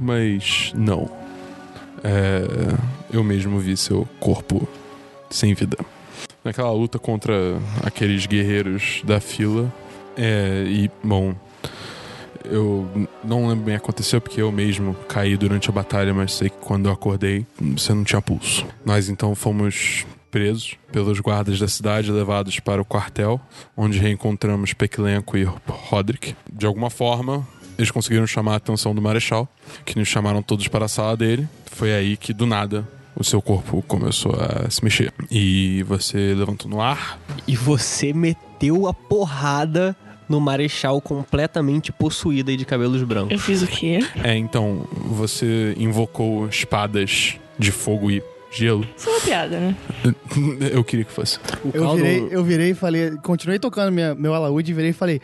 mas não. É, eu mesmo vi seu corpo sem vida. Naquela luta contra aqueles guerreiros da fila. É, e, bom, eu n- não lembro bem o que aconteceu, porque eu mesmo caí durante a batalha, mas sei que quando eu acordei, você não tinha pulso. Nós então fomos presos pelos guardas da cidade, levados para o quartel, onde reencontramos Pequilenco e Roderick. De alguma forma, eles conseguiram chamar a atenção do Marechal, que nos chamaram todos para a sala dele. Foi aí que, do nada, o seu corpo começou a se mexer. E você levantou no ar.
E você meteu a porrada no Marechal completamente possuída e de cabelos brancos.
Eu fiz o quê?
É, então, você invocou espadas de fogo e gelo.
Isso é uma piada, né?
Eu queria que fosse.
Eu virei, eu virei e falei, continuei tocando minha, meu alaúde e virei e falei: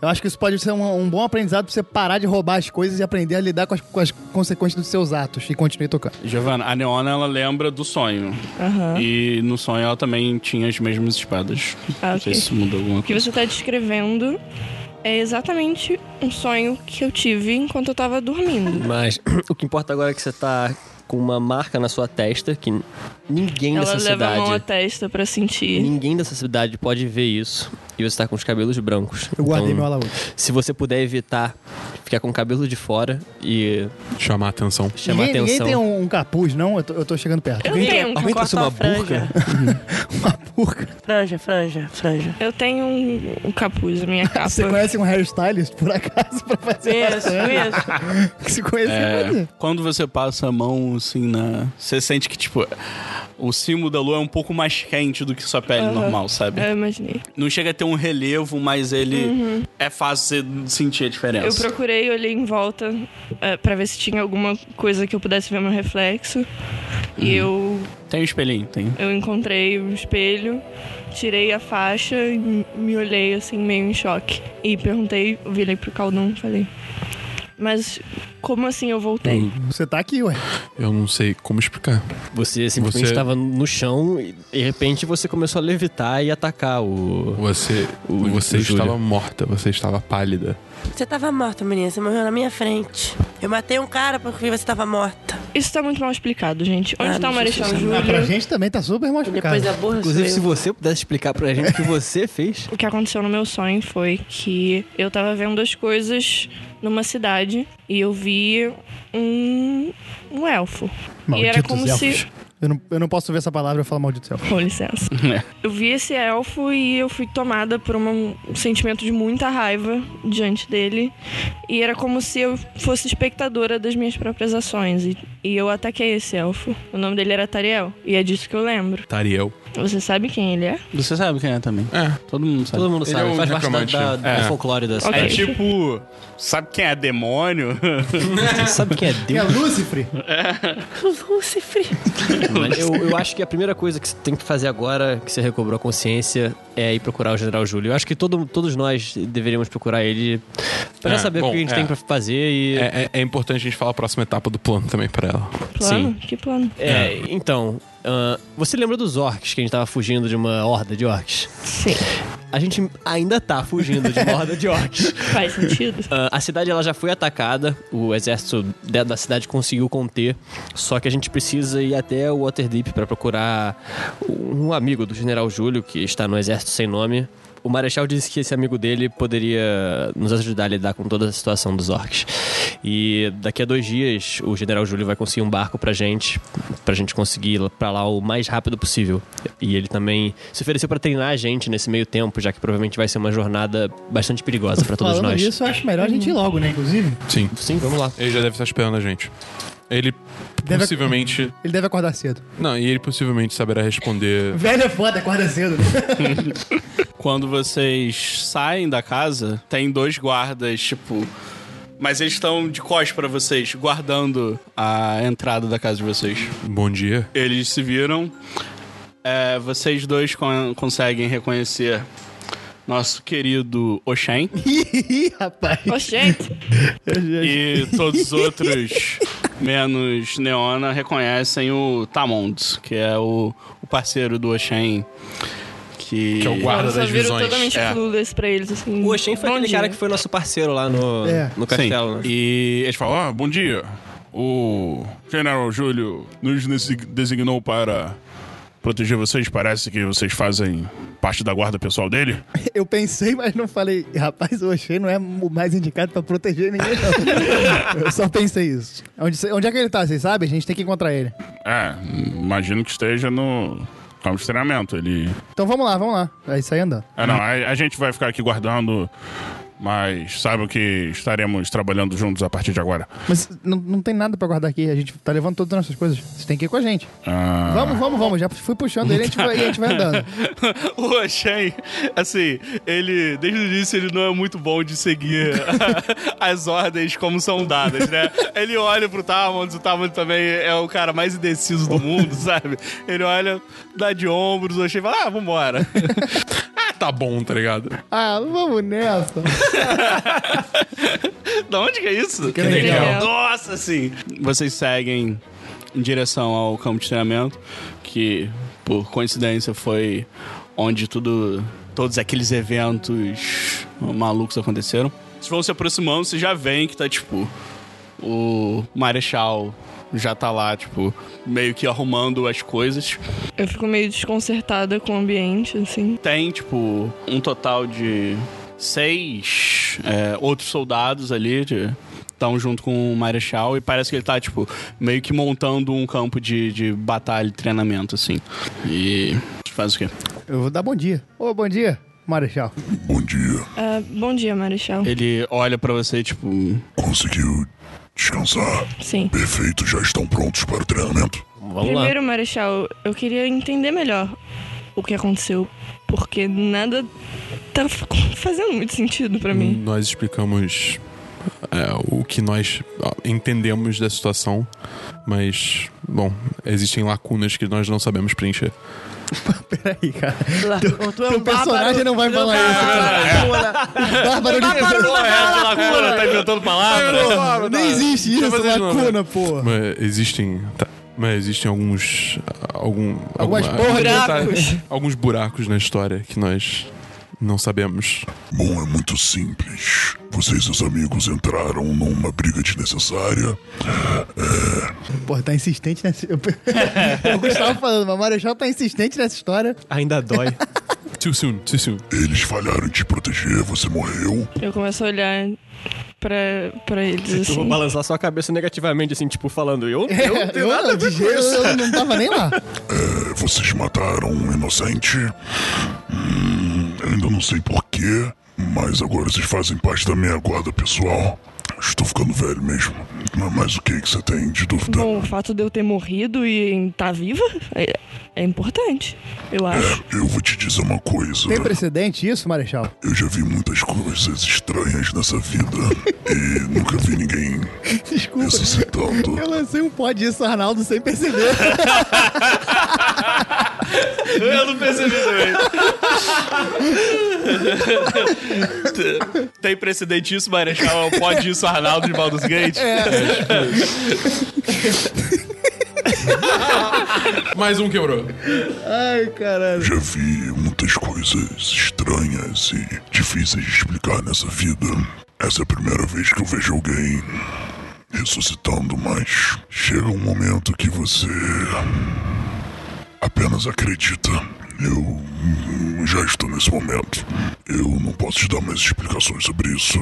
Eu acho que isso pode ser um, um bom aprendizado pra você parar de roubar as coisas e aprender a lidar com as, com as consequências dos seus atos. E continuei tocando.
Giovanna, a Neona ela lembra do sonho.
Aham.
E no sonho ela também tinha as mesmas espadas.
Ah,
Não sei
ok.
se isso mudou alguma
O que
coisa.
você tá descrevendo é exatamente um sonho que eu tive enquanto eu tava dormindo.
Mas o que importa agora é que você tá com uma marca na sua testa que ninguém
Ela
nessa
leva a mão à
cidade.
testa pra sentir.
Ninguém dessa cidade pode ver isso. E você tá com os cabelos brancos. Então,
Eu guardei meu alaúde.
Se você puder evitar ficar com o cabelo de fora e.
Chamar atenção.
Chamar
ninguém, ninguém
atenção.
tem um, um capuz, não? Eu tô, eu tô chegando perto.
Eu
Alguém-
tenho um
alguém trouxe uma burca?
Franja, franja, franja.
Eu tenho um, um capuz, a minha capa.
Você conhece um hairstylist, por acaso, pra fazer
Conheço,
uma franja? Que se conhece
É,
fazer.
quando você passa a mão assim na. Você sente que, tipo, o cimo da lua é um pouco mais quente do que sua pele
Aham.
normal, sabe?
Eu imaginei.
Não chega a ter um relevo, mas ele
Uhum.
é fácil de sentir a diferença.
Eu procurei, olhei em volta eh, pra ver se tinha alguma coisa que eu pudesse ver meu reflexo. E eu,
Tem um espelhinho, tem.
eu encontrei um espelho, tirei a faixa e m- me olhei assim, meio em choque. E perguntei, virei pro Caldão e falei: Mas como assim eu voltei?
Você tá aqui, ué.
Eu não sei como explicar.
Você simplesmente
Você-
estava no chão e de repente você começou a levitar e atacar o.
Você, você
o Júlio.
estava morta, você estava pálida.
Você tava morta, menina. Você morreu na minha frente. Eu matei um cara porque você tava morta.
Isso tá muito mal explicado, gente. Onde tá o Marechal
é
Ah, pra
Júlio?
gente também tá super mal explicado.
Inclusive, se você pudesse explicar pra gente o que você fez.
O que aconteceu no meu sonho foi que eu tava vendo as coisas numa cidade e eu vi um, um elfo. e era
Malditos
como
elfos.
se.
Eu não, eu não posso ver essa palavra e falar malditos elfos.
Com licença. Eu vi esse elfo e eu fui tomada por uma- um sentimento de muita raiva diante dele. E era como se eu fosse espectadora das minhas próprias ações. E, e eu ataquei esse elfo. O nome dele era Tariel. E é disso que eu lembro.
Tariel.
Você sabe quem ele é?
Você sabe quem é também.
É.
Todo mundo sabe.
Todo mundo
Ele
sabe,
é um
faz parte da-
reclamante.
da- do
É.
folclore da
É
cidade.
tipo. Sabe quem é demônio?
sabe quem é Deus?
um
É Lúcifer?
Lúcifer.
Mas eu, eu acho que a primeira coisa que você tem que fazer agora que você recobrou a consciência é ir procurar o General Júlio. Eu acho que todo, todos nós deveríamos procurar ele pra
É,
saber o
bom,
que a gente
é.
tem pra fazer e.
É, é- é importante a gente falar a próxima etapa do plano também pra ela.
Plano? Que plano?
É, ah, então. ahn, você lembra dos orcs que a gente tava fugindo de uma horda de orcs?
Sim.
a gente ainda tá fugindo de morda de orcs.
Faz sentido.
Ah, a cidade ela já foi atacada, o exército da da cidade conseguiu conter, só que a gente precisa ir até o Waterdeep para procurar um amigo do General Júlio que está no exército sem nome. O Marechal disse que esse amigo dele poderia nos ajudar a lidar com toda a situação dos orcs. E daqui a dois dias o General Júlio vai conseguir um barco pra gente, pra gente conseguir ir pra lá o mais rápido possível. E ele também se ofereceu pra treinar a gente nesse meio tempo, já que provavelmente vai ser uma jornada bastante perigosa pra todos
Falando
nós.
isso, eu acho melhor a gente ir logo, né? Inclusive.
Sim.
Sim, vamos lá.
Ele já deve estar esperando a gente. Ele
Deve-
possivelmente.
Ele deve acordar cedo.
Não, e ele possivelmente saberá responder.
Velho é foda, acorda cedo. né?
Quando vocês saem da casa, tem dois guardas, tipo. Mas eles estão de costas pra vocês, guardando a entrada da casa de vocês.
Bom dia.
Eles se viram. É, vocês dois con- conseguem reconhecer nosso querido Oxen.
Ih, rapaz.
Oxente.
e todos os outros, menos Neona, reconhecem o Tamond, que é o, o parceiro do Oxen. Que...
Que é o guarda
Só viram totalmente
É.
clueless pra eles, assim.
O Oxen foi
Bom
aquele
dia.
cara que foi nosso parceiro lá no,
É.
no castelo, né?
E eles falam: ah, bom dia. O General Júlio nos desig- designou para proteger vocês. Parece que vocês fazem parte da guarda pessoal dele.
Eu pensei, mas não falei. Rapaz, o Oxê não é o mais indicado pra proteger ninguém, não. Eu só pensei isso. Onde, cê- onde é que ele tá, vocês sabem? A gente tem que encontrar ele.
É, imagino que esteja no campo de treinamento. Ele.
Então vamos lá, vamos lá. Aí sai andando.
É, não, a, a gente vai ficar aqui guardando, mas saibam que estaremos trabalhando juntos a partir de agora.
Mas não, não tem nada pra guardar aqui. A gente tá levando todas as nossas coisas. Vocês têm que ir com a gente.
Ah,
Vamos, vamos, vamos. Já fui puxando ele a gente vai- e a gente vai andando.
o Oxen, assim, ele, desde o início, ele não é muito bom de seguir as ordens como são dadas, né? Ele olha pro Tamond, o Tamond também é o cara mais indeciso do mundo, sabe? Ele olha, dá de ombros, o Oxen fala, ah, vambora.
Ah, tá bom, tá ligado?
Ah, vamos nessa.
da onde que é isso?
Que legal. legal.
Nossa, sim. Vocês seguem em direção ao campo de treinamento, que por coincidência foi onde tudo, todos aqueles eventos malucos aconteceram. Vocês vão se aproximando, vocês já veem que tá tipo o marechal já tá lá, tipo, meio que arrumando as coisas.
Eu fico meio desconcertada com o ambiente, assim.
Tem, tipo, um total de seis é, outros soldados ali de estão junto com o Marechal e parece que ele tá, tipo, meio que montando um campo de, de batalha e treinamento, assim. E faz o quê?
Eu vou dar bom dia. Ô, bom dia, Marechal.
Bom dia.
Ah, bom dia, Marechal.
Ele olha pra você, tipo...
Conseguiu descansar?
Sim.
Perfeito, já estão prontos para o treinamento.
Primeiro, Marechal, eu queria entender melhor o que aconteceu, porque nada tá f- fazendo muito sentido pra mim.
Nós explicamos é, o que nós ó, entendemos da situação, mas, bom, existem lacunas que nós não sabemos preencher.
Peraí, cara.
Lá-
Teu,
é um
teu personagem
bárbaro, É.
não vai
tu é um
falar isso, cara. Bárbaro de
lacuna, tá inventando
Não, Nem existe isso,
fazer de novo.
lacuna, porra.
Mas existem. tá, mas existem alguns. ah, Algum,
Algumas porra de buracos.
Alguns buracos na história que nós não sabemos.
Bom, é muito simples. Você e seus amigos entraram numa briga desnecessária.
Porra, tá insistente nessa. Eu, eu
É.
gostava falando, mas o Marechal tá insistente nessa história.
Ainda dói. too soon, too soon.
Eles falharam em te proteger, você morreu.
Hum.
Eu começo a olhar pra, pra eles
Tipo,
Eu vou
assim.
balançar sua cabeça negativamente, assim, tipo, falando, eu,
É,
eu não tenho
eu,
nada a
não,
ver
de
com
jeito-
isso.
eu não tava nem lá.
É, vocês mataram um inocente. Hum, eu ainda não sei porquê, mas agora vocês fazem parte da minha guarda pessoal. Estou ficando velho mesmo. Mas o que, que você tem de dúvida?
Bom, o fato de eu ter morrido e estar tá viva é, é importante, eu acho.
Eu vou te dizer uma coisa.
Tem precedente isso, Marechal?
Eu já vi muitas coisas estranhas nessa vida. e nunca vi ninguém
Desculpa.
é ressuscitando.
Eu lancei um pó disso, Arnaldo, sem perceber.
Eu não percebi também. Tem precedente isso, Marechal? É Pode isso, Arnaldo de Baldur's Gate?
Mais um quebrou.
Ai, caralho.
Já vi muitas muitas coisas estranhas e difíceis de explicar nessa vida. Essa é a primeira vez que eu vejo alguém ressuscitando, mas chega um momento que você apenas acredita. Eu hum, já estou nesse momento. Eu não posso te dar mais explicações sobre isso.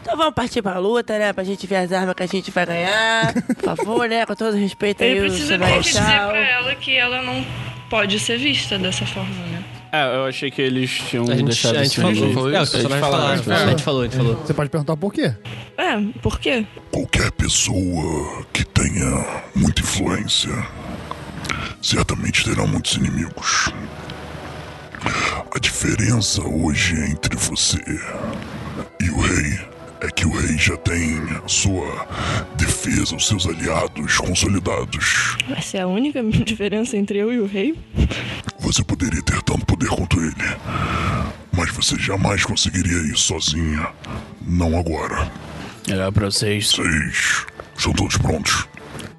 Então vamos partir pra luta, né? Pra gente ver as armas que a gente vai ganhar. Por favor, né? Com todo respeito aí,
Ele
o
precisa meio que dizer
Sebastião.
pra ela que ela não pode ser vista dessa forma, né?
É, eu achei que eles tinham
A gente-
deixado
a gente
isso
falou.
desse jeito.
Falou É, isso? os personagens falaram, os
né?
personagens falou, a gente falou.
Você pode perguntar por quê?
É, por quê?
Qualquer pessoa que tenha muita influência certamente terá muitos inimigos. A diferença hoje entre você e o rei é que o rei já tem a sua defesa, os seus aliados consolidados.
Essa é a única diferença entre eu e o rei.
Você poderia ter tanto poder quanto ele, mas você jamais conseguiria isso sozinha. Não agora.
Era pra vocês.
Vocês estão todos prontos.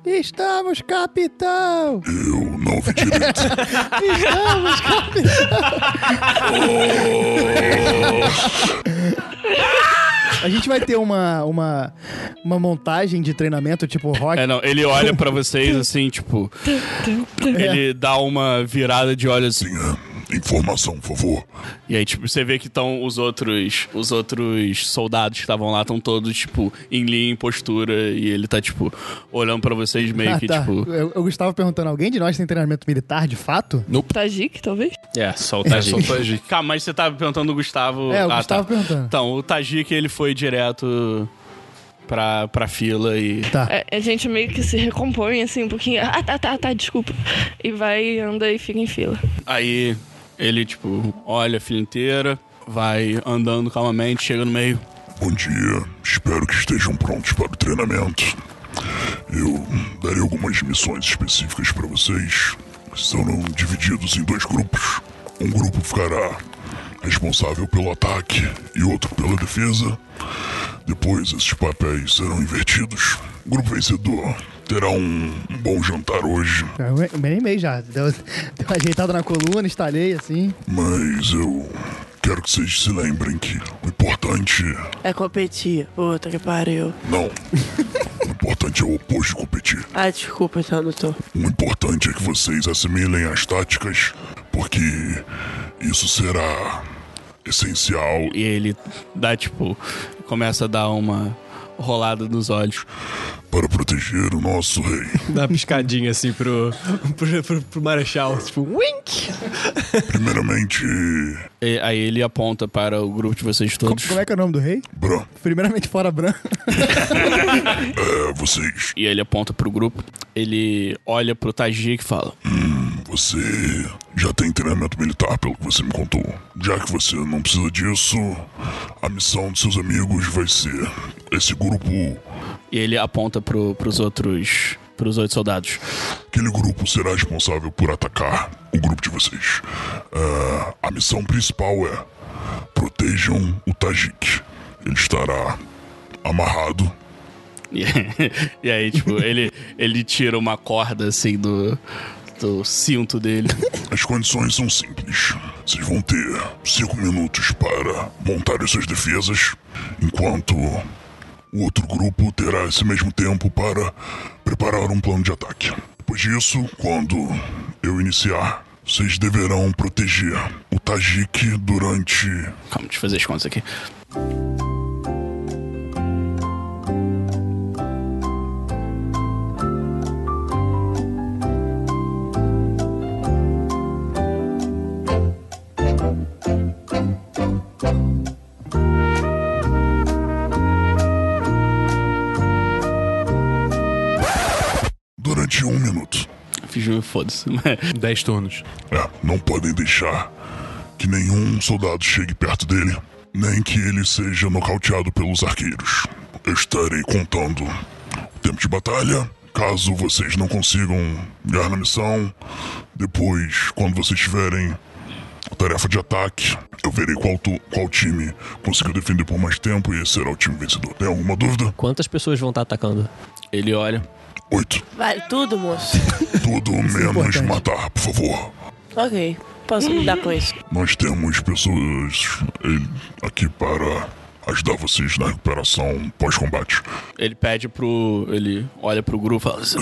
Estamos, capitão!
Eu não ouvi direito.
Estamos, capitão! A gente vai ter uma, uma, uma montagem de treinamento tipo rock. É.
É, não, ele olha pra vocês assim, tipo.
É.
Ele dá uma virada de olho assim.
Informação, por favor.
E aí, tipo, você vê que estão os outros. Os outros soldados que estavam lá estão todos, tipo, em linha, em postura. E ele tá, tipo, olhando pra vocês meio
Ah,
que,
tá.
tipo.
Eu, eu estava perguntando, alguém de nós tem treinamento militar de fato?
Nope.
Tajik, talvez?
É, só o
É,
Tajik.
só o Tajik.
Calma, mas você tava perguntando o Gustavo.
É, o
Ah,
Gustavo
tá.
perguntando.
Então, o Tajik, ele foi direto pra, pra fila e.
Tá.
É, a gente meio que se recompõe assim um pouquinho. Ah, tá, tá, tá, desculpa. E vai, anda e fica em fila.
Aí ele, tipo, olha a fila inteira, vai andando calmamente, chega no meio.
Bom dia, espero que estejam prontos para o treinamento. Eu darei algumas missões específicas para vocês. Serão divididos em dois grupos. Um grupo ficará responsável pelo ataque e outro pela defesa. Depois esses papéis serão invertidos. O grupo vencedor terá um bom jantar hoje,
É, Eu me- me animei já. Deu, deu uma ajeitada na coluna, estalei assim.
mas eu quero que vocês se lembrem que o importante
É competir. Puta que pariu.
não. O importante é o oposto de competir.
Ah, desculpa, então não tô.
O importante é que vocês assimilem as táticas, porque isso será essencial.
E ele dá, tipo, começa a dar uma rolada nos olhos.
Para proteger o nosso rei.
Dá uma piscadinha assim pro, pro, pro, pro marechal. Tipo, wink!
Primeiramente.
E- aí ele aponta para o grupo de vocês todos.
Como é que é o nome do rei?
Bran.
Primeiramente, fora Bran.
É, vocês.
E ele aponta pro grupo. Ele olha pro Tajik e fala:
Você já tem treinamento militar, pelo que você me contou. Já que você não precisa disso, a missão dos seus amigos vai ser esse grupo.
E ele aponta pro, pros outros. pros outros soldados.
Aquele grupo será responsável por atacar o grupo de vocês. Ah, a missão principal é protejam o Tajik. Ele estará amarrado
E, e aí, tipo, ele, ele tira uma corda assim do, do cinto dele.
As condições são simples. Vocês vão ter cinco minutos para montar as suas defesas, enquanto o outro grupo terá esse mesmo tempo para preparar um plano de ataque. Depois disso, quando eu iniciar, vocês deverão proteger o Tajik durante.
Calma, deixa eu fazer as contas aqui.
durante um minuto.
Fiz foda-se.
Dez turnos.
É, não podem deixar que nenhum soldado chegue perto dele, nem que ele seja nocauteado pelos arqueiros. Eu estarei contando o tempo de batalha. Caso vocês não consigam ganhar na missão, depois, quando vocês tiverem a tarefa de ataque, eu verei qual, tu- qual time conseguiu defender por mais tempo e esse será o time vencedor. Tem alguma dúvida?
Quantas pessoas
tá
vão estar atacando?
Ele olha.
Oito.
Vale tudo, moço.
Tudo menos matar, por favor.
ok. Posso lidar com isso.
Nós temos pessoas eh, aqui para ajudar vocês na recuperação pós-combate.
Ele pede pro. Ele olha pro grupo e fala assim.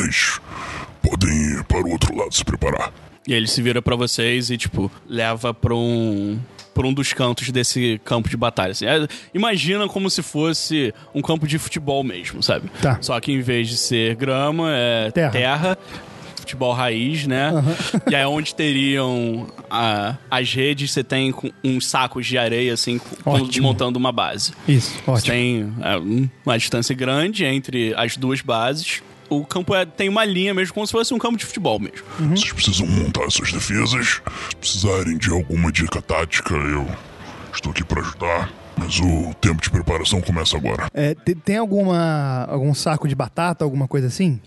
Podem ir para o outro lado se preparar.
E ele se vira pra vocês e, tipo, leva pra um. Pra um dos cantos desse campo de batalha. assim. É, imagina como se fosse um campo de futebol mesmo, sabe?
Tá.
Só que em vez de ser grama, é terra.
Terra.
futebol raiz, né? E aí, onde teriam a- as redes, você tem com- uns sacos de areia, assim, com-
Ótimo.
montando uma base.
Isso,
Você tem é, um- uma distância grande entre as duas bases. O campo é- tem uma linha mesmo, como se fosse um campo de futebol mesmo.
Vocês precisam montar suas defesas. Se precisarem de alguma dica tática, eu estou aqui para ajudar. Mas o tempo de preparação começa agora.
É, te- tem, alguma algum saco de batata, alguma coisa assim?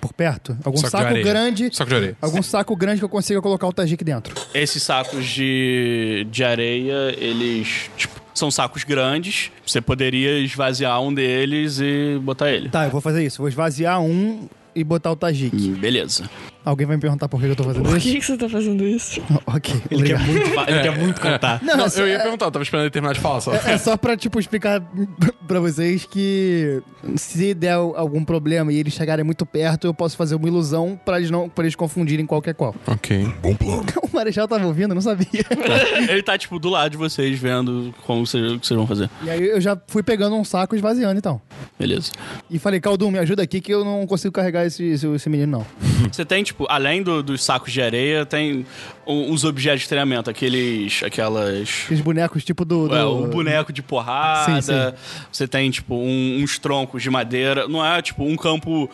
Por perto? Algum
Saco
saco,
de areia.
grande?
Saco de areia.
Algum saco grande que eu consiga colocar o Tajik dentro.
Esses sacos de, de areia, eles, tipo, são sacos grandes. Você poderia esvaziar um deles e botar ele.
Tá, eu vou fazer isso. Vou esvaziar um e botar o Tajik.
Hum, Beleza.
Alguém vai me perguntar por que eu tô fazendo
Por
isso?
que, que você tá fazendo isso?
ok.
Ele quer
obrigado.
muito
É. Não, é só-
eu ia
é-
perguntar, eu tava esperando ele terminar de falar só.
É, é só pra, tipo, explicar pra vocês que se der algum problema e eles chegarem muito perto, eu posso fazer uma ilusão pra eles não pra eles confundirem qual que é qual.
Ok.
Bom plano.
O Marechal tava ouvindo, eu não sabia.
ele tá, tipo, do lado de vocês, vendo como vocês, o que vocês vão fazer.
E aí eu já fui pegando um saco e esvaziando, então.
Beleza.
E falei, Caldum, me ajuda aqui que eu não consigo carregar esse, esse, esse menino, não.
Você tem, tipo, além do- dos sacos de areia, tem u- uns objetos de treinamento, aqueles. aquelas.
Aqueles bonecos tipo do. do...
É, um boneco de porrada.
Sim, sim.
Você tem, tipo, um- uns troncos de madeira. Não é, tipo, um campo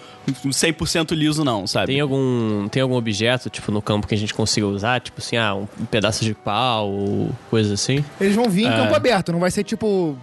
100% liso, não, sabe?
Tem algum, tem algum objeto, tipo, no campo que a gente consiga usar? Tipo assim, ah, um pedaço de pau ou coisa assim?
Eles vão vir em
É.
campo aberto, não vai ser tipo.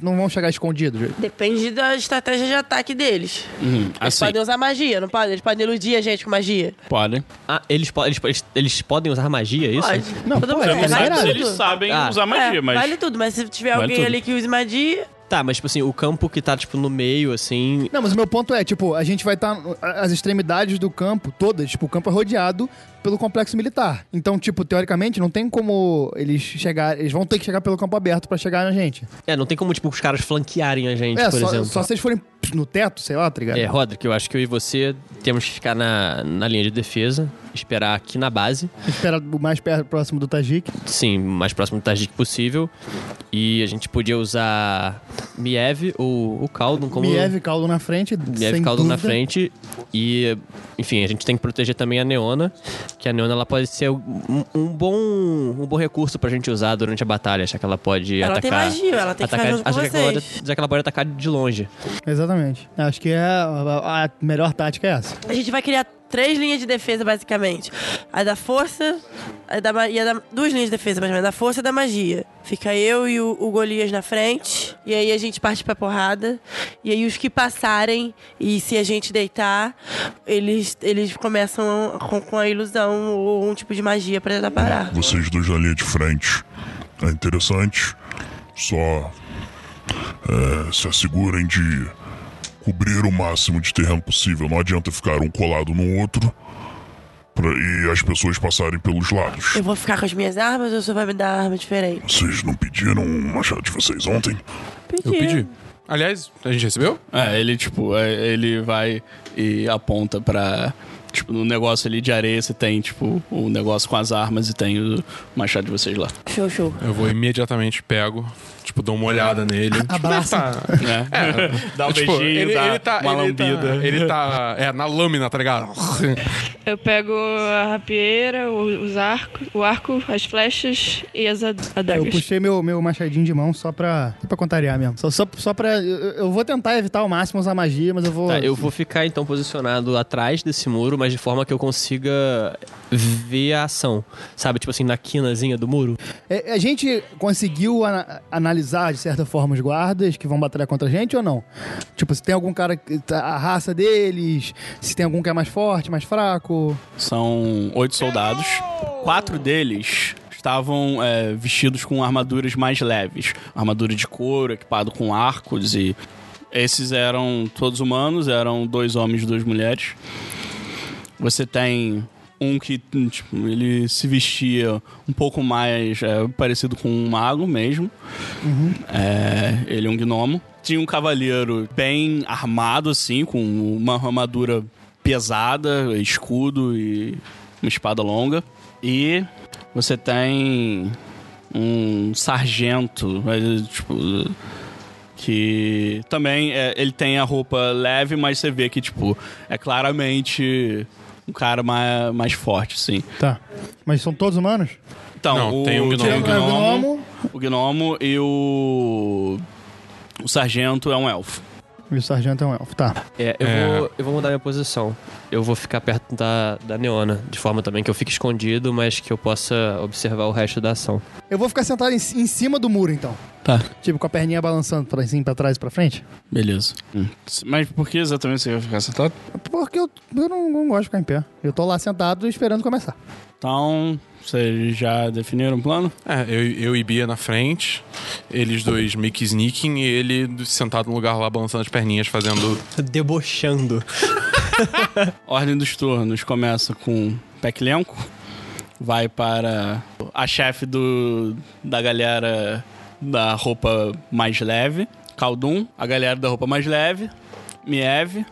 Não vão chegar escondidos.
Depende da estratégia de ataque deles.
Uhum. Ah,
Eles
assim.
podem usar magia, não podem? Eles podem iludir a gente com magia.
Podem.
Ah, eles, po- eles, po- eles, eles podem usar magia, isso? Ah.
Pode. Não, Todo pode, mundo é sabe liberado. se eles
sabem
É, Vale tudo, mas se tiver
Vale
alguém
tudo.
ali que use magia.
Tá, mas tipo assim, o campo que tá, tipo, no meio, assim.
Não, mas o meu ponto é, tipo, a gente vai estar. as extremidades do campo, todas, tipo, o campo é rodeado pelo complexo militar. Então, tipo, teoricamente, não tem como eles chegar. Eles vão ter que chegar pelo campo aberto pra chegar na gente.
É, não tem como, tipo, os caras flanquearem a gente,
é,
por
só,
exemplo.
só se eles forem no teto, sei lá, tá ligado?
É, Roderick, eu acho que eu e você temos que ficar na, na linha de defesa, esperar aqui na base.
Espera o mais perto, próximo do Tajik.
Sim, o mais próximo do Tajik possível. E a gente podia usar Miev ou o Caldon como.
Miev Caldo na frente.
Miev
sem
Caldon na
dúvida.
frente. E, enfim, a gente tem que proteger também a Neona, que a Neona ela pode ser um, um bom, um bom recurso pra gente usar durante a batalha, já que ela pode
Ela tem
atacar.
magia, ela tem que
atacar,
ficar junto com
já é que ela
vocês.
pode- já que ela pode atacar de longe.
Exatamente. Acho que é a, a melhor tática é essa.
A gente vai criar três linhas de defesa, basicamente. A da força, a da ma- e a da. Duas linhas de defesa, mas a da força e a da magia. Fica eu e o, o Golias na frente. E aí a gente parte pra porrada. E aí os que passarem, e se a gente deitar, eles, eles começam com, com a ilusão ou um tipo de magia pra tentar parar.
Vocês dois na linha de frente. É interessante. Só é, se assegurem de cobrir o máximo de terreno possível. Não adianta ficar um colado no outro pra- e as pessoas passarem pelos lados.
Eu vou ficar com as minhas armas ou você vai me dar arma diferente?
Vocês não pediram o machado de vocês ontem?
Eu pedi. Aliás,
A gente recebeu? É, ele, tipo, é, ele vai e aponta pra. Tipo, no negócio ali de areia, você tem, tipo, o negócio com as armas e tem o machado de vocês lá.
Show, show.
eu vou imediatamente, pego, tipo, dou uma olhada nele.
Abraça.
Tipo, ele tá-
É. Dá um beijinho,
ele,
dá
ele tá,
uma
ele tá-
lambida.
Ele tá, é, na lâmina, tá ligado?
Eu pego a rapieira, o- os arcos, o arco, as flechas e as ad-
Eu
adagas.
puxei meu, meu machadinho de mão só pra, só pra contrariar mesmo. Só, só, só pra. Eu, eu vou tentar evitar ao máximo usar magia, mas eu vou.
Tá, eu vou ficar então posicionado atrás desse muro, mas de forma que eu consiga ver a ação. Sabe, tipo assim, na quinazinha do muro.
É, a gente conseguiu ana- analisar, de certa forma, os guardas que vão batalhar contra a gente ou não? Tipo, se tem algum cara. que tá- A raça deles, se tem algum que é mais forte, mais fraco.
São oito soldados. Quatro deles estavam é, vestidos com armaduras mais leves. Armadura de couro, equipado com arcos e... Esses eram todos humanos, eram dois homens e duas mulheres. Você tem Um que, tipo, ele se vestia um pouco mais é, parecido com um mago mesmo.
Uhum.
É, ele é um gnomo. Tinha um cavaleiro bem armado, assim, com uma armadura pesada, escudo e uma espada longa. E você tem um sargento, mas, tipo. Que também é, ele tem a roupa leve, mas você vê que, tipo, é claramente um cara mais, mais forte, assim. sim.
Tá. Mas são todos humanos?
Então,
Não,
o,
tem um gnomo. Tem
tinha
um
gnomo.
O gnomo e o. O sargento é um elfo.
E o sargento é um elfo. Tá.
É, eu, É. Vou, eu vou mudar minha posição. Eu vou ficar perto da, da Neona, de forma também que eu fique escondido, mas que eu possa observar o resto da ação.
Eu vou ficar sentado em, em cima do muro, então.
Tá.
Tipo, com a perninha balançando pra cima, pra trás e pra frente.
Beleza.
Mas por que exatamente você vai ficar sentado?
Porque eu, eu não, não gosto de ficar em pé. Eu tô lá sentado esperando começar.
Então, vocês já definiram o plano?
É, eu, eu e Bia na frente, eles dois meio que sneaking e ele sentado no lugar lá balançando as perninhas, fazendo.
Debochando.
Ordem dos turnos começa com Peclenco, vai para a chefe do, da galera da roupa mais leve, Caldum, a galera da roupa mais leve, Mieve,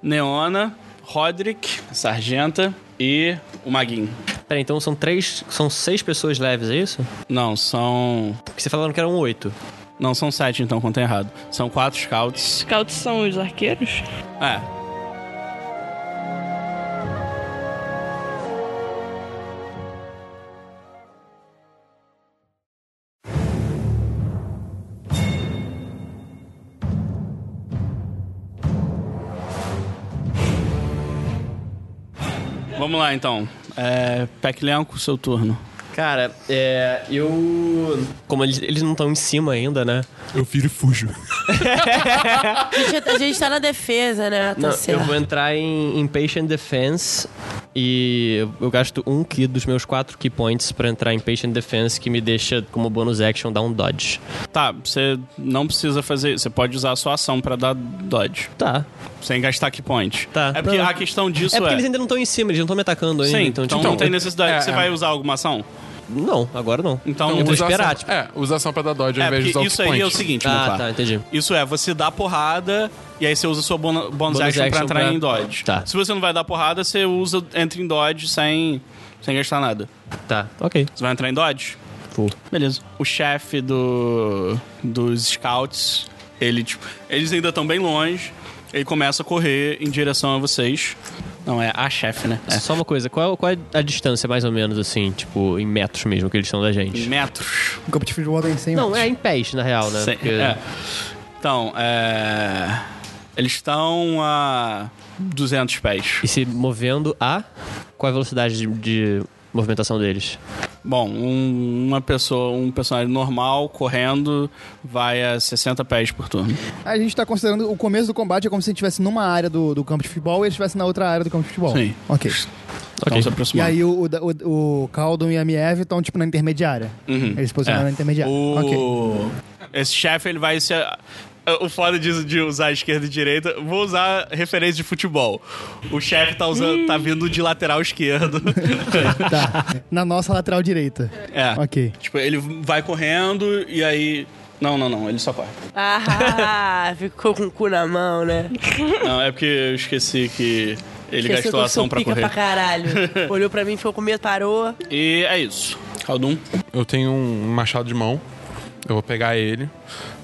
Neona, Roderick, Sargenta e o Maguinho.
Peraí, então são três. São seis pessoas leves, é isso?
Não, são.
Porque você falaram que eram oito.
Não, são sete então, contei errado. São quatro scouts.
Scouts são os arqueiros?
É. Vamos lá então. É, Peclenco, seu turno.
Cara, é. Eu. Como eles, eles não estão em cima ainda, né?
Eu viro e fujo.
Gente, a gente tá na defesa, né? Tá
Não, eu
certo.
vou entrar em, em Patient Defense e eu- eu gasto um ki dos meus quatro key points pra entrar em Patient Defense, que me deixa como bônus action dar um dodge.
Tá, você não precisa fazer. Você pode usar a sua ação pra dar dodge.
Tá.
Sem gastar key point.
Tá.
É porque
Não.
a questão disso
É porque
é.
eles ainda não estão em cima, eles não estão me atacando ainda.
Sim,
então,
então,
tipo,
não tem necessidade.
É,
você
é.
vai usar alguma ação?
Não, agora não.
Então,
eu vou
usa
esperar.
ação.
Tipo...
É, usa ação pra dar dodge ao
É,
invés de
porque
usar o
isso
key
aí é o
point.
seguinte,
Ah,
Mufá.
tá, entendi.
Isso é, você dá porrada e aí você usa sua bono- bonus,
Bonus
action, pra
action
entrar
pra-
em dodge.
Tá.
Se você não vai dar porrada, você usa, entra em dodge sem, sem gastar nada.
Tá, ok.
Você vai entrar em dodge?
Vou.
Beleza. O chefe do, dos scouts, ele, tipo, eles ainda estão bem longe. Ele começa a correr em direção a vocês. Não, é a chefe, né? É.
Só uma coisa, qual, qual é a distância mais ou menos, assim, tipo, em metros mesmo que eles são da gente? Um
Em metros.
O campo de futebol tem 100
Não,
metros.
é em pés, na real, né?
Cem-
Porque-
é. Então, é... Eles estão a 200 pés.
E se movendo a. Qual é a velocidade de, de movimentação deles?
Bom, um- uma pessoa, um personagem normal correndo vai a 60 pés por turno.
A gente tá considerando o começo do combate é como se a gente estivesse numa área do, do campo de futebol e eles estivessem na outra área do campo de futebol.
Sim.
Ok.
Então se
E
aproximando.
aí o, o, da- o, o Caldon e a Miev estão, tipo, na intermediária.
Uhum.
Eles se posicionaram
É.
na intermediária. Ok.
O... Esse chefe, ele vai ser... O foda de, de usar a esquerda e direita... Vou usar referência de futebol. O chefe tá, usando, tá vindo de lateral esquerdo.
Tá. Na nossa lateral direita.
é.
Ok.
Tipo, ele vai correndo e aí... Não, não, não. Ele só corre.
Ah, ficou com o cu na mão, né?
Não, é porque eu esqueci que
Esqueceu que
ele gastou
eu
a
sou
ação pra
pica
correr.
pra caralho. Olhou pra mim, ficou com medo, parou.
E é isso. Caldum.
Eu tenho um machado de mão. Eu vou pegar ele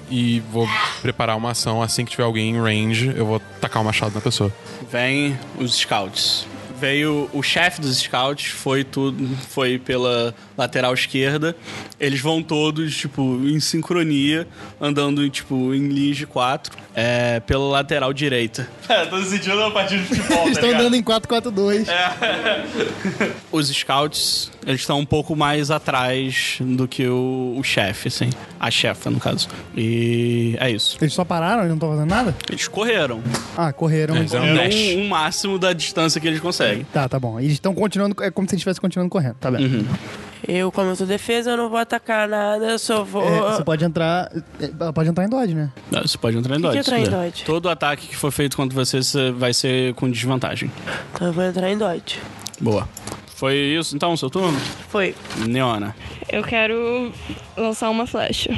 e vou preparar uma ação assim que tiver alguém em range, eu vou tacar o machado na pessoa.
Vem os scouts. Veio o chefe dos scouts, foi tudo, foi pela lateral esquerda. Eles vão todos, tipo, em sincronia, andando, tipo, em linha de quatro, é, pela lateral direita. É, tô sentindo uma partida de futebol, tá É.
Eles estão andando em 4-4-2.
Os scouts, eles estão um pouco mais atrás do que o, o chefe, assim. A chefa, no caso. E é isso.
Eles só pararam e não estão fazendo nada?
Eles correram.
Ah, correram.
correram o um, máximo da distância que eles conseguem.
Tá, tá bom. Eles estão continuando, é como se eles estivessem continuando correndo, tá bem.
Uhum.
Eu, como eu sou defesa, eu não vou atacar nada, eu só vou.
É, você pode entrar. é, Pode entrar em Dodge, né?
Não, você pode entrar em né?
Por que
Dodge.
entrar
se
em
quiser.
Dodge?
Todo ataque que for feito contra você você vai ser com desvantagem.
Então eu vou entrar em Dodge.
Boa. Foi isso então, seu turno?
Foi.
Neona.
Eu quero lançar uma flecha.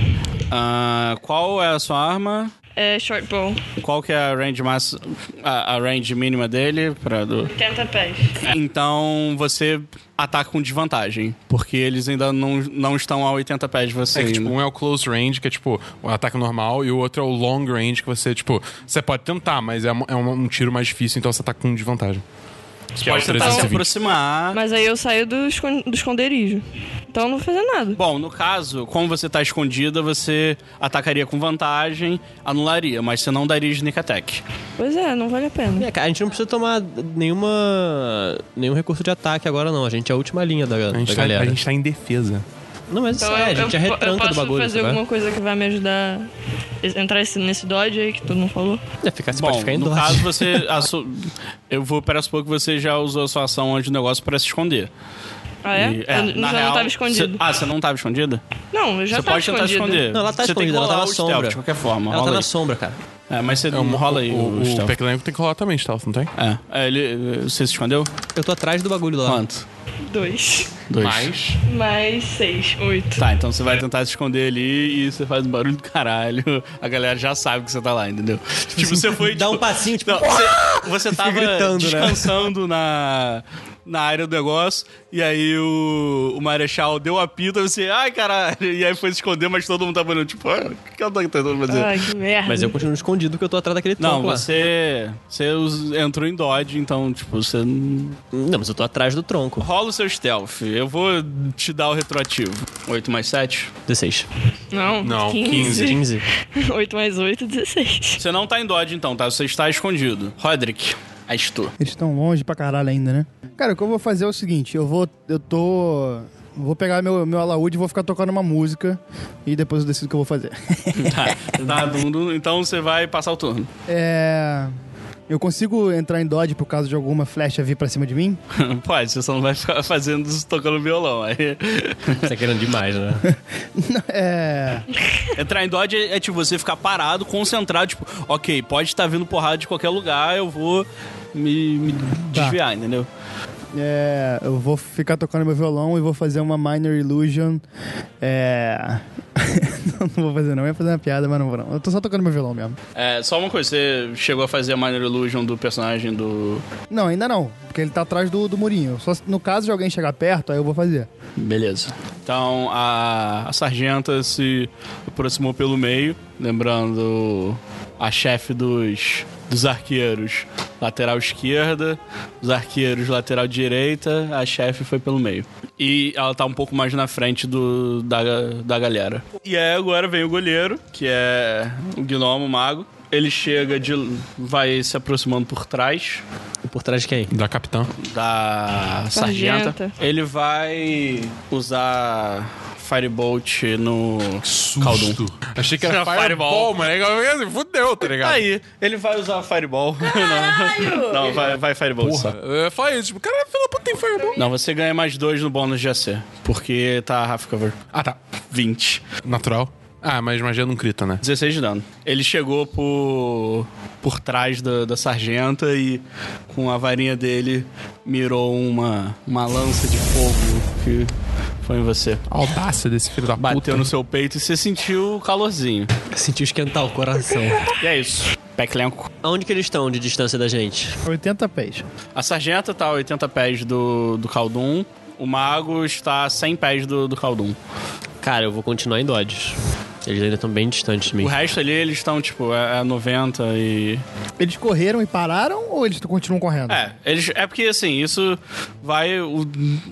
Ah, qual é a sua arma?
É short bow.
Qual que é a range max, a, a range mínima dele para do
80 pés.
Então você ataca com desvantagem, porque eles ainda não, não estão a 80 pés de você.
É que, tipo,
ainda.
um é o close range, que é tipo o ataque normal, e o outro é o long range, que você, tipo, você pode tentar, mas é, um- é um, um tiro mais difícil, então você tá com desvantagem. Você
pode tentar se aproximar.
Mas aí eu saio do, escon- do esconderijo. Então eu não vou fazer nada.
Bom, no caso, como você tá escondida, você atacaria com vantagem, anularia, mas você não daria sneak attack.
Pois é, não vale a pena.
É, cara, a gente não precisa tomar nenhuma. nenhum recurso de ataque agora, não. A gente é a última linha da,
A gente,
da
tá,
galera.
a gente tá em defesa.
Não, mas isso
Então
é, a
eu,
gente é
eu, eu
retranca
posso
do bagulho.
fazer
sabe?
alguma coisa que vai me ajudar a entrar esse- nesse dodge aí que tu não falou?
É, ficar, você
Bom,
pode ficar em
no
dodge.
caso, você. a su- Eu vou pressupor que você já usou a sua ação antes do negócio pra se esconder.
Ah, é? Eu
E- na
n- já não
real,
tava
você-
escondido.
ah, você não tava escondida?
Não, eu já
você
tava
pode tentar
escondido.
esconder.
Não, ela tá
você tem que
escondida, ela tá
rolar
na
o
sombra.
stealth, de qualquer forma.
Ela
rola
tá na
aí.
sombra, cara.
É, mas você
É um-
rola aí
o,
o,
o,
stealth.
Peclenco tem que rolar também stealth, não tem?
É. É, ele, você se escondeu?
Eu tô atrás do bagulho lá.
Quanto?
Dois.
Dois.
Mais?
Mais seis, oito.
Tá, então você vai tentar se esconder ali e você faz um barulho do caralho. A galera já sabe que você tá lá, entendeu? Tipo, você foi. Dá um
passinho, tipo.
Não, você, você tava
gritando, né?
descansando na, na área do negócio e aí o, o Marechal deu a pita e você, ai caralho. E aí foi se esconder, mas todo mundo tava olhando, tipo, ah, o que que ela tá tentando fazer?
Ai, que merda.
Mas eu continuo escondido porque eu tô atrás daquele
Não,
tronco lá.
você. Você us- entrou em Dodge, então, tipo, você. Não,
mas eu tô atrás do tronco.
Rola o seu stealth. Eu vou te dar o retroativo. 8 mais 7?
16.
Não,
Não,
15.
15.
8 mais 8, 16.
Você não tá em Dodge, então, tá? Você está escondido. Roderick, és tu.
Eles estão longe pra caralho ainda, né? Cara, o que eu vou fazer é o seguinte, eu vou. Eu tô. eu Vou pegar meu, meu alaúde e vou ficar tocando uma música e depois eu decido o que eu vou fazer.
tá. Tá, dum, dum. Então você vai passar o turno.
é. Eu consigo entrar em dodge por causa de alguma flecha vir pra cima de mim?
Pode, você só não vai ficar fazendo isso tocando violão. Aí... Você
tá querendo demais, né?
É.
Entrar em Dodge é, é tipo você ficar parado, concentrado, tipo, ok, pode estar vindo porrada de qualquer lugar, eu vou me, me desviar, entendeu?
É, eu vou ficar tocando meu violão e vou fazer uma minor illusion. É. não, não vou fazer não, eu ia fazer uma piada, mas não vou não. Eu tô só tocando meu violão mesmo.
É, só uma coisa, você chegou a fazer a Minor Illusion do personagem do.
Não, ainda não, porque ele tá atrás do, do murinho. Só se- no caso de alguém chegar perto, aí eu vou fazer.
Beleza. Então a, a sargenta se aproximou pelo meio, lembrando a chefe dos, dos arqueiros, lateral esquerda, os arqueiros lateral direita, a chefe foi pelo meio. E ela tá um pouco mais na frente do, da, da galera. E aí agora vem o goleiro, que é o gnomo o mago. Ele chega de. vai se aproximando por trás.
Por trás de quem?
Da capitã.
Da sargenta.
Sargenta.
Ele vai usar Firebolt no Caldum.
Achei que era Fireball, mano. É assim, Fudeu, tá ligado?
Aí, ele vai usar Fireball. Não, não, vai, vai Firebolt.
Porra,
só.
é, faz isso. Tipo, cara, filha da puta, tem Fireball.
Não, você ganha mais dois no bônus de AC, porque tá half cover.
Ah, tá.
20.
Natural. Ah, mas magia não crita, né?
16 de dano. Ele chegou por, por trás da, da sargenta e com a varinha dele mirou uma, uma lança de fogo que foi em você.
A audácia desse filho da
Bateu no seu peito e você sentiu o calorzinho.
Sentiu esquentar o coração.
e é isso. Peclenco.
Aonde que eles estão de distância da gente?
80 pés.
A sargenta tá a 80 pés do, do Caldum. O mago está a 100 pés do, do Caldum.
Cara, eu vou continuar em Dodge. Eles ainda estão bem distantes de mim.
O resto ali, eles estão, tipo, a a 90 e...
Eles correram e pararam ou eles t- continuam correndo?
É, eles, é porque assim, isso vai. o-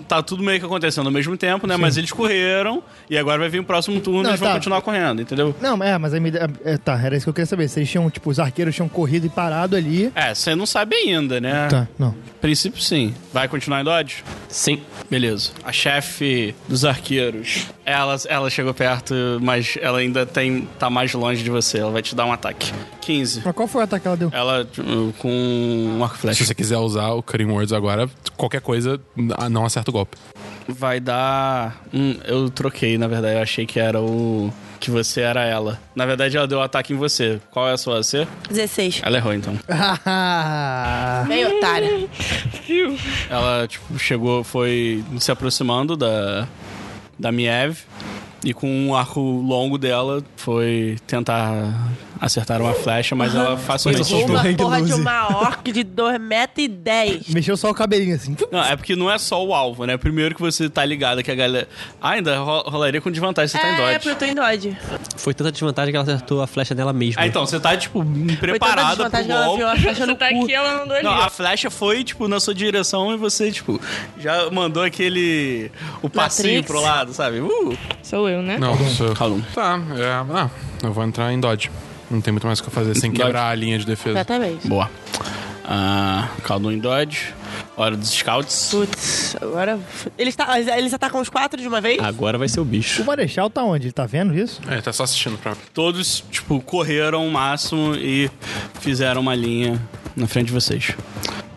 tá tudo meio que acontecendo ao mesmo tempo, né? Mas eles correram e agora vai vir o próximo turno e
Não,
eles vão
tá.
continuar correndo, entendeu?
Não, é, mas aí me. É, tá, era isso que eu queria saber. Vocês tinham, tipo, os arqueiros tinham corrido e parado ali.
É, você não sabe ainda, né?
Tá, não.
Princípio sim. Vai continuar em Dodge?
Sim.
Beleza. A chefe dos arqueiros. Ela, ela chegou perto, mas ela ainda tem, tá mais longe de você. Ela vai te dar um ataque. 15.
Mas qual foi o ataque que ela deu?
Ela tipo, com um arco e flecha.
Se você quiser usar o Cutting Words agora, qualquer coisa ah, não acerta o golpe.
Vai dar. Hum, eu troquei, na verdade. Eu achei que era o. Que você era ela. Na verdade, ela deu um ataque em você. Qual é a sua AC?
16.
Ah.
Ela errou, então.
Meio otária.
Piu.
Ela, tipo, chegou, foi se aproximando da, da Miev e com um arco longo dela foi tentar acertar uma flecha, mas ela facilmente
Foi uma
desviou.
porra de uma orc de 2,10m.
Mexeu só o cabelinho assim.
Não, é porque não é só o alvo, né? Primeiro que você tá ligado que a galera. Ah, ainda ro- rolaria com desvantagem, você tá em
É,
dodge.
porque eu tô em dodge.
Foi tanta desvantagem que ela acertou a flecha dela mesma.
Ah, então, você tá, tipo, preparada
é
pro
desvantagem que ela
golpe.
viu a flecha no Você tá cu. aqui, ela mandou ali,
Não,
ó.
a flecha foi, tipo, na sua direção e você, tipo, já mandou aquele... O passinho
Matrix.
pro lado, sabe? Uh!
Sou eu,
É?
né?
Não, sou eu.
Calum.
Tá, é, ah, eu vou entrar em dodge. Não tem muito mais o que eu fazer sem
Dodge.
quebrar a linha de defesa.
Exatamente.
Boa. Ah, Calum em dodge. Hora dos scouts.
Putz, agora... Eles, tá, eles atacam os quatro de uma vez?
Agora vai ser o bicho.
O Marechal tá onde? Ele tá vendo isso?
É, tá só assistindo pra
Todos, tipo, correram o máximo e fizeram uma linha na frente de vocês.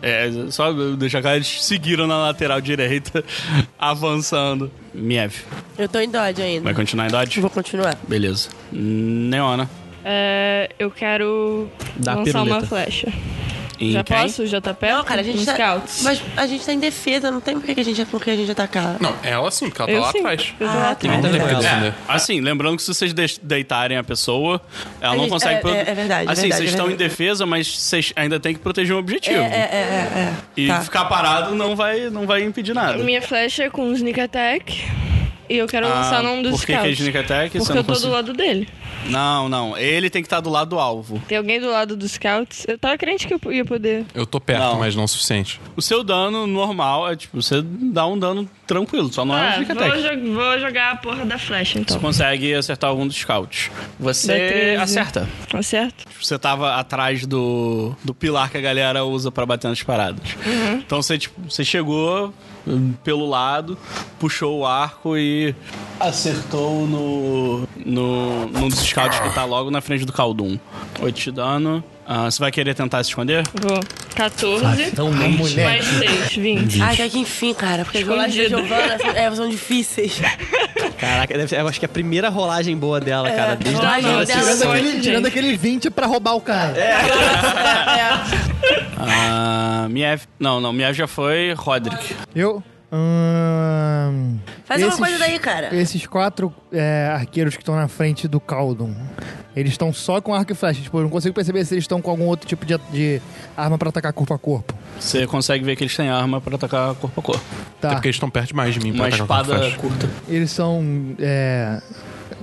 É, só deixar claro, eles seguiram na lateral direita, avançando. Miev,
Eu tô em dodge ainda.
vai continuar em dodge?
Vou continuar.
Beleza. Neona.
É, eu quero
Dá a
lançar
piruleta.
uma flecha.
Em
Já
quem?
posso? Já tá perto?
Não, cara, a gente
Em
tá...
scouts.
Mas a gente tá em defesa, não tem por que que a gente, por que a gente atacar.
Não, ela sim, porque ela tá
Eu
lá
sim,
atrás.
eu tô lá
Tem que
atrás.
entender que
É,
defender.
assim, lembrando que se vocês de- deitarem a pessoa, ela
A
não
gente-
consegue.
é-
pro-
é- é verdade, é
Assim,
verdade,
vocês
é
estão em
verdade.
defesa, mas vocês ainda tem que proteger um
É,
objetivo.
é, é, é. é.
E
Tá.
ficar parado não vai, não vai impedir nada.
Minha flecha é com sneak attack. E eu quero
Ah,
lançar num dos
por que que é
scouts.
sneak attack? Você
Porque
não
eu tô
consigo-
do lado dele.
Não, não. Ele tem que estar do lado do alvo.
Tem alguém do lado dos scouts? Eu tava crente que eu ia poder.
Eu tô perto, mas não o suficiente.
O seu dano normal é tipo, você dá um dano tranquilo, só não é um
Ah,
sneak
vou,
attack.
jo- vou jogar a porra da flecha, então.
Você consegue acertar algum dos scouts.
Dá
Você
né?
13.
acerta.
Acerto?
Você tava atrás do, do pilar que a galera usa pra bater nas paradas.
Uhum.
Então você, tipo, você chegou hum, pelo lado, puxou o arco e acertou no. no num dos scouts que tá logo na frente do Caldum. Oito de dano. Ah, você vai querer tentar se esconder?
Vou. 14.
Então, não, mulher.
Mais 6, 20.
Ai, até que enfim, cara, porque as rolagens da
Escondido.
Giovanna são- é, são difíceis.
Caraca, deve ser- eu acho que é a primeira rolagem boa dela,
É,
cara. Desde a
rolagem
primeira
dela é
Tirando
sessão.
aquele, tirando aquele 20 pra roubar o cara.
Ah, Miev. Não, não, Miev já foi Roderick.
Eu. Ahn,
Faz uma coisa daí, cara.
Esses quatro é, arqueiros que estão na frente do Caldon, eles estão só com arco e flecha. Tipo, eu não consigo perceber se eles estão com algum outro tipo de, de arma pra atacar corpo a corpo.
Você consegue ver que eles têm arma pra atacar corpo a corpo.
Até
Tá.
É porque eles estão perto demais de mim pra
Uma
atacar com a
espada
flecha.
curta.
Eles são. é,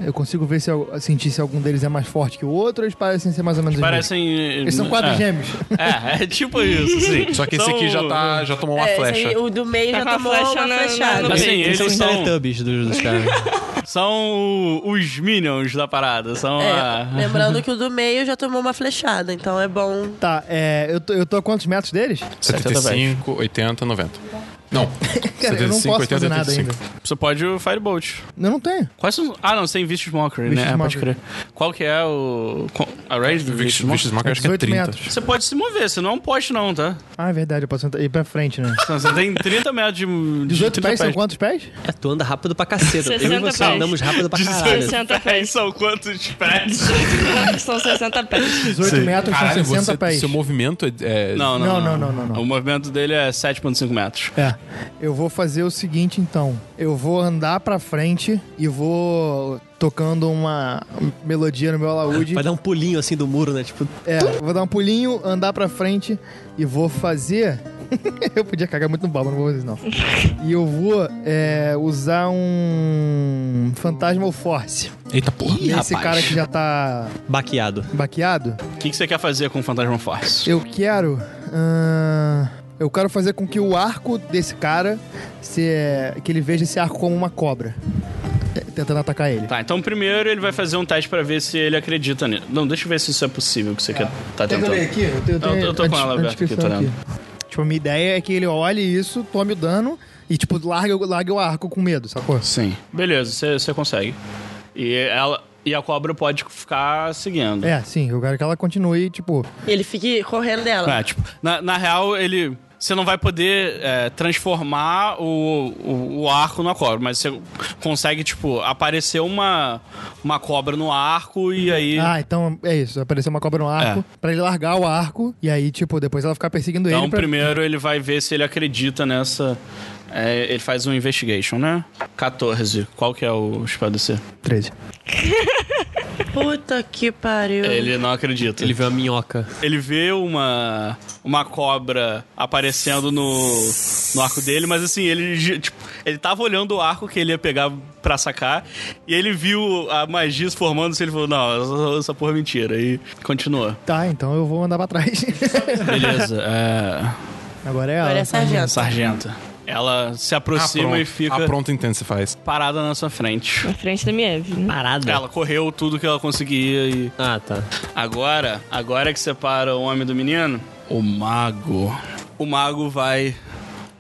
eu consigo ver se eu- sentir se algum deles é mais forte que o outro, ou eles parecem ser mais ou menos. os
Parecem.
mesmos? Eles são quatro
é.
gêmeos.
É, é tipo isso, sim.
Só que esse
São-
aqui já, tá, já tomou uma
É, esse
flecha.
aí, o do meio
Tá com
já
a
tomou
flecha na-
uma
na-
flechada.
Assim,
Eles
eles
são os
são-
Teletubbies dos, dos caras.
São o- os minions da parada, são
É,
a...
lembrando que o do meio já tomou uma flechada, então é bom.
Tá, é, eu, tô, eu tô a quantos metros deles?
75, 80, 90. Não.
Cara, eu não posso fazer nada
Você pode o Firebolt.
Eu não tenho.
Quais são... Ah, não, você tem Vicious Mockery,
Vicious
né? É, Pode
Mockery.
crer. Qual que é o... co- A range do Vicious,
Vicious Mockery acho que é 18 30. metros.
Você pode se mover, você não é um poste não, tá?
Ah, é verdade, eu posso entrar- ir pra frente, né?
Então, você tem 30 metros de... de
18
30
pés são quantos pés?
É, tu anda rápido pra caceta. Eu e
60
você
pés.
andamos rápido pra caralho.
60
pés. São quantos pés?
São 60 pés.
18 metros são
Caralho,
60
você,
pés.
seu movimento é- é...
Não não
Não,
não,
não, não,
O movimento dele é 7.5 metros.
É. Eu vou fazer o seguinte então. Eu vou andar pra frente e vou tocando uma melodia no meu alaúde.
Vai dar um pulinho assim do muro, né? Tipo,
É, vou dar um pulinho, andar pra frente e vou fazer. eu podia cagar muito no balbo, não vou fazer isso, não. E eu vou é, usar um Fantasmal Force.
Eita porra.
Esse cara que já tá
Baqueado.
baqueado.
O que, que você quer fazer com o Fantasma Force?
Eu quero. ahn, eu quero fazer com que o arco desse cara se, que ele veja esse arco como uma cobra. é, Tentando atacar ele.
Tá, então primeiro ele vai fazer um teste pra ver se ele acredita nisso. Não, deixa eu ver se isso é possível que você quer tá
Quer que eu
tentando.
leia aqui? Eu tenho- eu
Não,
tenho
eu tô com
a
ela
dis- a
aberta aqui, tá tô
descrição
olhando.
Tipo, a minha ideia é que ele olhe isso, tome o dano e, tipo, larga, larga o arco com medo, sacou?
Sim. Beleza, você- você consegue. E ela e a cobra pode ficar seguindo.
É, sim, eu quero que ela continue, tipo.
Ele fique correndo dela.
É, tipo, na, na real, ele. Você não vai poder é, transformar o, o, o arco na cobra, mas você consegue, tipo, aparecer uma, uma cobra no arco e aí.
Ah, então é isso. Apareceu uma cobra no arco pra ele largar o arco e aí, tipo, depois ela ficar perseguindo
Então,
ele. Pra...
primeiro ele vai ver se ele acredita nessa. é, ele faz um investigation, né? 14. Qual que é o espadecer?
13.
É.
Puta que pariu.
Ele não acredita. Ele
vê uma minhoca.
Ele vê uma, uma cobra aparecendo no, no arco dele, mas assim, ele gi- tipo, ele tava olhando o arco que ele ia pegar pra sacar, e ele viu a magia se formando, e ele falou, não, essa, essa porra é mentira, e continua.
Tá, então eu vou andar pra trás.
Beleza, é...
Agora é ela.
Sargenta. Ela se aproxima
Apronta-
e fica...
apronta intensa você faz.
Parada na sua frente.
Na frente da minha Eve. né?
Parada.
Ela correu tudo que ela conseguia e.
Ah, tá.
Agora, agora é que separa o homem do menino, o mago. O mago vai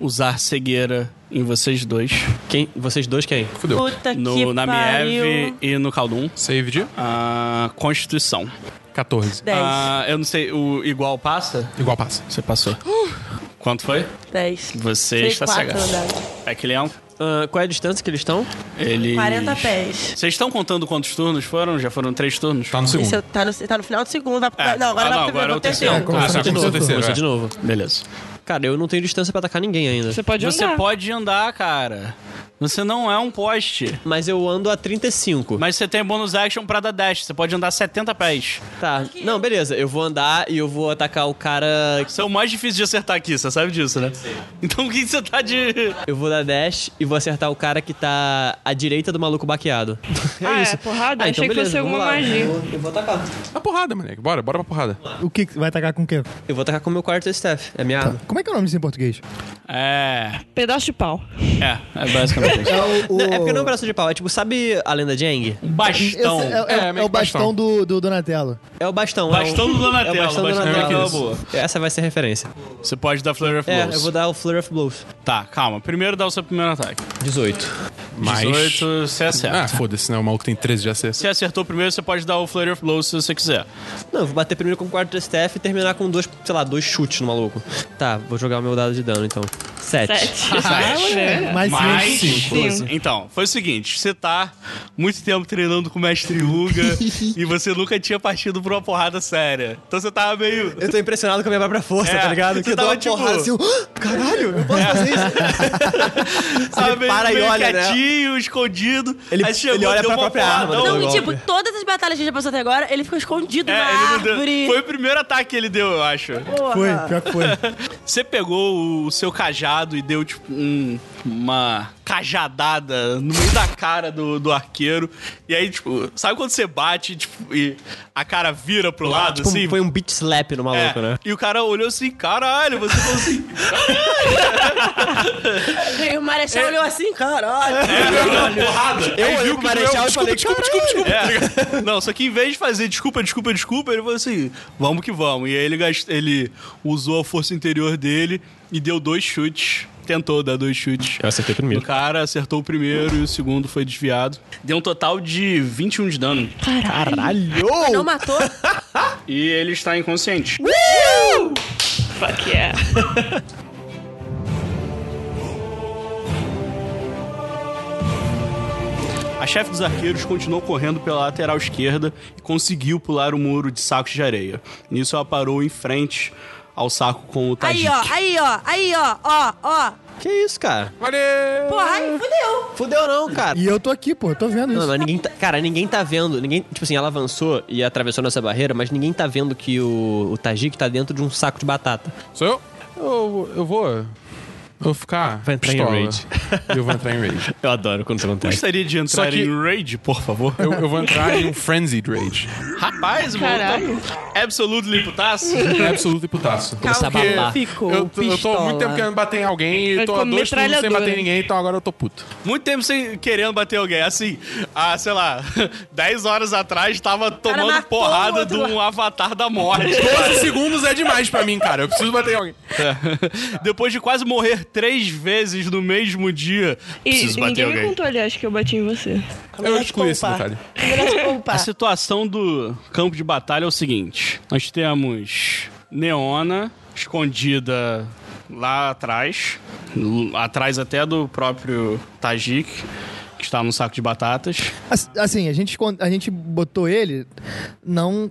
usar cegueira em vocês dois.
Quem? Vocês dois quem?
Fudeu.
Puta
no,
que
na
pariu.
Mieve e no Caldum.
Save de?
Ah, Constituição.
14.
Dez.
Ah, eu não sei, o igual passa?
Igual passa.
Você passou. Quanto foi?
10.
Você
tá
está cegado.
né?
É que ele é um.
qual é a distância que eles estão?
Eles...
40 pés.
Vocês estão contando quantos turnos foram? Já foram três turnos? Tá
Isso tá no, tá no final do segundo. Vai, pro-
É.
Não, agora
Ah,
vai
não,
pro
agora é
vai pro
o terceiro.
terceiro.
Ah,
Começou
tá,
de
começou
novo.
o terceiro,
começou
é.
de novo.
Beleza.
Cara, eu não tenho distância pra atacar ninguém ainda. Você pode
Você
andar.
pode andar, cara. Você não é um poste.
Mas eu ando a 35.
Mas você tem bônus action pra dar dash. Você pode andar 70 pés.
Tá. Não, beleza. Eu vou andar e eu vou atacar o cara.
Isso é o mais difícil de acertar aqui, você sabe disso, né? Então o que você tá de.
Eu vou dar dash e vou acertar o cara que tá à direita do maluco baqueado. É
Ah,
isso.
é porrada?
Ah,
Achei que
um-
fosse
vamos
alguma
lá.
magia.
Eu vou- Eu vou atacar.
A porrada, moleque. Bora, bora pra porrada.
O que que- vai atacar com o quê?
Eu vou atacar com o meu quarto staff. É minha arma.
Como é que é o nome disso em português?
É.
Pedaço de pau.
É, é basicamente isso.
o-
Não, é porque não é um braço de pau. É tipo, sabe a lenda de Aang?
Um Bastão.
Esse é, é- é o bastão do, do Donatello.
É o bastão.
Bastão
é o,
do Donatello,
É o bastão do
bastão do
Donatello.
Donatello.
Essa vai ser a referência.
Você pode dar Flare of
É,
Blows.
eu vou dar o Flurry of Blows.
Tá, calma. Primeiro dá o seu primeiro ataque.
18.
Mais.
18, você acerta.
Ah, foda-se, né? O maluco tem 13 de acesso.
Se acertou primeiro, você pode dar o Flare of Blows se você quiser.
Não, eu vou bater primeiro com o quarto staff e terminar com dois, sei lá, dois chutes no maluco. Tá, vou jogar o meu dado de dano então. Sete.
Sete.
Mais
Ah, é? Mas,
cinco. Cinco.
Então, foi o seguinte: você tá muito tempo treinando com o mestre Uga e você nunca tinha partido pra uma porrada séria. Então você tava meio.
Eu tô impressionado com a minha própria força,
É,
tá ligado?
você
Que eu dou
tava,
uma porrada assim,
tipo, É.
eu, "Ah, caralho, eu posso fazer isso?
Tava meio,
para e
meio
olha, né?
quietinho, escondido.
Ele-
aí chegou,
ele olha
deu
pra
uma
própria arma,
porradão.
dá um
Não, e
golpe.
tipo, todas as batalhas que a gente já passou até agora, ele ficou escondido
É,
na
ele não deu-
árvore.
Foi o primeiro ataque que ele deu, eu acho.
Porra.
Foi, pior que foi.
Você pegou o seu cajado e deu, tipo, um- uma cajadada no meio da cara do, do arqueiro. E aí, tipo, sabe quando você bate tipo, e a cara vira pro lado,
Tipo,
assim?
foi um beat slap no maluco,
É.
né?
E o cara olhou assim, caralho, você falou assim.
E o
É.
Marechal olhou assim, caralho.
Eu olhei
viu
pro
que doeu,
Marechal e
desculpa,
falei, É.
desculpa, desculpa, desculpa, tá ligado? Não, só que em vez de fazer desculpa, desculpa, desculpa, ele falou assim, vamos que vamos. E aí ele, gast- ele usou a força interior dele e deu dois chutes. Tentou dar dois chutes.
Eu acertei o primeiro.
O cara acertou o primeiro e o segundo foi desviado. Deu um total de 21 de dano.
Caralho!
Não matou?
E ele está inconsciente.
Fuck yeah.
A chefe dos arqueiros continuou correndo pela lateral esquerda e conseguiu pular o muro de sacos de areia. Nisso ela parou em frente ao saco com o
Aí,
Tajik.
ó, aí, ó, aí, ó, ó, ó.
Que isso, cara?
Valeu!
Porra, aí fudeu.
Fudeu não, cara.
E eu tô aqui, pô, tô vendo
Não,
isso.
mas ninguém tá, cara, ninguém tá vendo. Ninguém, tipo assim, ela avançou e atravessou nossa barreira, mas ninguém tá vendo que o, o Tajik tá dentro de um saco de batata.
Sou eu? Eu, eu vou. Eu vou ficar.
Vai entrar em
pistola.
rage.
Eu vou entrar em rage.
Eu adoro quando isso acontece.
Gostaria de
Só
entrar
que-
em raid, por favor?
Eu, eu vou entrar em um frenzied rage.
Rapaz, mano,
Caralho.
tá absolutely putaço.
É absoluto e putaço.
Começar a babar.
Ficou
Eu, tô- eu tô há
pistola.
muito tempo querendo bater em alguém e
Vai
tô há
com
dois turnos sem
metralhadora.
bater em ninguém, então agora eu tô puto.
Muito tempo sem querendo bater alguém. Assim, ah, sei lá, 10 horas atrás tava tomando
matou o
porrada de
outro
um avatar da morte.
12 segundos é demais pra mim, cara. Eu preciso bater em alguém.
É. Depois de quase morrer três vezes no mesmo dia,
E
preciso bater
ninguém me
alguém.
contou, aliás, que eu bati em você.
Eu excluí esse detalhe.
É
A situação do campo de batalha é o seguinte: nós temos Neona escondida lá atrás, l- atrás até do próprio Tajik, que está num saco de batatas.
Ass- Assim, a gente, escon- a gente botou ele, não.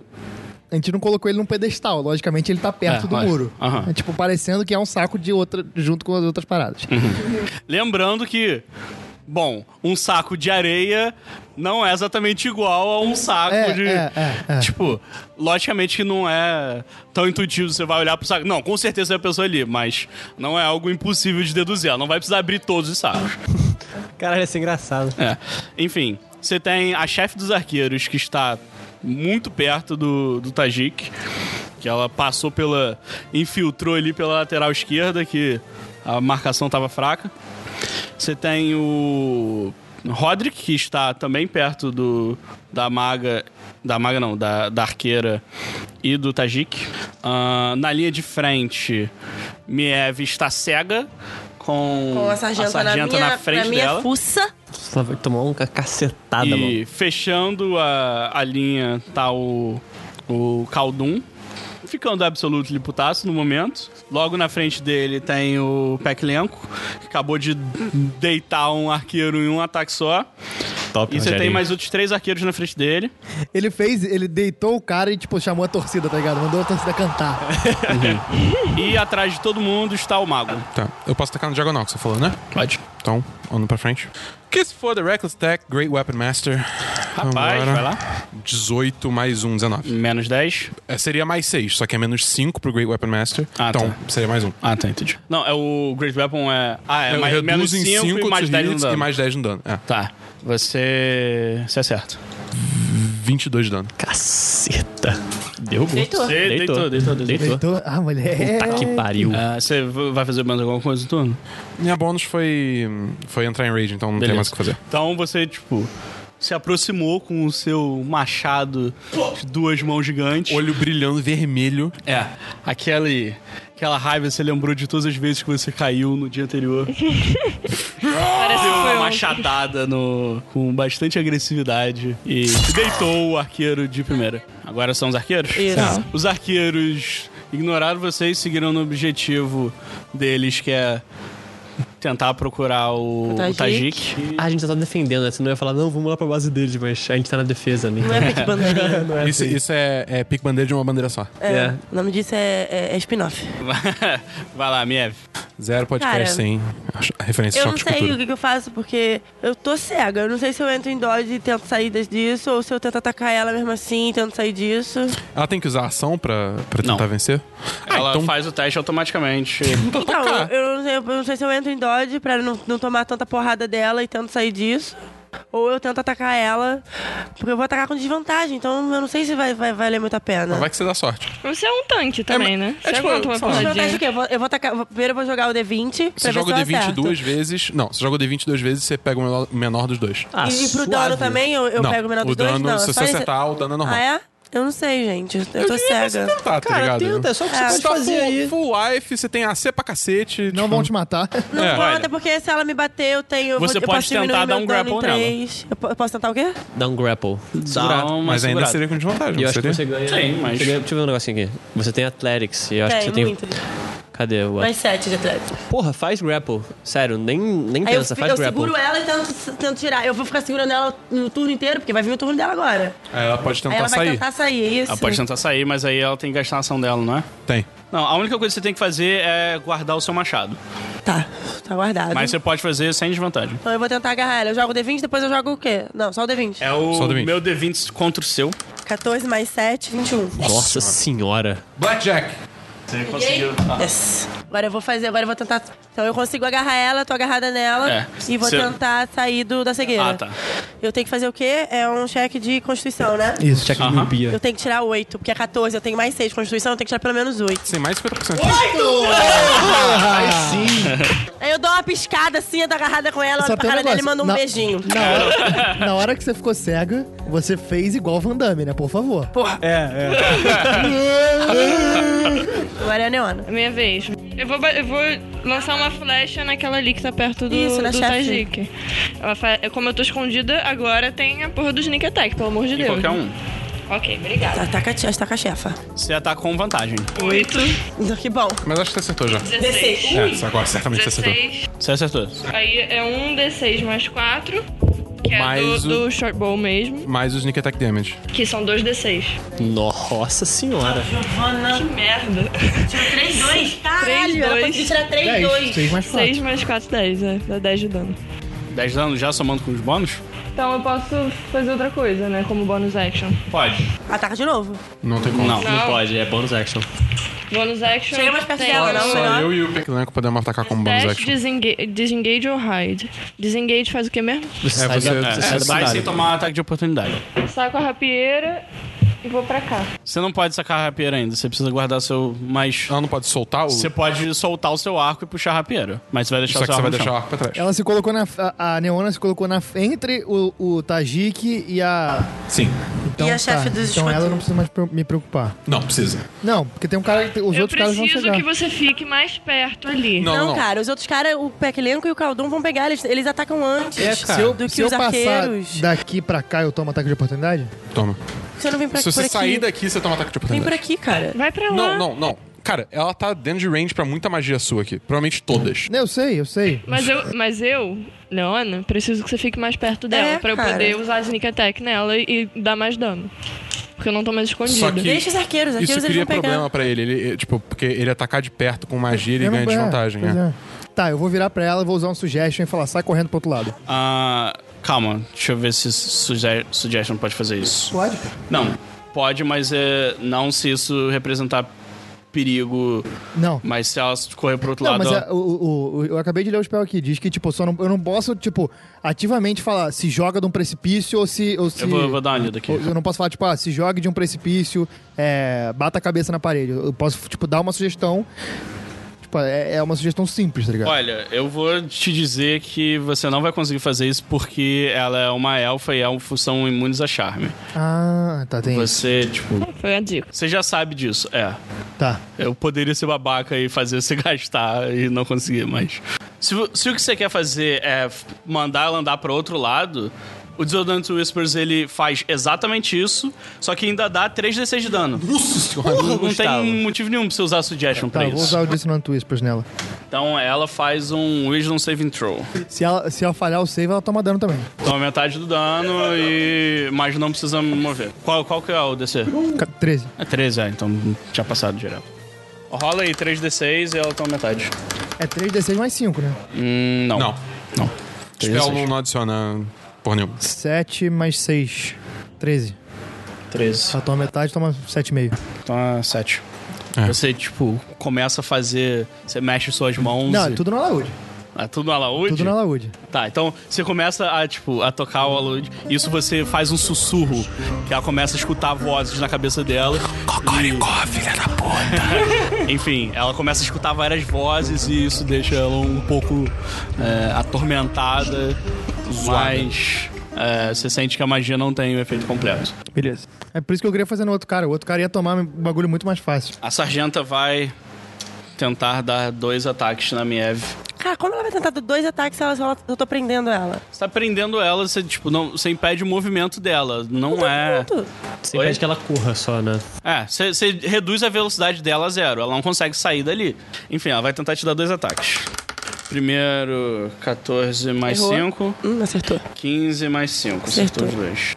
A gente não colocou ele num pedestal, logicamente ele tá perto
É,
do
lógico.
muro.
Aham.
É, tipo, parecendo que é um saco de outra, junto com as outras paradas.
Uhum. Lembrando que, bom, um saco de areia não é exatamente igual a um saco
É,
de.
é, é, é.
Tipo, logicamente que não é tão intuitivo você vai olhar pro saco. Não, com certeza é a pessoa ali, mas não é algo impossível de deduzir. Ela não vai precisar abrir todos os sacos.
Caralho, isso é engraçado.
É. Enfim, você tem a chefe dos arqueiros que está muito perto do, do Tajik, que ela passou pela. infiltrou ali pela lateral esquerda, que a marcação estava fraca. Você tem o. Roderick, que está também perto do da maga. Da maga não, da, da arqueira e do Tajik. Ah, na linha de frente, Miev está cega com,
Com a sargenta, na, minha,
frente
na minha
dela.
fuça.
Só vai tomar uma cacetada,
E
mano.
fechando a, a linha tá o, o Caldum, ficando absoluto liputaço no momento. Logo na frente dele tem o Peclenco, que acabou de deitar um arqueiro em um ataque só.
Top,
e você tem
Rogerinho.
mais outros três arqueiros na frente dele.
Ele fez, ele deitou o cara e, tipo, chamou a torcida, tá ligado? Mandou a torcida cantar.
Uhum. e atrás de todo mundo está o Mago.
Tá, eu posso tacar no diagonal que você falou, né?
Pode.
Então, andando pra frente. Kiss for the Reckless Tech, Great Weapon Master.
Rapaz,
Vambora.
vai lá.
18 mais 1, 19.
Menos 10?
seria mais 6, só que é menos 5 pro Great Weapon Master.
Ah,
então,
tá.
seria mais 1.
Ah, tá, entendi. Não, é o Great Weapon é. Ah, é
Eu
mais,
reduzo
menos
em
5
cinco
e mais
outros
10 no
hits e
dano.
mais 10 no dano. É.
Tá. Você. é Você acerta.
22 de dano.
Caceta. Derrubou.
Deitou. Você deitou, deitou, deitou.
Ah, mulher.
Puta que pariu.
Ah, Você v- vai fazer mais alguma coisa no turno?
Minha bônus foi, foi entrar em Rage, então não tem
Beleza.
mais o que fazer.
Então você, tipo, se aproximou com o seu machado de duas mãos gigantes.
Olho brilhando vermelho.
É. Aquela, aquela raiva você lembrou de todas as vezes que você caiu no dia anterior.
Ah,
Parece
Deu
que foi
uma
ontem.
machadada no, com bastante agressividade e deitou o arqueiro de primeira. Agora são os arqueiros?
Isso.
Tá. Os arqueiros ignoraram vocês e seguiram no objetivo deles, que é tentar procurar o, o Tajik.
Ah, a gente já tá defendendo, né? Você não ia falar, não, vamos lá pra base deles, mas a gente tá na defesa, né?
Não é pique bandeirinha.
Não é
isso,
assim.
isso é, é pique bandeira de uma bandeira só.
É, O nome disso é, é, é spin-off.
Vai lá, Miev.
Zero podcast
Cara,
sem a referência
Eu
de
não
choque de
sei o
cultura.
que, que eu faço, porque eu tô cega. Eu não sei se eu entro em dodge e tento sair des- disso, ou se eu tento atacar ela mesmo assim e tento sair disso.
Ela tem que usar ação pra, pra tentar vencer?
É,
Ah, então-
Ela faz o teste automaticamente.
tá
Então, eu, eu não sei, eu não sei se eu entro em dodge pra não, não tomar tanta porrada dela e tento sair disso. Ou eu tento atacar ela, porque eu vou atacar com desvantagem, então eu não sei se vai, vai valer muito a pena.
Mas vai é que você dá sorte.
Você é um tanque também, né? Você
tipo,
aguenta uma
Desvantagem
porradinha.
o quê? Eu vou, eu vou atacar, vou- primeiro eu vou jogar o D20 pra
um Você
ver
joga o
se eu
D20
acerto.
duas vezes. Não, você joga o D20 duas vezes e você pega o menor, o menor dos dois.
E- e pro dano também eu, eu
Ah, Não,
pego o menor dos
o
dois?
dano,
Não, é
se
só
você
esse-
acertar, o dano é normal.
Ah, é? Eu não sei, gente. Eu, tô
diria pra
cega. é
você tentar, tá ligado? tá full, full life, você tem AC pra cacete. tipo, Não
vão te matar.
Não conta, porque se ela me bater, eu tenho. eu vou-
É. Você
eu
pode
posso diminuir
tentar
meu
dar um
dano em
grapple nela.
três. Eu po- eu posso tentar o quê?
Dá um grapple.
Dá uma
Mas ainda segurada. seria com desvantagem,
E eu
não
acho que você
seria?
ganha.
Sim, mas-
você ganha- Deixa eu ver um negocinho aqui. Você tem Athletics e eu acho que
Tem,
você tem.
muito.
Cadê o.
Mais sete de atleta.
Porra, faz grapple. Sério, nem, nem
Aí eu,
pensa,
fi-
faz
eu
grapple.
seguro ela e tento, tento tirar. Eu vou ficar segurando ela no turno inteiro, porque vai vir o turno dela agora.
Aí ela pode
Aí ela vai tentar sair, é isso.
Ela Ah, pode tentar sair, mas aí ela tem que gastar a ação dela, não é?
Tem.
Não, a única coisa que você tem que fazer é guardar o seu machado.
Tá guardado.
Mas você pode fazer sem desvantagem.
Então eu vou tentar agarrar ela. Eu jogo o D20, depois eu jogo o quê? Não, só o D20.
É o
Só o D20.
meu D20 contra o seu.
14 mais 7, 21.
Nossa senhora.
Blackjack!
Você
conseguiu. Yes. Agora eu vou fazer, agora eu vou tentar. Então eu consigo agarrar ela, tô agarrada nela
É.
e vou
Cê-
tentar sair do, da cegueira.
Ah, tá.
Eu tenho que fazer o quê? É um cheque de constituição, né?
Isso, check de
Aham.
miopia.
Eu tenho que tirar 8, porque é 14, eu tenho mais 6 de constituição, eu tenho que tirar pelo menos 8.
Sem mais 50%.
Aí eu dou uma piscada assim, eu tô agarrada com ela,
Só
olho pra
tem um
cara dela e
negócio.
mando um
Na-
beijinho.
Na hora, na hora que você ficou cega, você fez igual Van Damme, né? Por favor.
Porra.
É,
Agora é a Neona.
Minha vez. Eu vou, ba- eu vou lançar uma flecha naquela ali que tá perto do,
Isso, na
do
chefe.
Tajik. é Ela fa... Como eu tô escondida, agora tem a porra do sneak attack, pelo amor de
Em
Deus.
qualquer um.
Ok, obrigada.
Ataca, ataca a chefa.
Você tá com vantagem.
Oito.
Então, Que bom.
Mas acho que você acertou já.
Dezesseis.
É, isso agora certamente você acertou.
Dezesseis.
Você acertou.
Aí é um D6 mais quatro. Que é
Mais
do,
o-
do short bow mesmo.
Mais o Sneak Attack Damage.
Que são dois D6.
Nossa senhora.
Giovana. Que merda. Tirou 3, 2.
Caralho, ela conseguiu tirar três, Dez. dois. Seis mais quatro.
6 mais 4, 10. É, dá 10 de dano.
10 anos já somando com os bônus?
Então eu posso fazer outra coisa, né? Como bônus action.
Pode.
Ataca de novo.
Não tem como.
Não, não Não.
pode, é bônus action.
Bônus action.
Chega mais perto
tem
dela, não,
Só
melhor.
eu e o Pequeno que podemos atacar com um bonus
Dash,
action.
desengage, disengage ou hide. Disengage faz o que mesmo?
É, você,
É,
você
sai
sai
sem tomar um ataque de oportunidade.
Saco a rapieira e vou pra cá.
Você não pode sacar a rapieira ainda, você precisa guardar seu mais.
Ela não pode soltar o.
Você pode soltar o seu arco e puxar a rapieira. Mas você vai deixar
Só
o seu
que você vai
arco no
deixar
chão.
o arco pra trás.
Ela se colocou na. A, a Neona se colocou na, entre o, o Tajik e a.
Sim.
Então,
E a chefe
tá.
dos
Então
esquadrões.
ela não precisa mais pre- me preocupar.
Não, precisa.
Não, porque tem um cara. Os
eu
outros caras vão
preciso
chegar.
que você fique mais perto ali.
Não, cara, os outros caras, o Peclenco e o Caldum vão pegar, eles, eles atacam antes
se eu,
do que
É, se eu
os
passar
arqueiros.
daqui pra cá, eu tomo ataque de oportunidade?
Toma.
Você não vem pra
Se
por
você
aqui.
sair né? daqui, você toma ataque de
Vem
oportunidade.
por aqui, cara.
Vai pra
Não, não, não. Cara, ela tá dentro de range pra muita magia sua aqui. Provavelmente todas.
Eu sei, eu sei.
Mas eu, mas eu, Leona, preciso que você fique mais perto dela
É,
pra eu
cara.
poder usar a sneak attack nela e dar mais dano. Porque eu não tô mais escondida.
Só que
Deixa os arqueiros,
isso
arqueiros eles
cria
vão pegar.
problema pra ele. ele. Tipo, porque ele atacar de perto com magia, ele
Eu
ganha
não- é,
desvantagem.
pois
é.
é. Tá, eu vou virar pra ela, vou usar um suggestion e falar, sai correndo pro outro lado.
Ah, calma, deixa eu ver se suge Suggestion pode fazer isso.
Pode?
Não, pode, mas é, não se isso representar perigo.
Não.
Mas se ela correr pro outro
Não,
lado.
mas
ela-
é, o, o- o- eu acabei de ler o spell aqui. Diz que, tipo, só não, eu não posso, tipo, ativamente falar se joga de um precipício ou se. Ou se
Eu vou- eu vou dar uma lida aqui.
ou- Eu não posso falar, tipo, ah, se jogue de um precipício, é, bata a cabeça na parede. Eu posso, tipo, dar uma sugestão. Tipo, é, é uma sugestão simples, tá ligado?
Olha, eu vou te dizer que você não vai conseguir fazer isso porque ela é uma elfa e elfos são imunes a charme.
Ah, tá, tem.
Você, tipo.
É, Foi a dica.
Você já sabe disso, é.
Tá.
Eu poderia ser babaca e fazer você gastar e não conseguir, mas. Se, vo- se o que você quer fazer é f- mandar ela andar para outro lado, o Disordant Whispers ele faz exatamente isso, só que ainda dá 3d6 de dano.
Nossa senhora,
não, não
Gustavo.
tem motivo nenhum pra você usar Suggestion
Tá,
pra
eu vou
isso.
usar o Dissonant Whispers nela.
Então ela faz um Wisdom Saving Throw.
Se ela, se ela falhar o save, ela toma dano também.
Toma metade do dano e. Mas não precisa mover. Qual, qual que é o DC?
Ca- 13.
É 13, é, então tinha passado geral. Rola aí 3d6 e ela toma metade.
É 3d6 mais 5, né?
Hum, não.
Não.
Não.
Spell não, não adiciona porra nenhuma.
7 mais 6. 13.
13.
Ela toma metade, toma 7,5.
Toma 7.
É.
Você, tipo, começa a fazer. Você mexe suas mãos.
Não,
e-
é tudo no alaúde.
É tudo no alaúde?
Tudo no alaúde.
Tá, então você começa a, tipo, a tocar o alaúde. Isso você faz um sussurro, que ela começa a escutar vozes na cabeça dela. Cocoricó, filha da puta! Enfim, ela começa a escutar várias vozes e isso deixa ela um pouco é, atormentada. Mas é, você sente que a magia não tem o efeito completo.
Beleza. É por isso que eu queria fazer no outro cara. O outro cara ia tomar um bagulho muito mais fácil.
A sargenta vai tentar dar dois ataques na Miev.
Cara, como ela vai tentar dar dois ataques se ela só eu tô prendendo ela?
Você tá prendendo ela, você, tipo, não, você impede o movimento dela. Não é.
Você impede que ela corra só, né?
É, você você reduz a velocidade dela a zero. Ela não consegue sair dali. Enfim, ela vai tentar te dar dois ataques. Primeiro, 14 mais
Errou.
5.
Hum, acertou.
15 mais 5. Acertou os dois.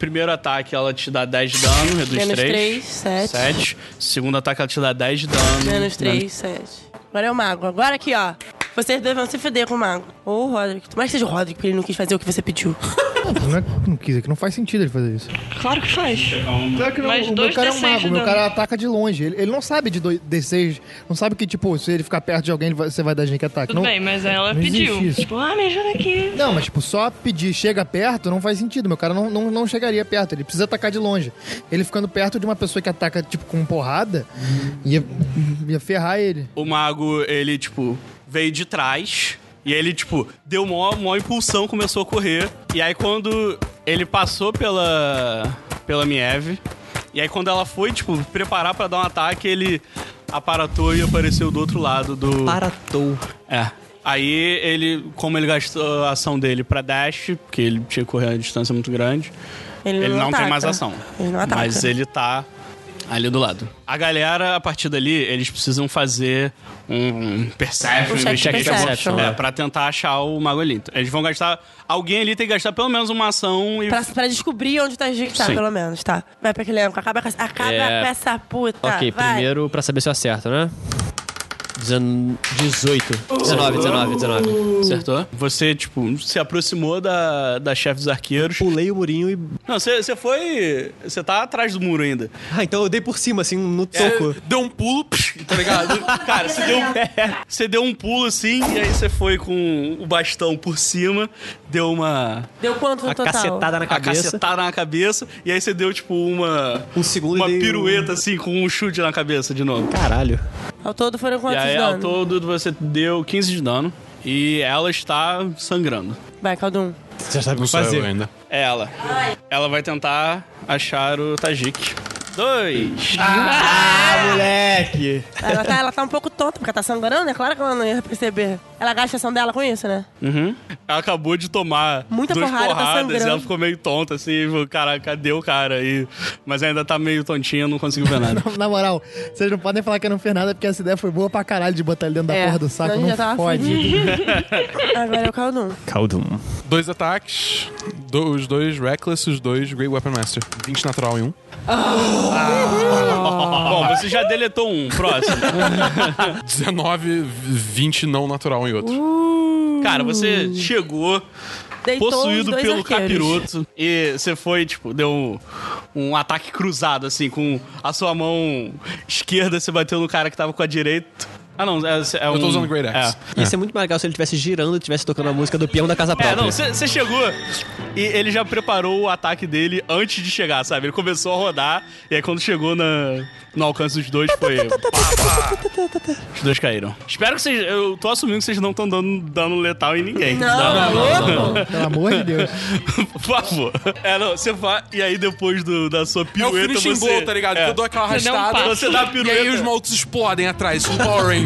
Primeiro ataque, ela te dá 10 de dano, reduz
Menos
3.
três, sete.
Segundo ataque, ela te dá 10 de dano.
Menos 3, 7. Agora é o mago. Agora aqui, ó. Vocês dois vão se fuder com o mago. Ou o Roderick. Tomara que seja o Roderick, porque ele não quis fazer o que você pediu.
Não é que não quis, é que não faz sentido ele fazer isso.
Claro que faz.
Claro que não,
Mas
o meu
dois
cara é um
D6
mago,
de
o meu
dano.
cara ataca de longe. Ele, ele não sabe de dois- D6, não sabe que, tipo, se ele ficar perto de alguém, ele vai- você vai dar gente que ataque.
Tudo
não,
bem, mas ela
não
pediu.
existe isso.
Tipo, ah, me ajuda aqui.
Não, mas tipo, só pedir chega perto não faz sentido. Meu cara não, não, não chegaria perto. Ele precisa atacar de longe. Ele ficando perto de uma pessoa que ataca, tipo, com porrada, ia, ia ferrar ele.
O mago, ele, tipo, veio de trás. E ele, tipo, deu mó, mó impulsão, começou a correr. E aí, quando ele passou pela. pela Mieve. E aí, quando ela foi, tipo, preparar pra dar um ataque, ele aparatou e apareceu do outro lado do.
Aparatou.
É. Aí ele, como ele gastou a ação dele pra dash, porque ele tinha que correr uma distância muito grande,
Ele não ataca. né?
tem mais ação.
Ele não ataca.
Mas ele tá ali do lado. A galera, a partir dali, eles precisam fazer um perception,
Um check de perception.
é, pra tentar achar o mago ali. Então, Eles vão gastar... Alguém ali tem que gastar pelo menos uma ação e...
Pra, pra descobrir onde tá que tá,
Sim.
pelo menos, tá? Vai pra aquele âncora, acaba com essa, acaba
É.
com essa puta.
ok,
Tá, vai.
primeiro pra saber se eu acerto, né? Dezen... 18.
Uh!
19, 19, 19.
Acertou? Você, tipo, se aproximou da, da chefe dos arqueiros.
Pulei o murinho e.
Não, você você foi. Você tá atrás do muro ainda.
Ah, então eu dei por cima, assim, no toco.
deu um pulo, psh, tá ligado? Cara, você deu, um você deu um pulo assim, e aí você foi com o bastão por cima, deu uma.
Deu quanto no
uma
total?
A cacetada na cabeça, e aí você deu, tipo, uma. Um segundo Uma pirueta, assim, com um chute na cabeça de novo.
Caralho.
Ao todo foram
E
quantos
aí,
danos?
ao todo, você deu 15 de dano, e ela está sangrando.
Vai, Caldum.
Você sabe
Não sou eu ainda.
É ela. Ela vai tentar achar o Tajik. Dois.
Ah,
moleque!
Ela tá, ela tá um pouco tonta, porque tá sangrando, é claro que ela não ia perceber. Ela gasta a ação dela com isso, né?
Uhum. Ela acabou de tomar
Muita
duas
porrada, tá
porradas e
sangrando.
ela ficou meio tonta, assim, tipo, cara, cadê o cara? E... Mas ainda tá meio tontinha, não conseguiu ver nada.
Na moral, vocês não podem falar que eu não fiz nada porque essa ideia foi boa pra caralho de botar ele dentro da porra do saco.
senão
Não
É, a gente já tava
pode.
fudido. Agora é o Caldum.
Caldum.
Dois ataques. do- os dois Reckless, os dois Great Weapon Master. 20 natural em um.
Bom, você já deletou um. Próximo.
19, 20 não natural em outro.
Uh.
Cara, você chegou
Deitou os
possuído
dois
pelo
arqueiros.
capiroto e você foi, tipo, deu um, um ataque cruzado, assim, com a sua mão esquerda, você bateu no cara que tava com a direita. Ah, não, é, é um...
Eu tô usando Great
Axe.
É.
Ia ser muito mais legal se ele estivesse girando e estivesse tocando a música do peão da casa
É,
própria.
não, você chegou e ele já preparou o ataque dele antes de chegar, sabe? Ele começou a rodar e aí quando chegou na, no alcance dos dois foi. Os dois caíram. Espero que vocês. Eu tô assumindo que vocês não estão dando dano letal em ninguém.
Não, tá louco? Pelo amor de Deus.
Por favor. É, não, você vai. E aí depois do- da sua pirueta.
finishing
você,
blow, tá ligado?
É.
Eu dou aquela
Você dá um
arrastada,
passo. Você dá a pirueta.
e aí os malucos explodem atrás, tipo Power Rangers.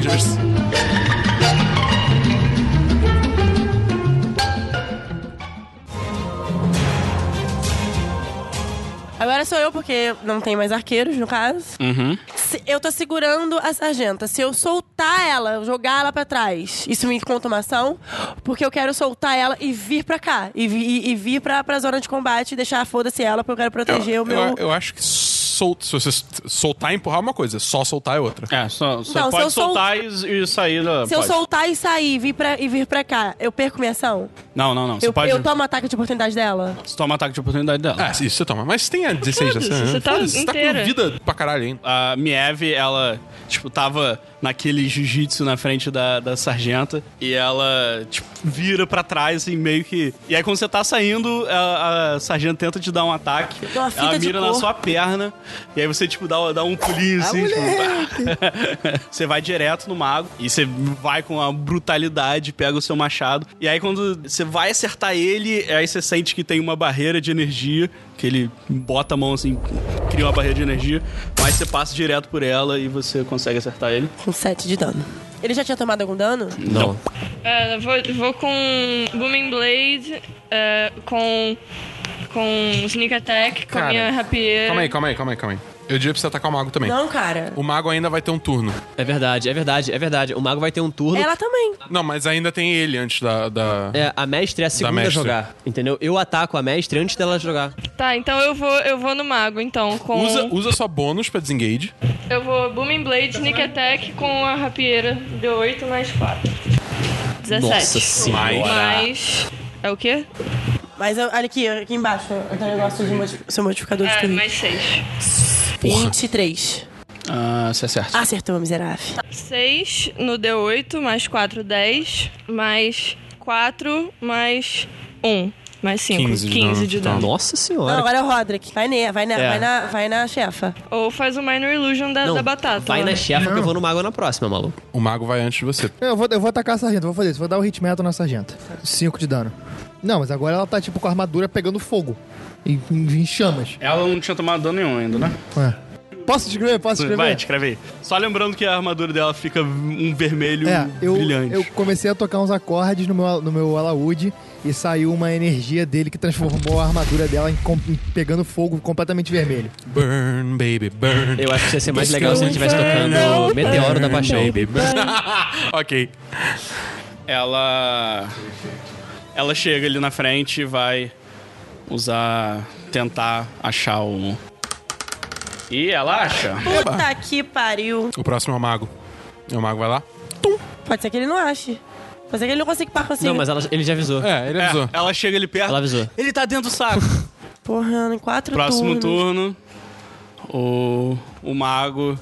Agora sou eu, porque não tem mais arqueiros, no caso.
Uhum.
Se- eu tô segurando a sargenta. Se eu soltar ela, jogar ela pra trás, isso me conta uma ação, porque eu quero soltar ela e vir pra cá. E, vi- e- e vir pra, pra zona de combate e deixar foda-se ela, porque eu quero proteger o meu.
Eu, eu acho que sol, se você soltar e empurrar é uma coisa, só soltar é outra.
É, só,
Então, se pode eu sol- soltar
e, sair da.
Se eu soltar e sair e vir pra, e vir pra cá, eu perco minha ação?
Não, não, não. Você
eu,
pode.
eu tomo ataque de oportunidade dela?
Você toma ataque de oportunidade dela.
Ah, isso você toma. Mas tem a 16 da
Foda-se, você tá
Você tá com
inteira.
vida pra caralho, hein?
A Mieve, ela, tipo, tava naquele jiu-jitsu na frente da, da sargenta e ela, tipo, vira pra trás, assim, meio que. E aí, quando você tá saindo, a, a sargenta tenta te dar um ataque.
Dá uma fita
ela
de
mira na
cor.
sua perna e aí você, tipo, dá, dá um
Ah,
pulinho, assim, tipo. Você vai direto no mago e você vai com a brutalidade, pega o seu machado. E aí, quando você vai acertar ele, aí você sente que tem uma barreira de energia, que ele bota a mão assim, cria uma barreira de energia, mas você passa direto por ela e você consegue acertar ele.
Com 7 de dano. Ele já tinha tomado algum dano?
Não.
É, eu vou, vou com Booming Blade, é, com. com Sneak Attack, com a
Cara,
minha rapieira.
Calma aí, calma aí, calma aí, calma aí. Eu diria pra você atacar o mago também.
Não, cara.
O mago ainda vai ter um turno.
É verdade, é verdade, é verdade. O mago vai ter um turno.
Ela também.
Não, mas ainda tem ele antes da. da...
É, a mestre é a segunda a
mestre.
jogar, entendeu? Eu ataco a mestre antes dela jogar.
Tá, então eu vou, eu vou no mago, então, com.
Usa, usa sua bônus pra desengage.
Eu vou Booming Blade,
Tá
Sneak Attack com a rapieira. Deu 8 mais 4. 17.
Nossa Senhora.
Mais. É o quê?
Mas eu, olha aqui, aqui embaixo, eu tenho um negócio de modifi- seu modificador de
É,
perigo.
mais 6.
23.
Ah, você acerta.
Acertou, miserável.
6 no D8, mais 4, 10. Mais 4, mais 1. Mais 5, 15, de dano. então.
então.
Nossa senhora.
Não, agora é o Roderick. Vai, ne, vai, ne,
É.
vai, na, vai na chefa.
Ou faz o Minor Illusion da,
Não,
da batata. né?
Vai
lá.
na chefa que eu vou no mago na próxima, maluco.
O mago vai antes de você.
Eu vou, eu vou atacar a sargento, vou fazer isso. Vou dar o hit metal na sargento. 5 de dano. Não, mas agora ela tá tipo com a armadura pegando fogo. Em, em chamas.
Ela não tinha tomado dano nenhum ainda, né?
É. Posso escrever? Posso escrever?
Vai, escreve aí. Só lembrando que a armadura dela fica um vermelho
É, eu,
brilhante.
eu comecei a tocar uns acordes no meu, no meu alaúde e saiu uma energia dele que transformou a armadura dela em, com- em pegando fogo completamente vermelho.
Burn, baby, burn.
Eu acho que ia ser mais legal se ele estivesse tocando Meteoro da Paixão.
Baby, burn. ok.
Ela. Ela chega ali na frente e vai usar. tentar achar o. E ela acha.
Puta que pariu.
O próximo é o mago. O mago vai lá.
Pode ser que ele não ache. Pode ser que ele não consiga parar consigo.
ele já avisou.
É, ele avisou.
ela chega ali perto.
Ela avisou.
Ele tá dentro do saco.
Porra, em quatro
Próximo
turnos.
turno. O. O mago.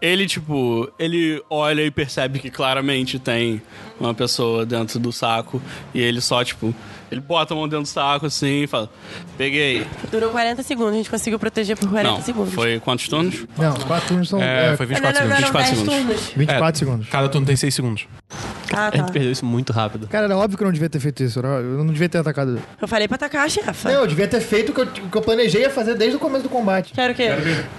Ele, tipo, ele olha e percebe que claramente tem uma pessoa dentro do saco. E ele só, tipo, ele bota a mão dentro do saco assim e fala: Peguei.
Durou 40 segundos, a gente conseguiu proteger por 40
Não,
segundos.
foi quantos turnos?
Não, quatro turnos são.
É, foi 24
Não, não, não,
segundos.
não, 24 dez segundos. turnos.
24 segundos.
Cada turno tem 6 segundos.
Ah, tá.
perdeu isso muito rápido.
Cara, era óbvio que eu não devia ter feito isso. era- Eu não devia ter atacado.
Eu falei pra atacar a chefa.
Não, eu devia ter feito o que eu, o que eu planejei a fazer desde o começo do combate.
Quero o quê?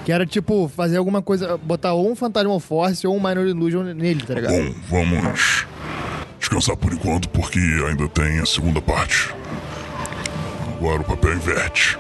Que era, tipo, fazer alguma coisa, botar ou um Phantasmal Force ou um Minor Illusion nele, tá ligado?
Bom, vamos descansar por enquanto porque ainda tem a segunda parte. Agora o papel inverte.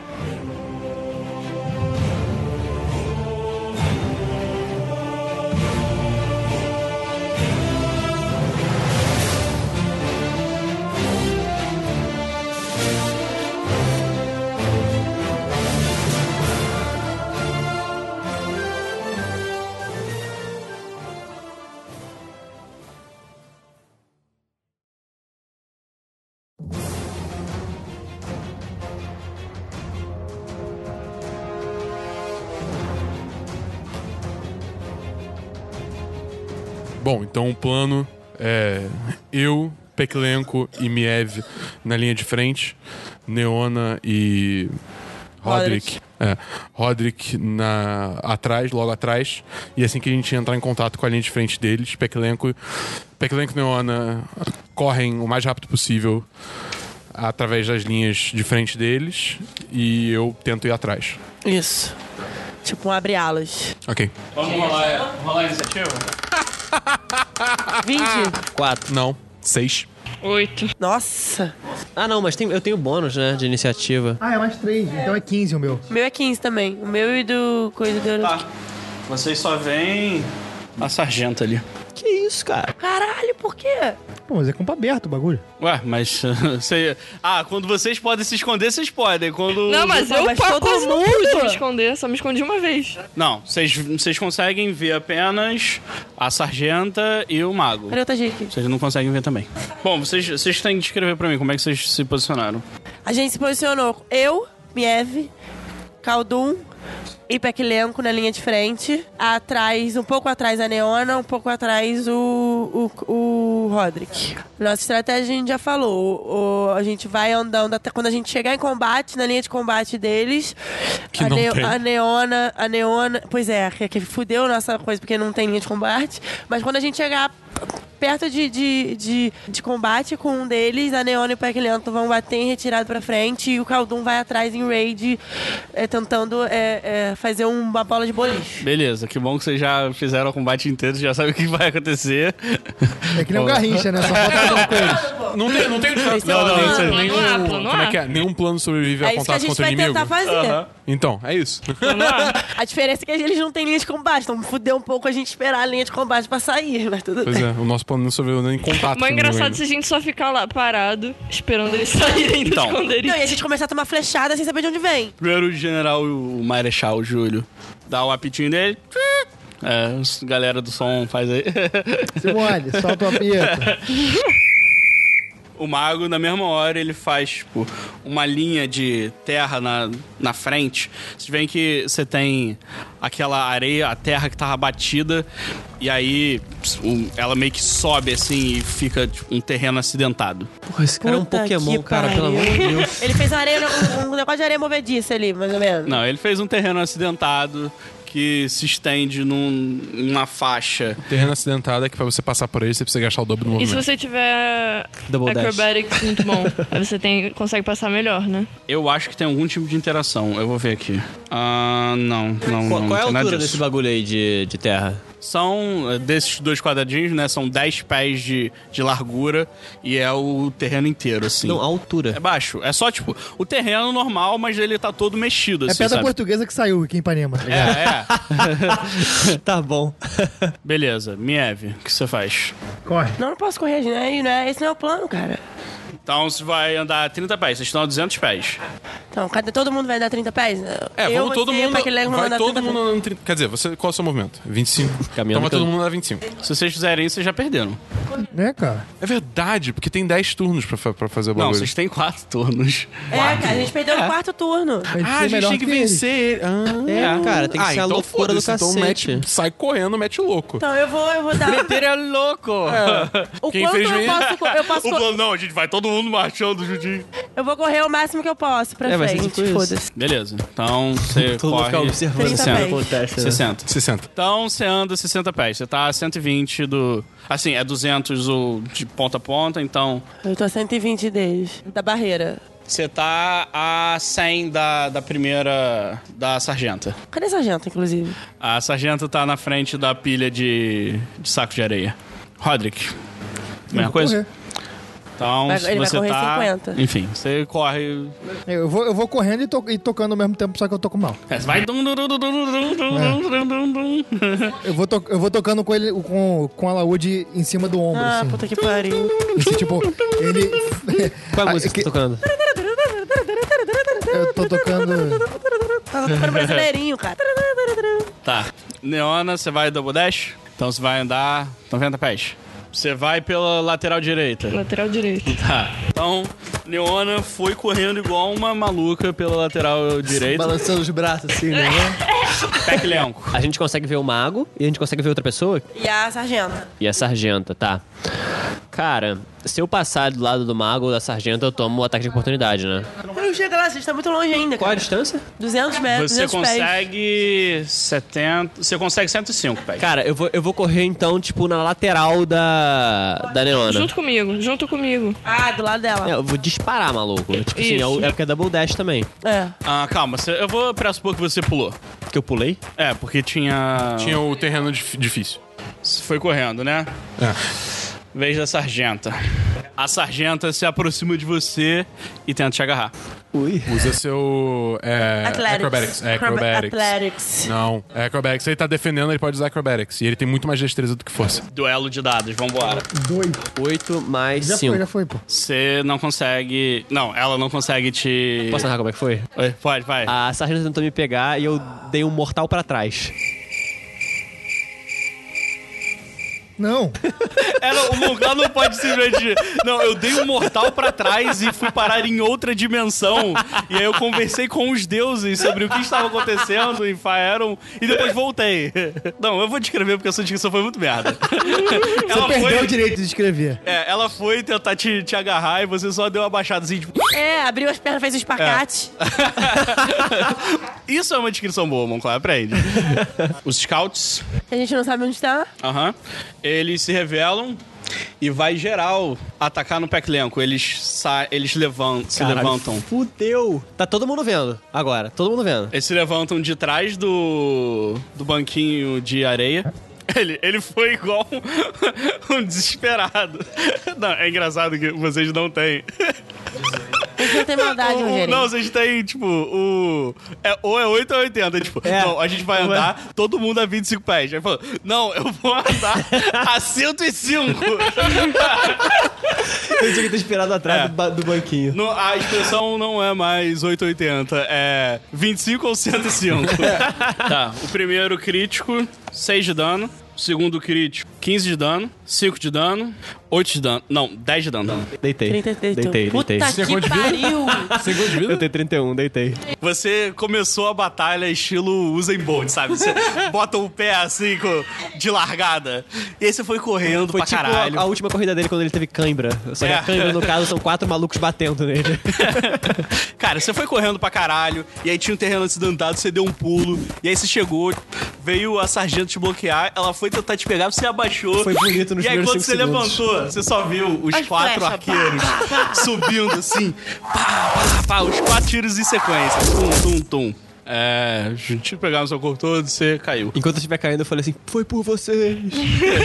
Bom, então o plano é eu, Peclenco e Miev na linha de frente, Neona e Roderick.
Roderick.
É, Roderick na, atrás, logo atrás. E assim que a gente entrar em contato com a linha de frente deles, Peclenco, Peclenco e Neona correm o mais rápido possível através das linhas de frente deles e eu tento ir atrás.
Isso. Tipo, um abre alas.
Ok.
Vamos rolar, rolar a iniciativa?
20.
Quatro.
Não. Seis.
Oito. Nossa.
Ah, não, mas tem- eu tenho bônus, né? De iniciativa.
Ah, é mais três. Então é 15 o meu.
O meu é 15 também. O meu e do coisa do...
Vocês só veem a sargenta ali.
Que isso, cara?
Caralho, por quê?
Pô, mas é campo aberto o bagulho.
Ué, mas. você- Ah, quando vocês podem se esconder, vocês podem. Quando.
Não, mas eu
Mas
quase
todo
quase não
mundo.
pude me esconder, só me escondi uma vez.
Não, vocês, vocês conseguem ver apenas a sargenta e o mago.
Cadê o Tajik?
Vocês não conseguem ver também. Bom, vocês, vocês têm que descrever pra mim como é que vocês se posicionaram.
A gente se posicionou. Eu, Mieve, Caldum e Pequilenco na linha de frente. Atrás, um pouco atrás a Neona, um pouco atrás o, o, o Roderick. Nossa estratégia a gente já falou. O- o- a gente vai andando até quando a gente chegar em combate, na linha de combate deles.
Que
a,
não tem.
a Neona, a Neona. Pois é, que, que fudeu nossa coisa porque não tem linha de combate. Mas quando a gente chegar perto de, de, de, de combate com um deles, a Neona e o Pequilento vão bater em retirado pra frente e o Caldum vai atrás em raid, é, tentando é, é, fazer uma bola de boliche.
Beleza, que bom que vocês já fizeram o combate inteiro, já sabem o que vai acontecer.
É que nem o Garrincha, né? Só falta fazer coisa.
Não tem, não tem
Não, não, não,
né?
não,
nenhum, como é que é? Nenhum plano sobrevive
É
a
isso que a
contato
gente
contra o
vai
inimigo.
tentar fazer. Aham.
Então, é isso.
A diferença é que eles não têm linha de combate, então fudeu um pouco a gente esperar a linha de combate pra sair, mas tudo
pois
bem.
é, o nosso plano não sobreviveu nem em contato.
Mas é
com o
engraçado
inimigo
se a gente só ficar lá parado, esperando eles saírem do esconderijo.
Não, e a gente começar a tomar flechada sem saber de onde vem.
Primeiro o general, o marechal, o Júlio. Dá o apitinho dele. É, os galera do som faz aí.
Simone, solta uma vinheta.
O mago, na mesma hora, ele faz, tipo, uma linha de terra na, na frente. Vocês veem que você tem aquela areia, a terra que tava batida, e aí o- ela meio que sobe assim e fica tipo, um terreno acidentado.
Porra, esse cara é um Pokémon, cara, pelo amor de Deus.
Ele fez uma areia, um, um negócio de areia movediça ali, mais ou menos.
Não, ele fez um terreno acidentado que que se estende num- numa faixa.
Terreno acidentado é que pra você passar por ele, você precisa gastar o dobro do
E se
movimento.
você tiver
Double dash.
acrobatics muito bom, aí você tem, consegue passar melhor, né?
Eu acho que tem algum tipo de interação. Eu vou ver aqui. Ah, não, não.
Qual-
não,
qual é a
tem nada
altura
disso.
desse bagulho aí de, de terra?
São eh, desses dois quadradinhos, né? São 10 pés de, de largura e é o terreno inteiro, assim. Não, a
altura.
É baixo. É só, tipo, o terreno normal, mas ele tá todo mexido,
É
assim.
pedra
sabe?
portuguesa que saiu aqui em Ipanema.
É, é.
tá bom.
Beleza, Mieve, o que você faz?
Corre.
Não, não posso correr, né? Não é- Esse não é o plano, cara.
Então você vai andar 30 pés, vocês estão a 200 pés.
Então, cadê? Todo mundo vai dar 30 pés?
É,
Eu,
vamos todo
você,
mundo.
Paquilego, vão
Vai
dar
todo
30
mundo andando 30. Quer dizer, você, qual é o seu movimento? 25.
Caminhando
então vai todo
pelo-
mundo andar 25.
Se vocês fizerem isso, vocês já perderam.
Né, cara?
É verdade, porque tem 10 turnos pra, fa- pra fazer o bagulho.
Não, vocês têm 4 turnos.
É, cara, a gente perdeu no quarto turno.
Ah, a gente tem que vencer ele. Ah,
É, cara, tem que
ah,
ser a
então
loucura do
foda-se, Então
cacete.
mete, sai correndo, mete o louco.
Então eu vou, eu vou dar. É.
Meter
é louco!
O quanto eu posso, co- eu posso co-
não, a gente vai todo mundo marchando juntinho.
Eu vou correr o máximo que eu posso
É,
pra frente. Foda-se.
Beleza. Então você
Todo mundo
corre
fica observando
60.
o que acontece, né?
60.
60.
Então você anda 60 pés. Você tá a 120 do... Assim, é 200 o de ponta a ponta, então...
Eu tô a 120 deles. Da barreira.
Você tá a 100 da, da primeira... Da sargenta.
Cadê essa janta, inclusive?
A sargenta tá na frente da pilha de, de saco de areia. Roderick, mesma
vou
coisa?
correr.
Então,
Vai-
se
ele vai
você
correr
tá...
50.
Enfim, você corre...
Eu vou, eu vou correndo e, to- e tocando ao mesmo tempo, só que eu tô com mal.
É, você vai... dum, dum, dum, dum, dum,
Uhum.
dum, dum, dum, dum.
Eu vou, to- eu vou tocando com ele, com, com a Laúde em cima do ombro,
Ah,
assim.
puta que pariu.
Esse, tipo, ele...
Qual é a música que você tá tocando?
Eu tô tocando...
Tava tocando brasileirinho, cara.
Tá. Neona, você vai double dash? Então você vai andar 90 pés. Você vai pela lateral direita.
Lateral direito.
Tá. Então, Neona foi correndo igual uma maluca pela lateral direita.
Balançando os braços assim, né?
Peck Leonco.
A gente consegue ver o mago e a gente consegue ver outra pessoa?
E a sargenta.
E a sargenta, tá. Cara, se eu passar do lado do mago ou da sargenta, eu tomo o ataque de oportunidade, né?
Eu chego lá, vocês estão muito longe ainda. Qual
a distância?
200 metros,
Você
200 É, pés.
consegue 70. Você consegue 105 pés.
Cara, eu vou, eu vou correr então, tipo, na lateral da, da Neona.
Junto comigo, junto comigo.
Ah, do lado dela.
É, eu vou disparar, maluco. Tipo assim, é, o-
Isso.
é porque é double dash também.
É.
Ah, calma, você- eu vou pressupor que você pulou.
Que eu pulei?
É, porque tinha.
Tinha o terreno dif- difícil. É.
Você foi correndo, né? Vez da sargenta. A sargenta se aproxima de você e tenta te agarrar.
Ui.
Usa seu. É,
Athletics.
Acrobatics. É,
Acroba-
acrobatics.
athletics.
Não, é acrobatics. Ele tá defendendo, ele pode usar acrobatics. E ele tem muito mais destreza do que força.
Duelo de dados, vambora.
Dois.
Oito mais
Já foi,
cinco.
já foi, pô.
Você não consegue. Não, ela não consegue te.
Posso narrar como é que foi?
Oi, pode, vai.
A sargenta tentou me pegar e eu dei um mortal pra trás.
Não.
Ela, o Mongal não pode simplesmente. Não, eu dei um mortal pra trás e fui parar em outra dimensão. E aí eu conversei com os deuses sobre o que estava acontecendo em Faeron e depois voltei. Não, eu vou descrever porque a sua descrição foi muito merda.
Você perdeu o direito de escrever.
É, ela foi tentar te, te agarrar e você só deu uma baixada assim, tipo.
É, abriu as pernas, fez o espacate.
Isso é uma descrição boa, Monclar, aprende. Os scouts
É.
A gente não sabe onde tá.
Aham. Eles se revelam e vai geral atacar no Peclenco. Eles sa eles levan se
Caralho,
levantam.
Fudeu! Tá todo mundo vendo agora, todo mundo vendo.
Eles se levantam de trás do, do banquinho de areia. Ele, ele foi igual um, um desesperado. Não, é engraçado que vocês não têm.
Eles não têm maldade,
O- o-
Rogério.
não, vocês têm, tipo, o. é- ou é 8 ou 80. Tipo, não, a gente vai
é.
andar todo mundo é a 25 pés. Aí falou, não, eu vou andar a 105.
Eu tinha que ter esperado atrás do, ba- do banquinho.
No- É. a expressão não é mais 880, é 25 ou
É.
105. tá, o primeiro crítico, 6 de dano. O segundo crítico, 15 de dano, 5 de dano, 8 de dano. Não, 10 de dano.
Deitei. Deitei,
então.
deitei.
Você
Segundo de vida? Segundo de vida? Eu tenho 31, deitei.
Você começou a batalha estilo Usain Bolt, sabe? Você bota o pé assim com- de largada. E aí você foi correndo
Foi
pra
tipo
caralho.
a, a última corrida dele quando ele teve cãibra. Só que
É.
a cãibra, no caso, são quatro malucos batendo nele.
Cara, você foi correndo pra caralho, e aí tinha um terreno acidentado, você deu um pulo, e aí você chegou, veio a sargento te bloquear, ela foi tentar te pegar, você abaixou.
Foi bonito nos
E aí
primeiros
quando você
cinco segundos.
levantou, você só viu os
As
quatro
flechas,
arqueiros subindo assim, pá, pá, pá, os quatro tiros em sequência. Tum, tum, tum. É, a gente pegar no seu corpo todo, você caiu.
Enquanto eu estiver caindo, eu falei assim: foi por vocês.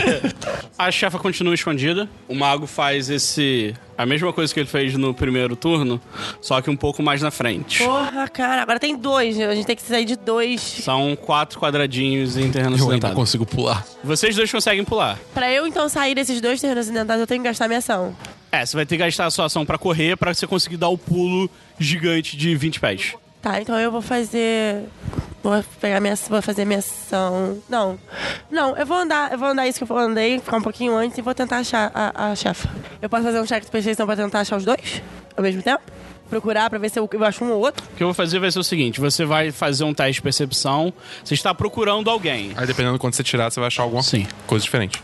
A chefa continua escondida. O mago faz esse. a mesma coisa que ele fez no primeiro turno, só que um pouco mais na frente.
Porra, cara, agora tem dois. A gente tem que sair de dois.
São quatro quadradinhos em terreno
Eu
acidentado.
ainda consigo pular.
Vocês dois conseguem pular.
Pra eu, então, sair desses dois terrenos acidentais, eu tenho que gastar minha ação.
É, você vai ter que gastar a sua ação pra correr pra você conseguir dar o pulo gigante de 20 pés.
Tá, então eu vou fazer... Vou pegar minha... Vou fazer minha ação... Não. Não, eu vou andar. Eu vou andar isso que eu andei, ficar um pouquinho antes e vou tentar achar a, a chefa. Eu posso fazer um check de percepção pra tentar achar os dois? Ao mesmo tempo? Procurar pra ver se eu, eu acho um ou outro?
O que eu vou fazer vai ser o seguinte: você vai fazer um teste de percepção, você está procurando alguém.
Aí dependendo do quanto você tirar, você vai achar alguma coisa diferente.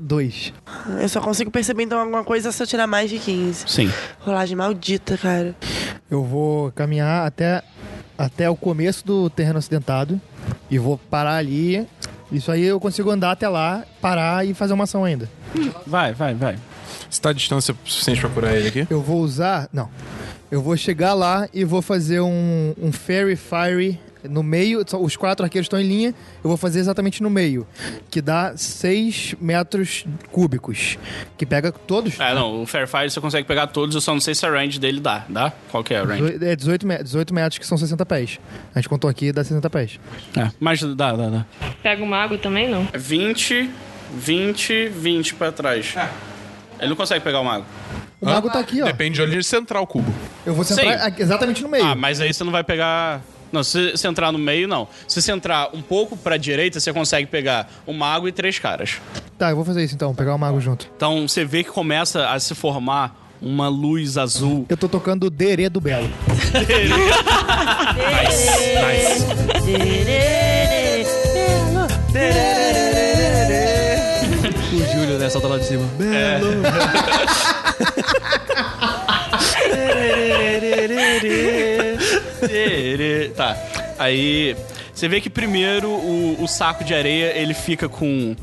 Dois.
Eu só consigo perceber, então, alguma coisa se eu tirar mais de 15.
Sim.
Rolagem maldita, cara.
Eu vou caminhar até, até o começo do terreno acidentado e vou parar ali. Isso aí eu consigo andar até lá, parar e fazer uma ação ainda.
Vai, vai, vai.
Você tá à distância suficiente pra curar ele aqui?
Eu vou usar. Não. Eu vou chegar lá e vou fazer um, um Fairy Fire no meio. Só Os quatro arqueiros estão em linha. Eu vou fazer exatamente no meio. Que dá 6 metros cúbicos. Que pega todos.
É, não, o Fairfire você consegue pegar todos, eu só não sei se a range dele dá, dá? Qual que é a range?
Dezo- É 18, me- 18 metros, que são 60 pés. A gente contou aqui, dá 60 pés.
É, mas dá, dá, dá.
Pega o mago também, não?
20, 20, 20 pra trás.
É.
Ele não consegue pegar o mago.
O mago tá aqui, ó.
Ah, Depende de onde central o cubo.
Eu vou centrar
Sim.
aqui- exatamente no meio.
Ah, mas aí você não vai pegar. Não, se você entrar no meio, não. Se você entrar um pouco pra direita, você consegue pegar o mago e três caras.
Tá, eu vou fazer isso então, pegar o mago junto.
Então você vê que começa a se formar uma luz azul.
Eu tô tocando o Derê do Belo.
O Júlio, né? Solta lá de cima.
É.
Belo.
Tererê. tá. Aí você vê que primeiro o, o saco de areia ele fica com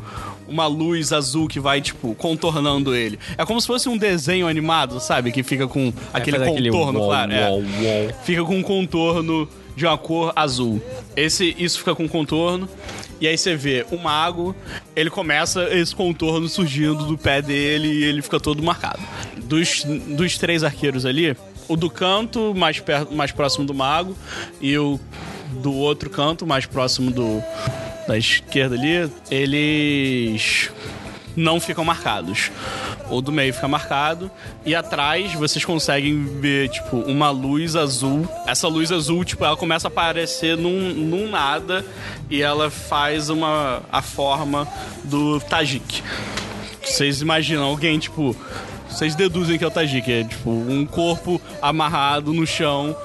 uma luz azul que vai, tipo, contornando ele. É como se fosse um desenho animado, sabe? Que fica com aquele
É, faz aquele
contorno,
uou,
claro. é.
uou, uou.
Fica com um contorno de uma cor azul. Esse, isso fica com um contorno. E aí você vê o mago, ele começa esse contorno surgindo do pé dele e ele fica todo marcado. Dos, dos três arqueiros ali, o do canto, mais, perto, mais próximo do mago, e o do outro canto, mais próximo do da esquerda ali, eles não ficam marcados. O do meio fica marcado. E atrás vocês conseguem ver, tipo, uma luz azul. Essa luz azul, tipo, ela começa a aparecer num, num nada e ela faz uma a forma do Tajik. Vocês imaginam alguém, tipo. Vocês deduzem que é o Tajik. É tipo um corpo amarrado no chão,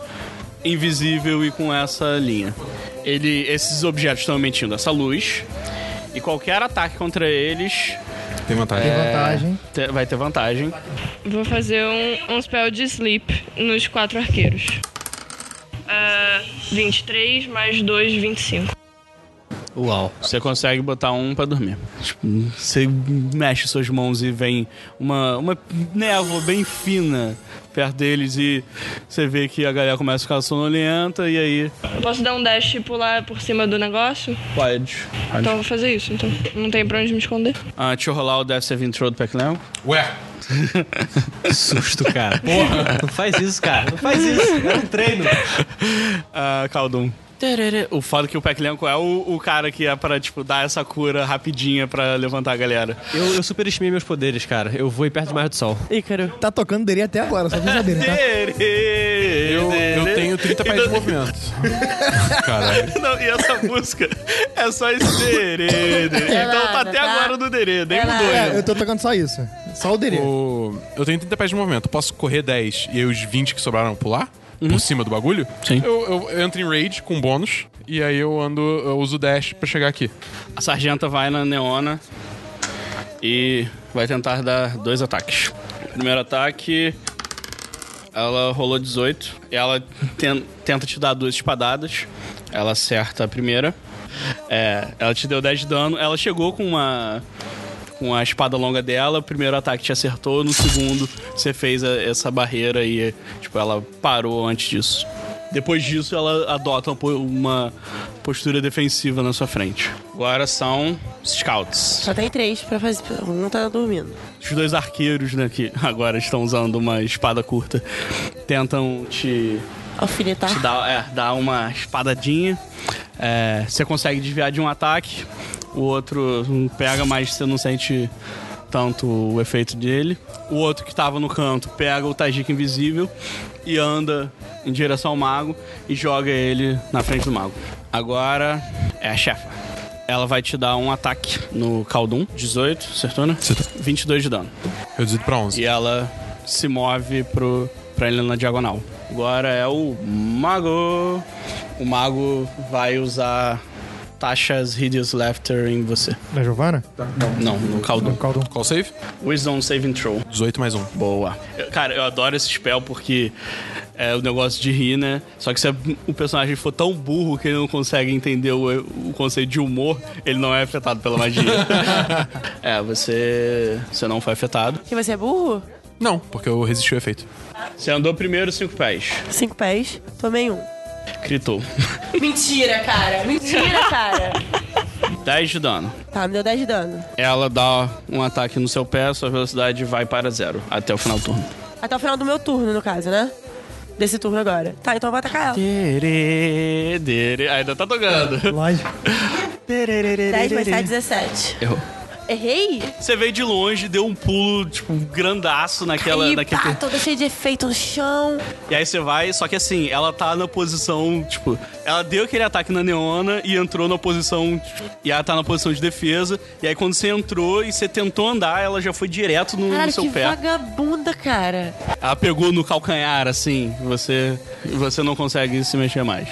invisível e com essa linha. Ele, esses objetos estão emitindo essa luz. E qualquer ataque contra eles É,
Tem vantagem.
Tem vantagem.
te- vai ter vantagem.
Vou fazer um, um spell de sleep nos quatro arqueiros. Ah, 23 mais 2, 25.
Uau. Você consegue botar um pra dormir. Tipo, Você mexe suas mãos e vem uma, uma névoa bem fina perto deles e você vê que a galera começa a ficar sonolenta e aí.
Eu posso dar um dash e pular por cima do negócio?
Pode.
Então eu vou fazer isso, então. Não tem pra onde me esconder.
Ah, deixa eu rolar o Death Saving Throw do Pac-Man.
Ué!
que susto, cara.
Porra, não faz isso, cara. Não faz isso. É um treino.
Ah, Caldum. Tererê. O foda é que o Pac Lenco é o, o cara que é pra, tipo, dar essa cura rapidinha pra levantar a galera.
Eu, eu superestimei meus poderes, cara. Eu vou e perto demais do sol.
né, Ícaro. Tá tocando Derê até agora, só pra saber, tá?
Tererê.
eu, eu tenho 30 pés de movimento. Caralho.
Não, e essa música é só esse derê, derê.
É
Então tá
nada,
até
tá?
agora no derê, nem mudou.
É,
né?
eu tô tocando só isso. Só o dele.
O- Eu tenho 30 pés de movimento. Eu posso correr 10 e aí os 20 que sobraram pular? Por cima do bagulho? Sim. Eu, eu entro em raid com bônus e aí eu ando, eu uso o dash pra chegar aqui.
A sargenta vai na neona e vai tentar dar dois ataques. Primeiro ataque, ela rolou 18. Ela ten- tenta te dar duas espadadas. Ela acerta a primeira. É, ela te deu 10 de dano. Ela chegou com uma com a espada longa dela. O primeiro ataque te acertou, no segundo você fez a- essa barreira e tipo ela parou antes disso. Depois disso, ela adota uma po- uma postura defensiva na sua frente. Agora são scouts.
Só tem três pra fazer. Um tá dormindo.
Os dois arqueiros, né, que agora estão usando uma espada curta, tentam te.
Alfinetar.
Te dar, é, dar uma espadadinha. É, você consegue desviar de um ataque, o outro um pega, mas você não sente tanto o efeito dele. O outro que tava no canto pega o Tajik invisível e anda em direção ao mago e joga ele na frente do mago. Agora é a chefa. Ela vai te dar um ataque no Caldum. 18, acertou, né? 22 de dano.
Reduzido pra 11.
E ela se move pro, pra ele na diagonal. Agora é o Mago. O Mago vai usar Tasha's Hideous Laughter em você.
Na Giovana?
Não, no Caldum.
Caldum.
Qual save?
Wisdom Saving Throw.
18 mais 1.
Boa. Eu- Cara, eu adoro esse spell porque é o negócio de rir, né? Só que se o personagem for tão burro que ele não consegue entender o, o conceito de humor, ele não é afetado pela magia. é, você. Você não foi afetado.
Que você é burro?
Não, porque eu resisti o efeito.
Você andou primeiro cinco pés.
Cinco pés, tomei um.
Critou.
Mentira, cara. Mentira, cara.
10 de dano.
Tá, me deu 10 de dano.
Ela dá um ataque no seu pé, sua velocidade vai para zero até o final do turno.
Até o final do meu turno, no caso, né? Desse turno agora. Tá, então eu vou atacar ela.
É.
Dere, dere. Ainda tá tocando.
Lógico.
10 mais 7, 17.
Errou.
Errei?
Você veio de longe, deu um pulo, tipo, um grandaço naquela.
Ih,
naquele...
pá, toda cheia de efeito no chão.
E aí você vai, só que assim, ela tá na posição, tipo, ela deu aquele ataque na Neona e entrou na posição. tipo, e ela tá na posição de defesa. E aí quando você entrou e você tentou andar, ela já foi direto no, no
Caralho,
Hum, seu
que
pé.
vagabunda, cara.
Ela pegou no calcanhar, assim, você você não consegue se mexer mais.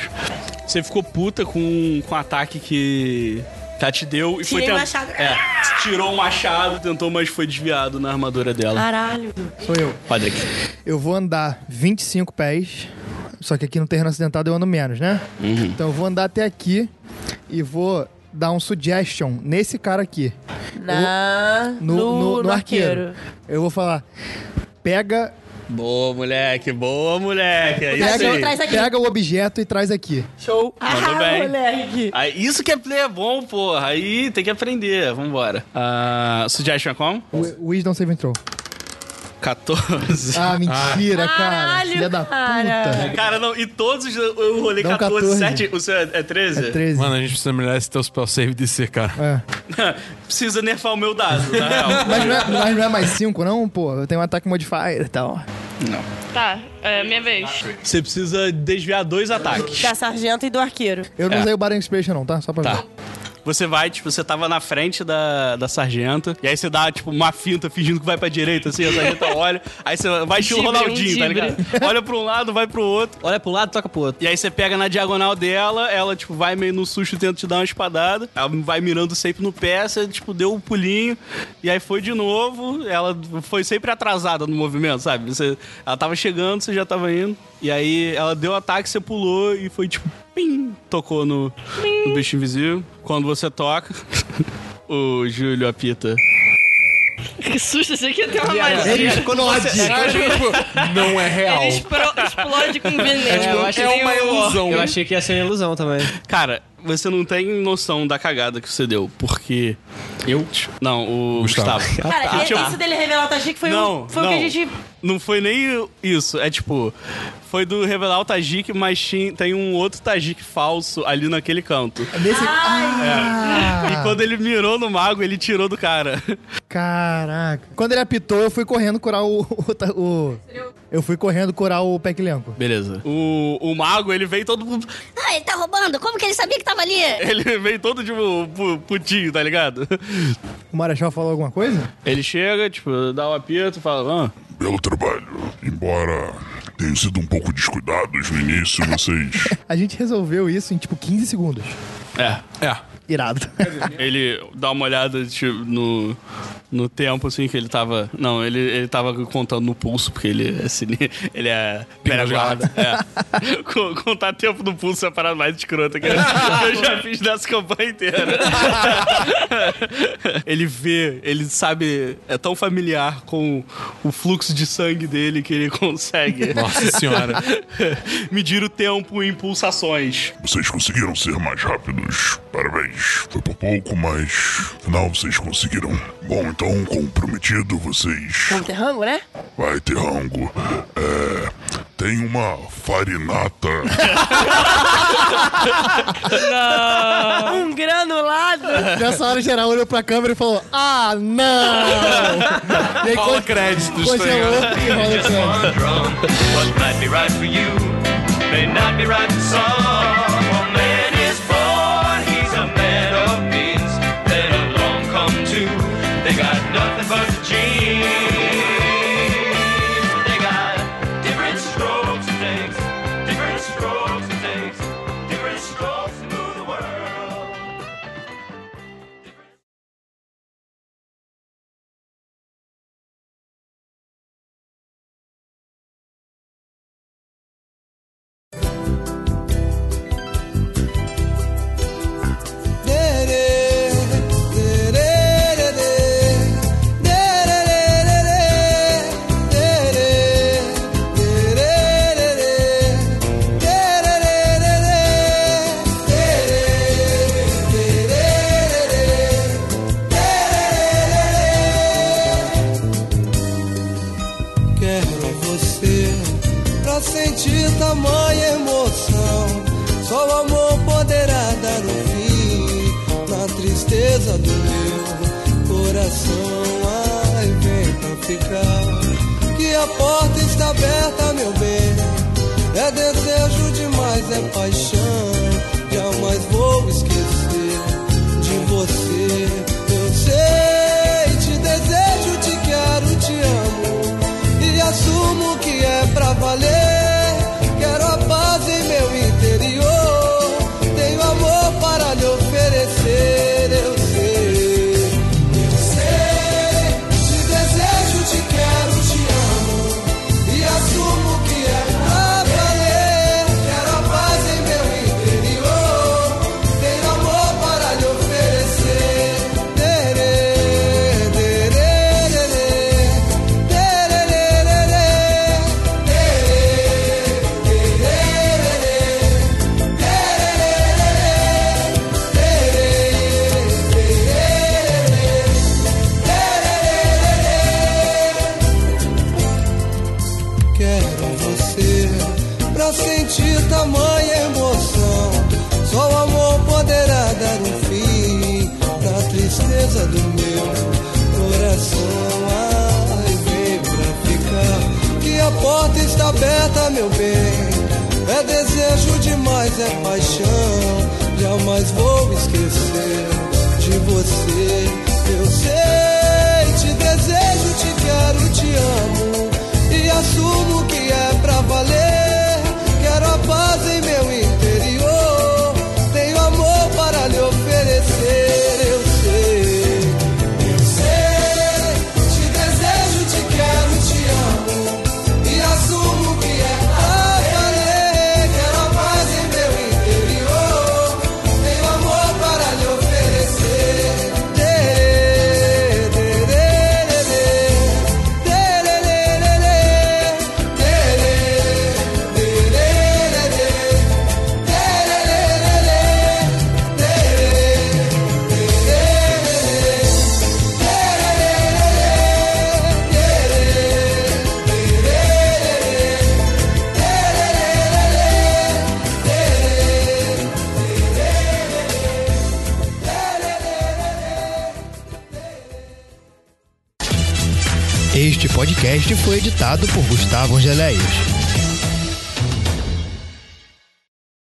Você ficou puta com, com o ataque que, que ela te deu e
Tirei
foi
o
tent-
machado.
É, tirou o machado, tentou, mas foi desviado na armadura dela.
Caralho.
Sou eu.
Patrick.
Eu vou andar 25 pés. Só que aqui no terreno acidentado eu ando menos, né?
Uhum.
Então eu vou andar até aqui e vou dar um suggestion nesse cara aqui.
Na...
No, no, no arqueiro. Eu vou falar: pega,
Boa, moleque, boa, moleque. É isso
pega,
aí.
pega o objeto e traz aqui.
Show.
Ah,
Mandou bem.
moleque.
Aí, isso que é player bom, porra. Aí tem que aprender. Vambora. Ah, suggestion é como?
Wi- Wisdom Saving Throw.
14.
Ah, mentira, cara.
Caralho,
Filha da
cara.
puta.
Cara, não, e todos os- eu rolei
Dá um
14,
14.
7, o seu é, é 13?
Mano, a gente precisa melhorar esse teu spell save de ser, cara.
Precisa nerfar o meu dado, na real.
Mas não, é, mas não é mais 5, não? Pô, eu tenho um ataque modifier e tal.
Não.
Tá, é minha vez.
Você precisa desviar dois ataques.
Da sargento e do arqueiro.
Eu não
É.
usei o Baron Inspiration, não, tá? Só pra
Tá. Você vai, tipo, você tava na frente da, da sargento, e aí você dá, tipo, uma finta fingindo que vai pra direita, assim, a sargento olha, aí você vai
Tibre,
estilo
um
Ronaldinho, tá
tibre.
ligado? Olha pra um lado, vai pro outro. Olha pra um lado, toca pro outro. E aí você pega na diagonal dela, ela, tipo, vai meio no susto, tenta te dar uma espadada, ela vai mirando sempre no pé, você, tipo, deu um pulinho, e aí foi de novo, ela foi sempre atrasada no movimento, sabe? Você, ela tava chegando, você já tava indo, e aí ela deu o ataque, você pulou, e foi, tipo, pim, tocou no, no bicho invisível. Quando você toca, o Júlio apita.
Que susto, isso aqui é até uma
Yeah,
magia.
ele explode.
é
tipo
não é
Ele espro- explode com um veneno.
É, eu achei- é uma
ilusão.
Eu
achei que ia ser ilusão também.
Cara, Você não tem noção da cagada que você deu, porque. Eu? Não, o Gustavo.
Cara,
Ah, tipo,
isso dele revelar o Tajik foi,
não,
um, foi
não,
o que a gente.
Não foi nem isso. É tipo. Foi do revelar o Tajik, mas tin- tem um outro Tajik falso ali naquele canto. É. E quando ele mirou no mago, ele tirou do cara.
Caraca. Quando ele apitou, eu fui correndo curar o. o ta- o- eu fui correndo curar o Pequilenco.
Beleza. O, o mago, ele veio todo.
Ah, ele tá roubando. Como que ele sabia que tava ali?
Ele veio todo, tipo, pu- putinho, tá ligado?
O Marechal falou alguma coisa?
Ele chega, tipo, dá o apito, fala. Ah,
Belo trabalho. Embora tenham sido um pouco descuidados no início, vocês.
A gente resolveu isso em tipo 15 segundos.
É. É.
Irado.
Ele dá uma olhada tipo, no, no tempo, assim, que ele tava. Não, ele, ele tava contando no pulso, porque ele é sininho. Ele é. Pera guarda. É. Co- Contar tempo no pulso é a parada mais escrota que eu, que eu já fiz nessa campanha inteira. ele vê, ele sabe. É tão familiar com o fluxo de sangue dele que ele consegue.
Nossa senhora.
Medir o tempo em pulsações.
Vocês conseguiram ser mais rápidos. Parabéns. Foi por pouco, mas. Afinal, vocês conseguiram. Bom, então, comprometido, vocês.
Vamos ter rango, né?
Vai ter rango. É. Tem uma farinata.
Não. Um granulado.
Nessa hora, o geral olhou pra câmera e falou: Ah, não! E aí,
Rola
quando-
créditos,
Pois é, outro que rola crédito.
What might be right for you may not be right for some. Man is born, he's a man of means. Then along come two, they got nothing but the genes. They got different strokes and things, different strokes and things, different strokes to move the world.
Quero você pra sentir tamanha emoção. Só o amor poderá dar um fim na tristeza do meu coração. Ai, vem pra ficar. Que a porta está aberta, meu bem. É desejo demais, é paixão. Jamais vou esquecer de você. Eu sei, te desejo, te quero, te amo e assumo que é pra valer. Quero a paz em meu interior, tenho amor para lhe oferecer. Eu sei, eu sei, te desejo, te quero, te amo e assumo que é pra valer. Quero a paz em meu interior, tenho amor para lhe oferecer. Terê, terê, terê. Quero você pra sentir tamanha emoção. Só o amor poderá dar um fim na tristeza do meu coração. Ai, vem pra ficar, que a porta está aberta, meu bem. É desejo demais, é paixão. Jamais vou esquecer de você. Eu sei, te desejo, te quero, te amo e assumo que é pra valer. Quero a paz em meu interior, tenho amor para lhe oferecer. Eu sei, eu sei, te desejo, te quero, te amo e assumo que é pra valer. Quero a paz em meu interior.
Este podcast foi editado por Gustavo Angeléias.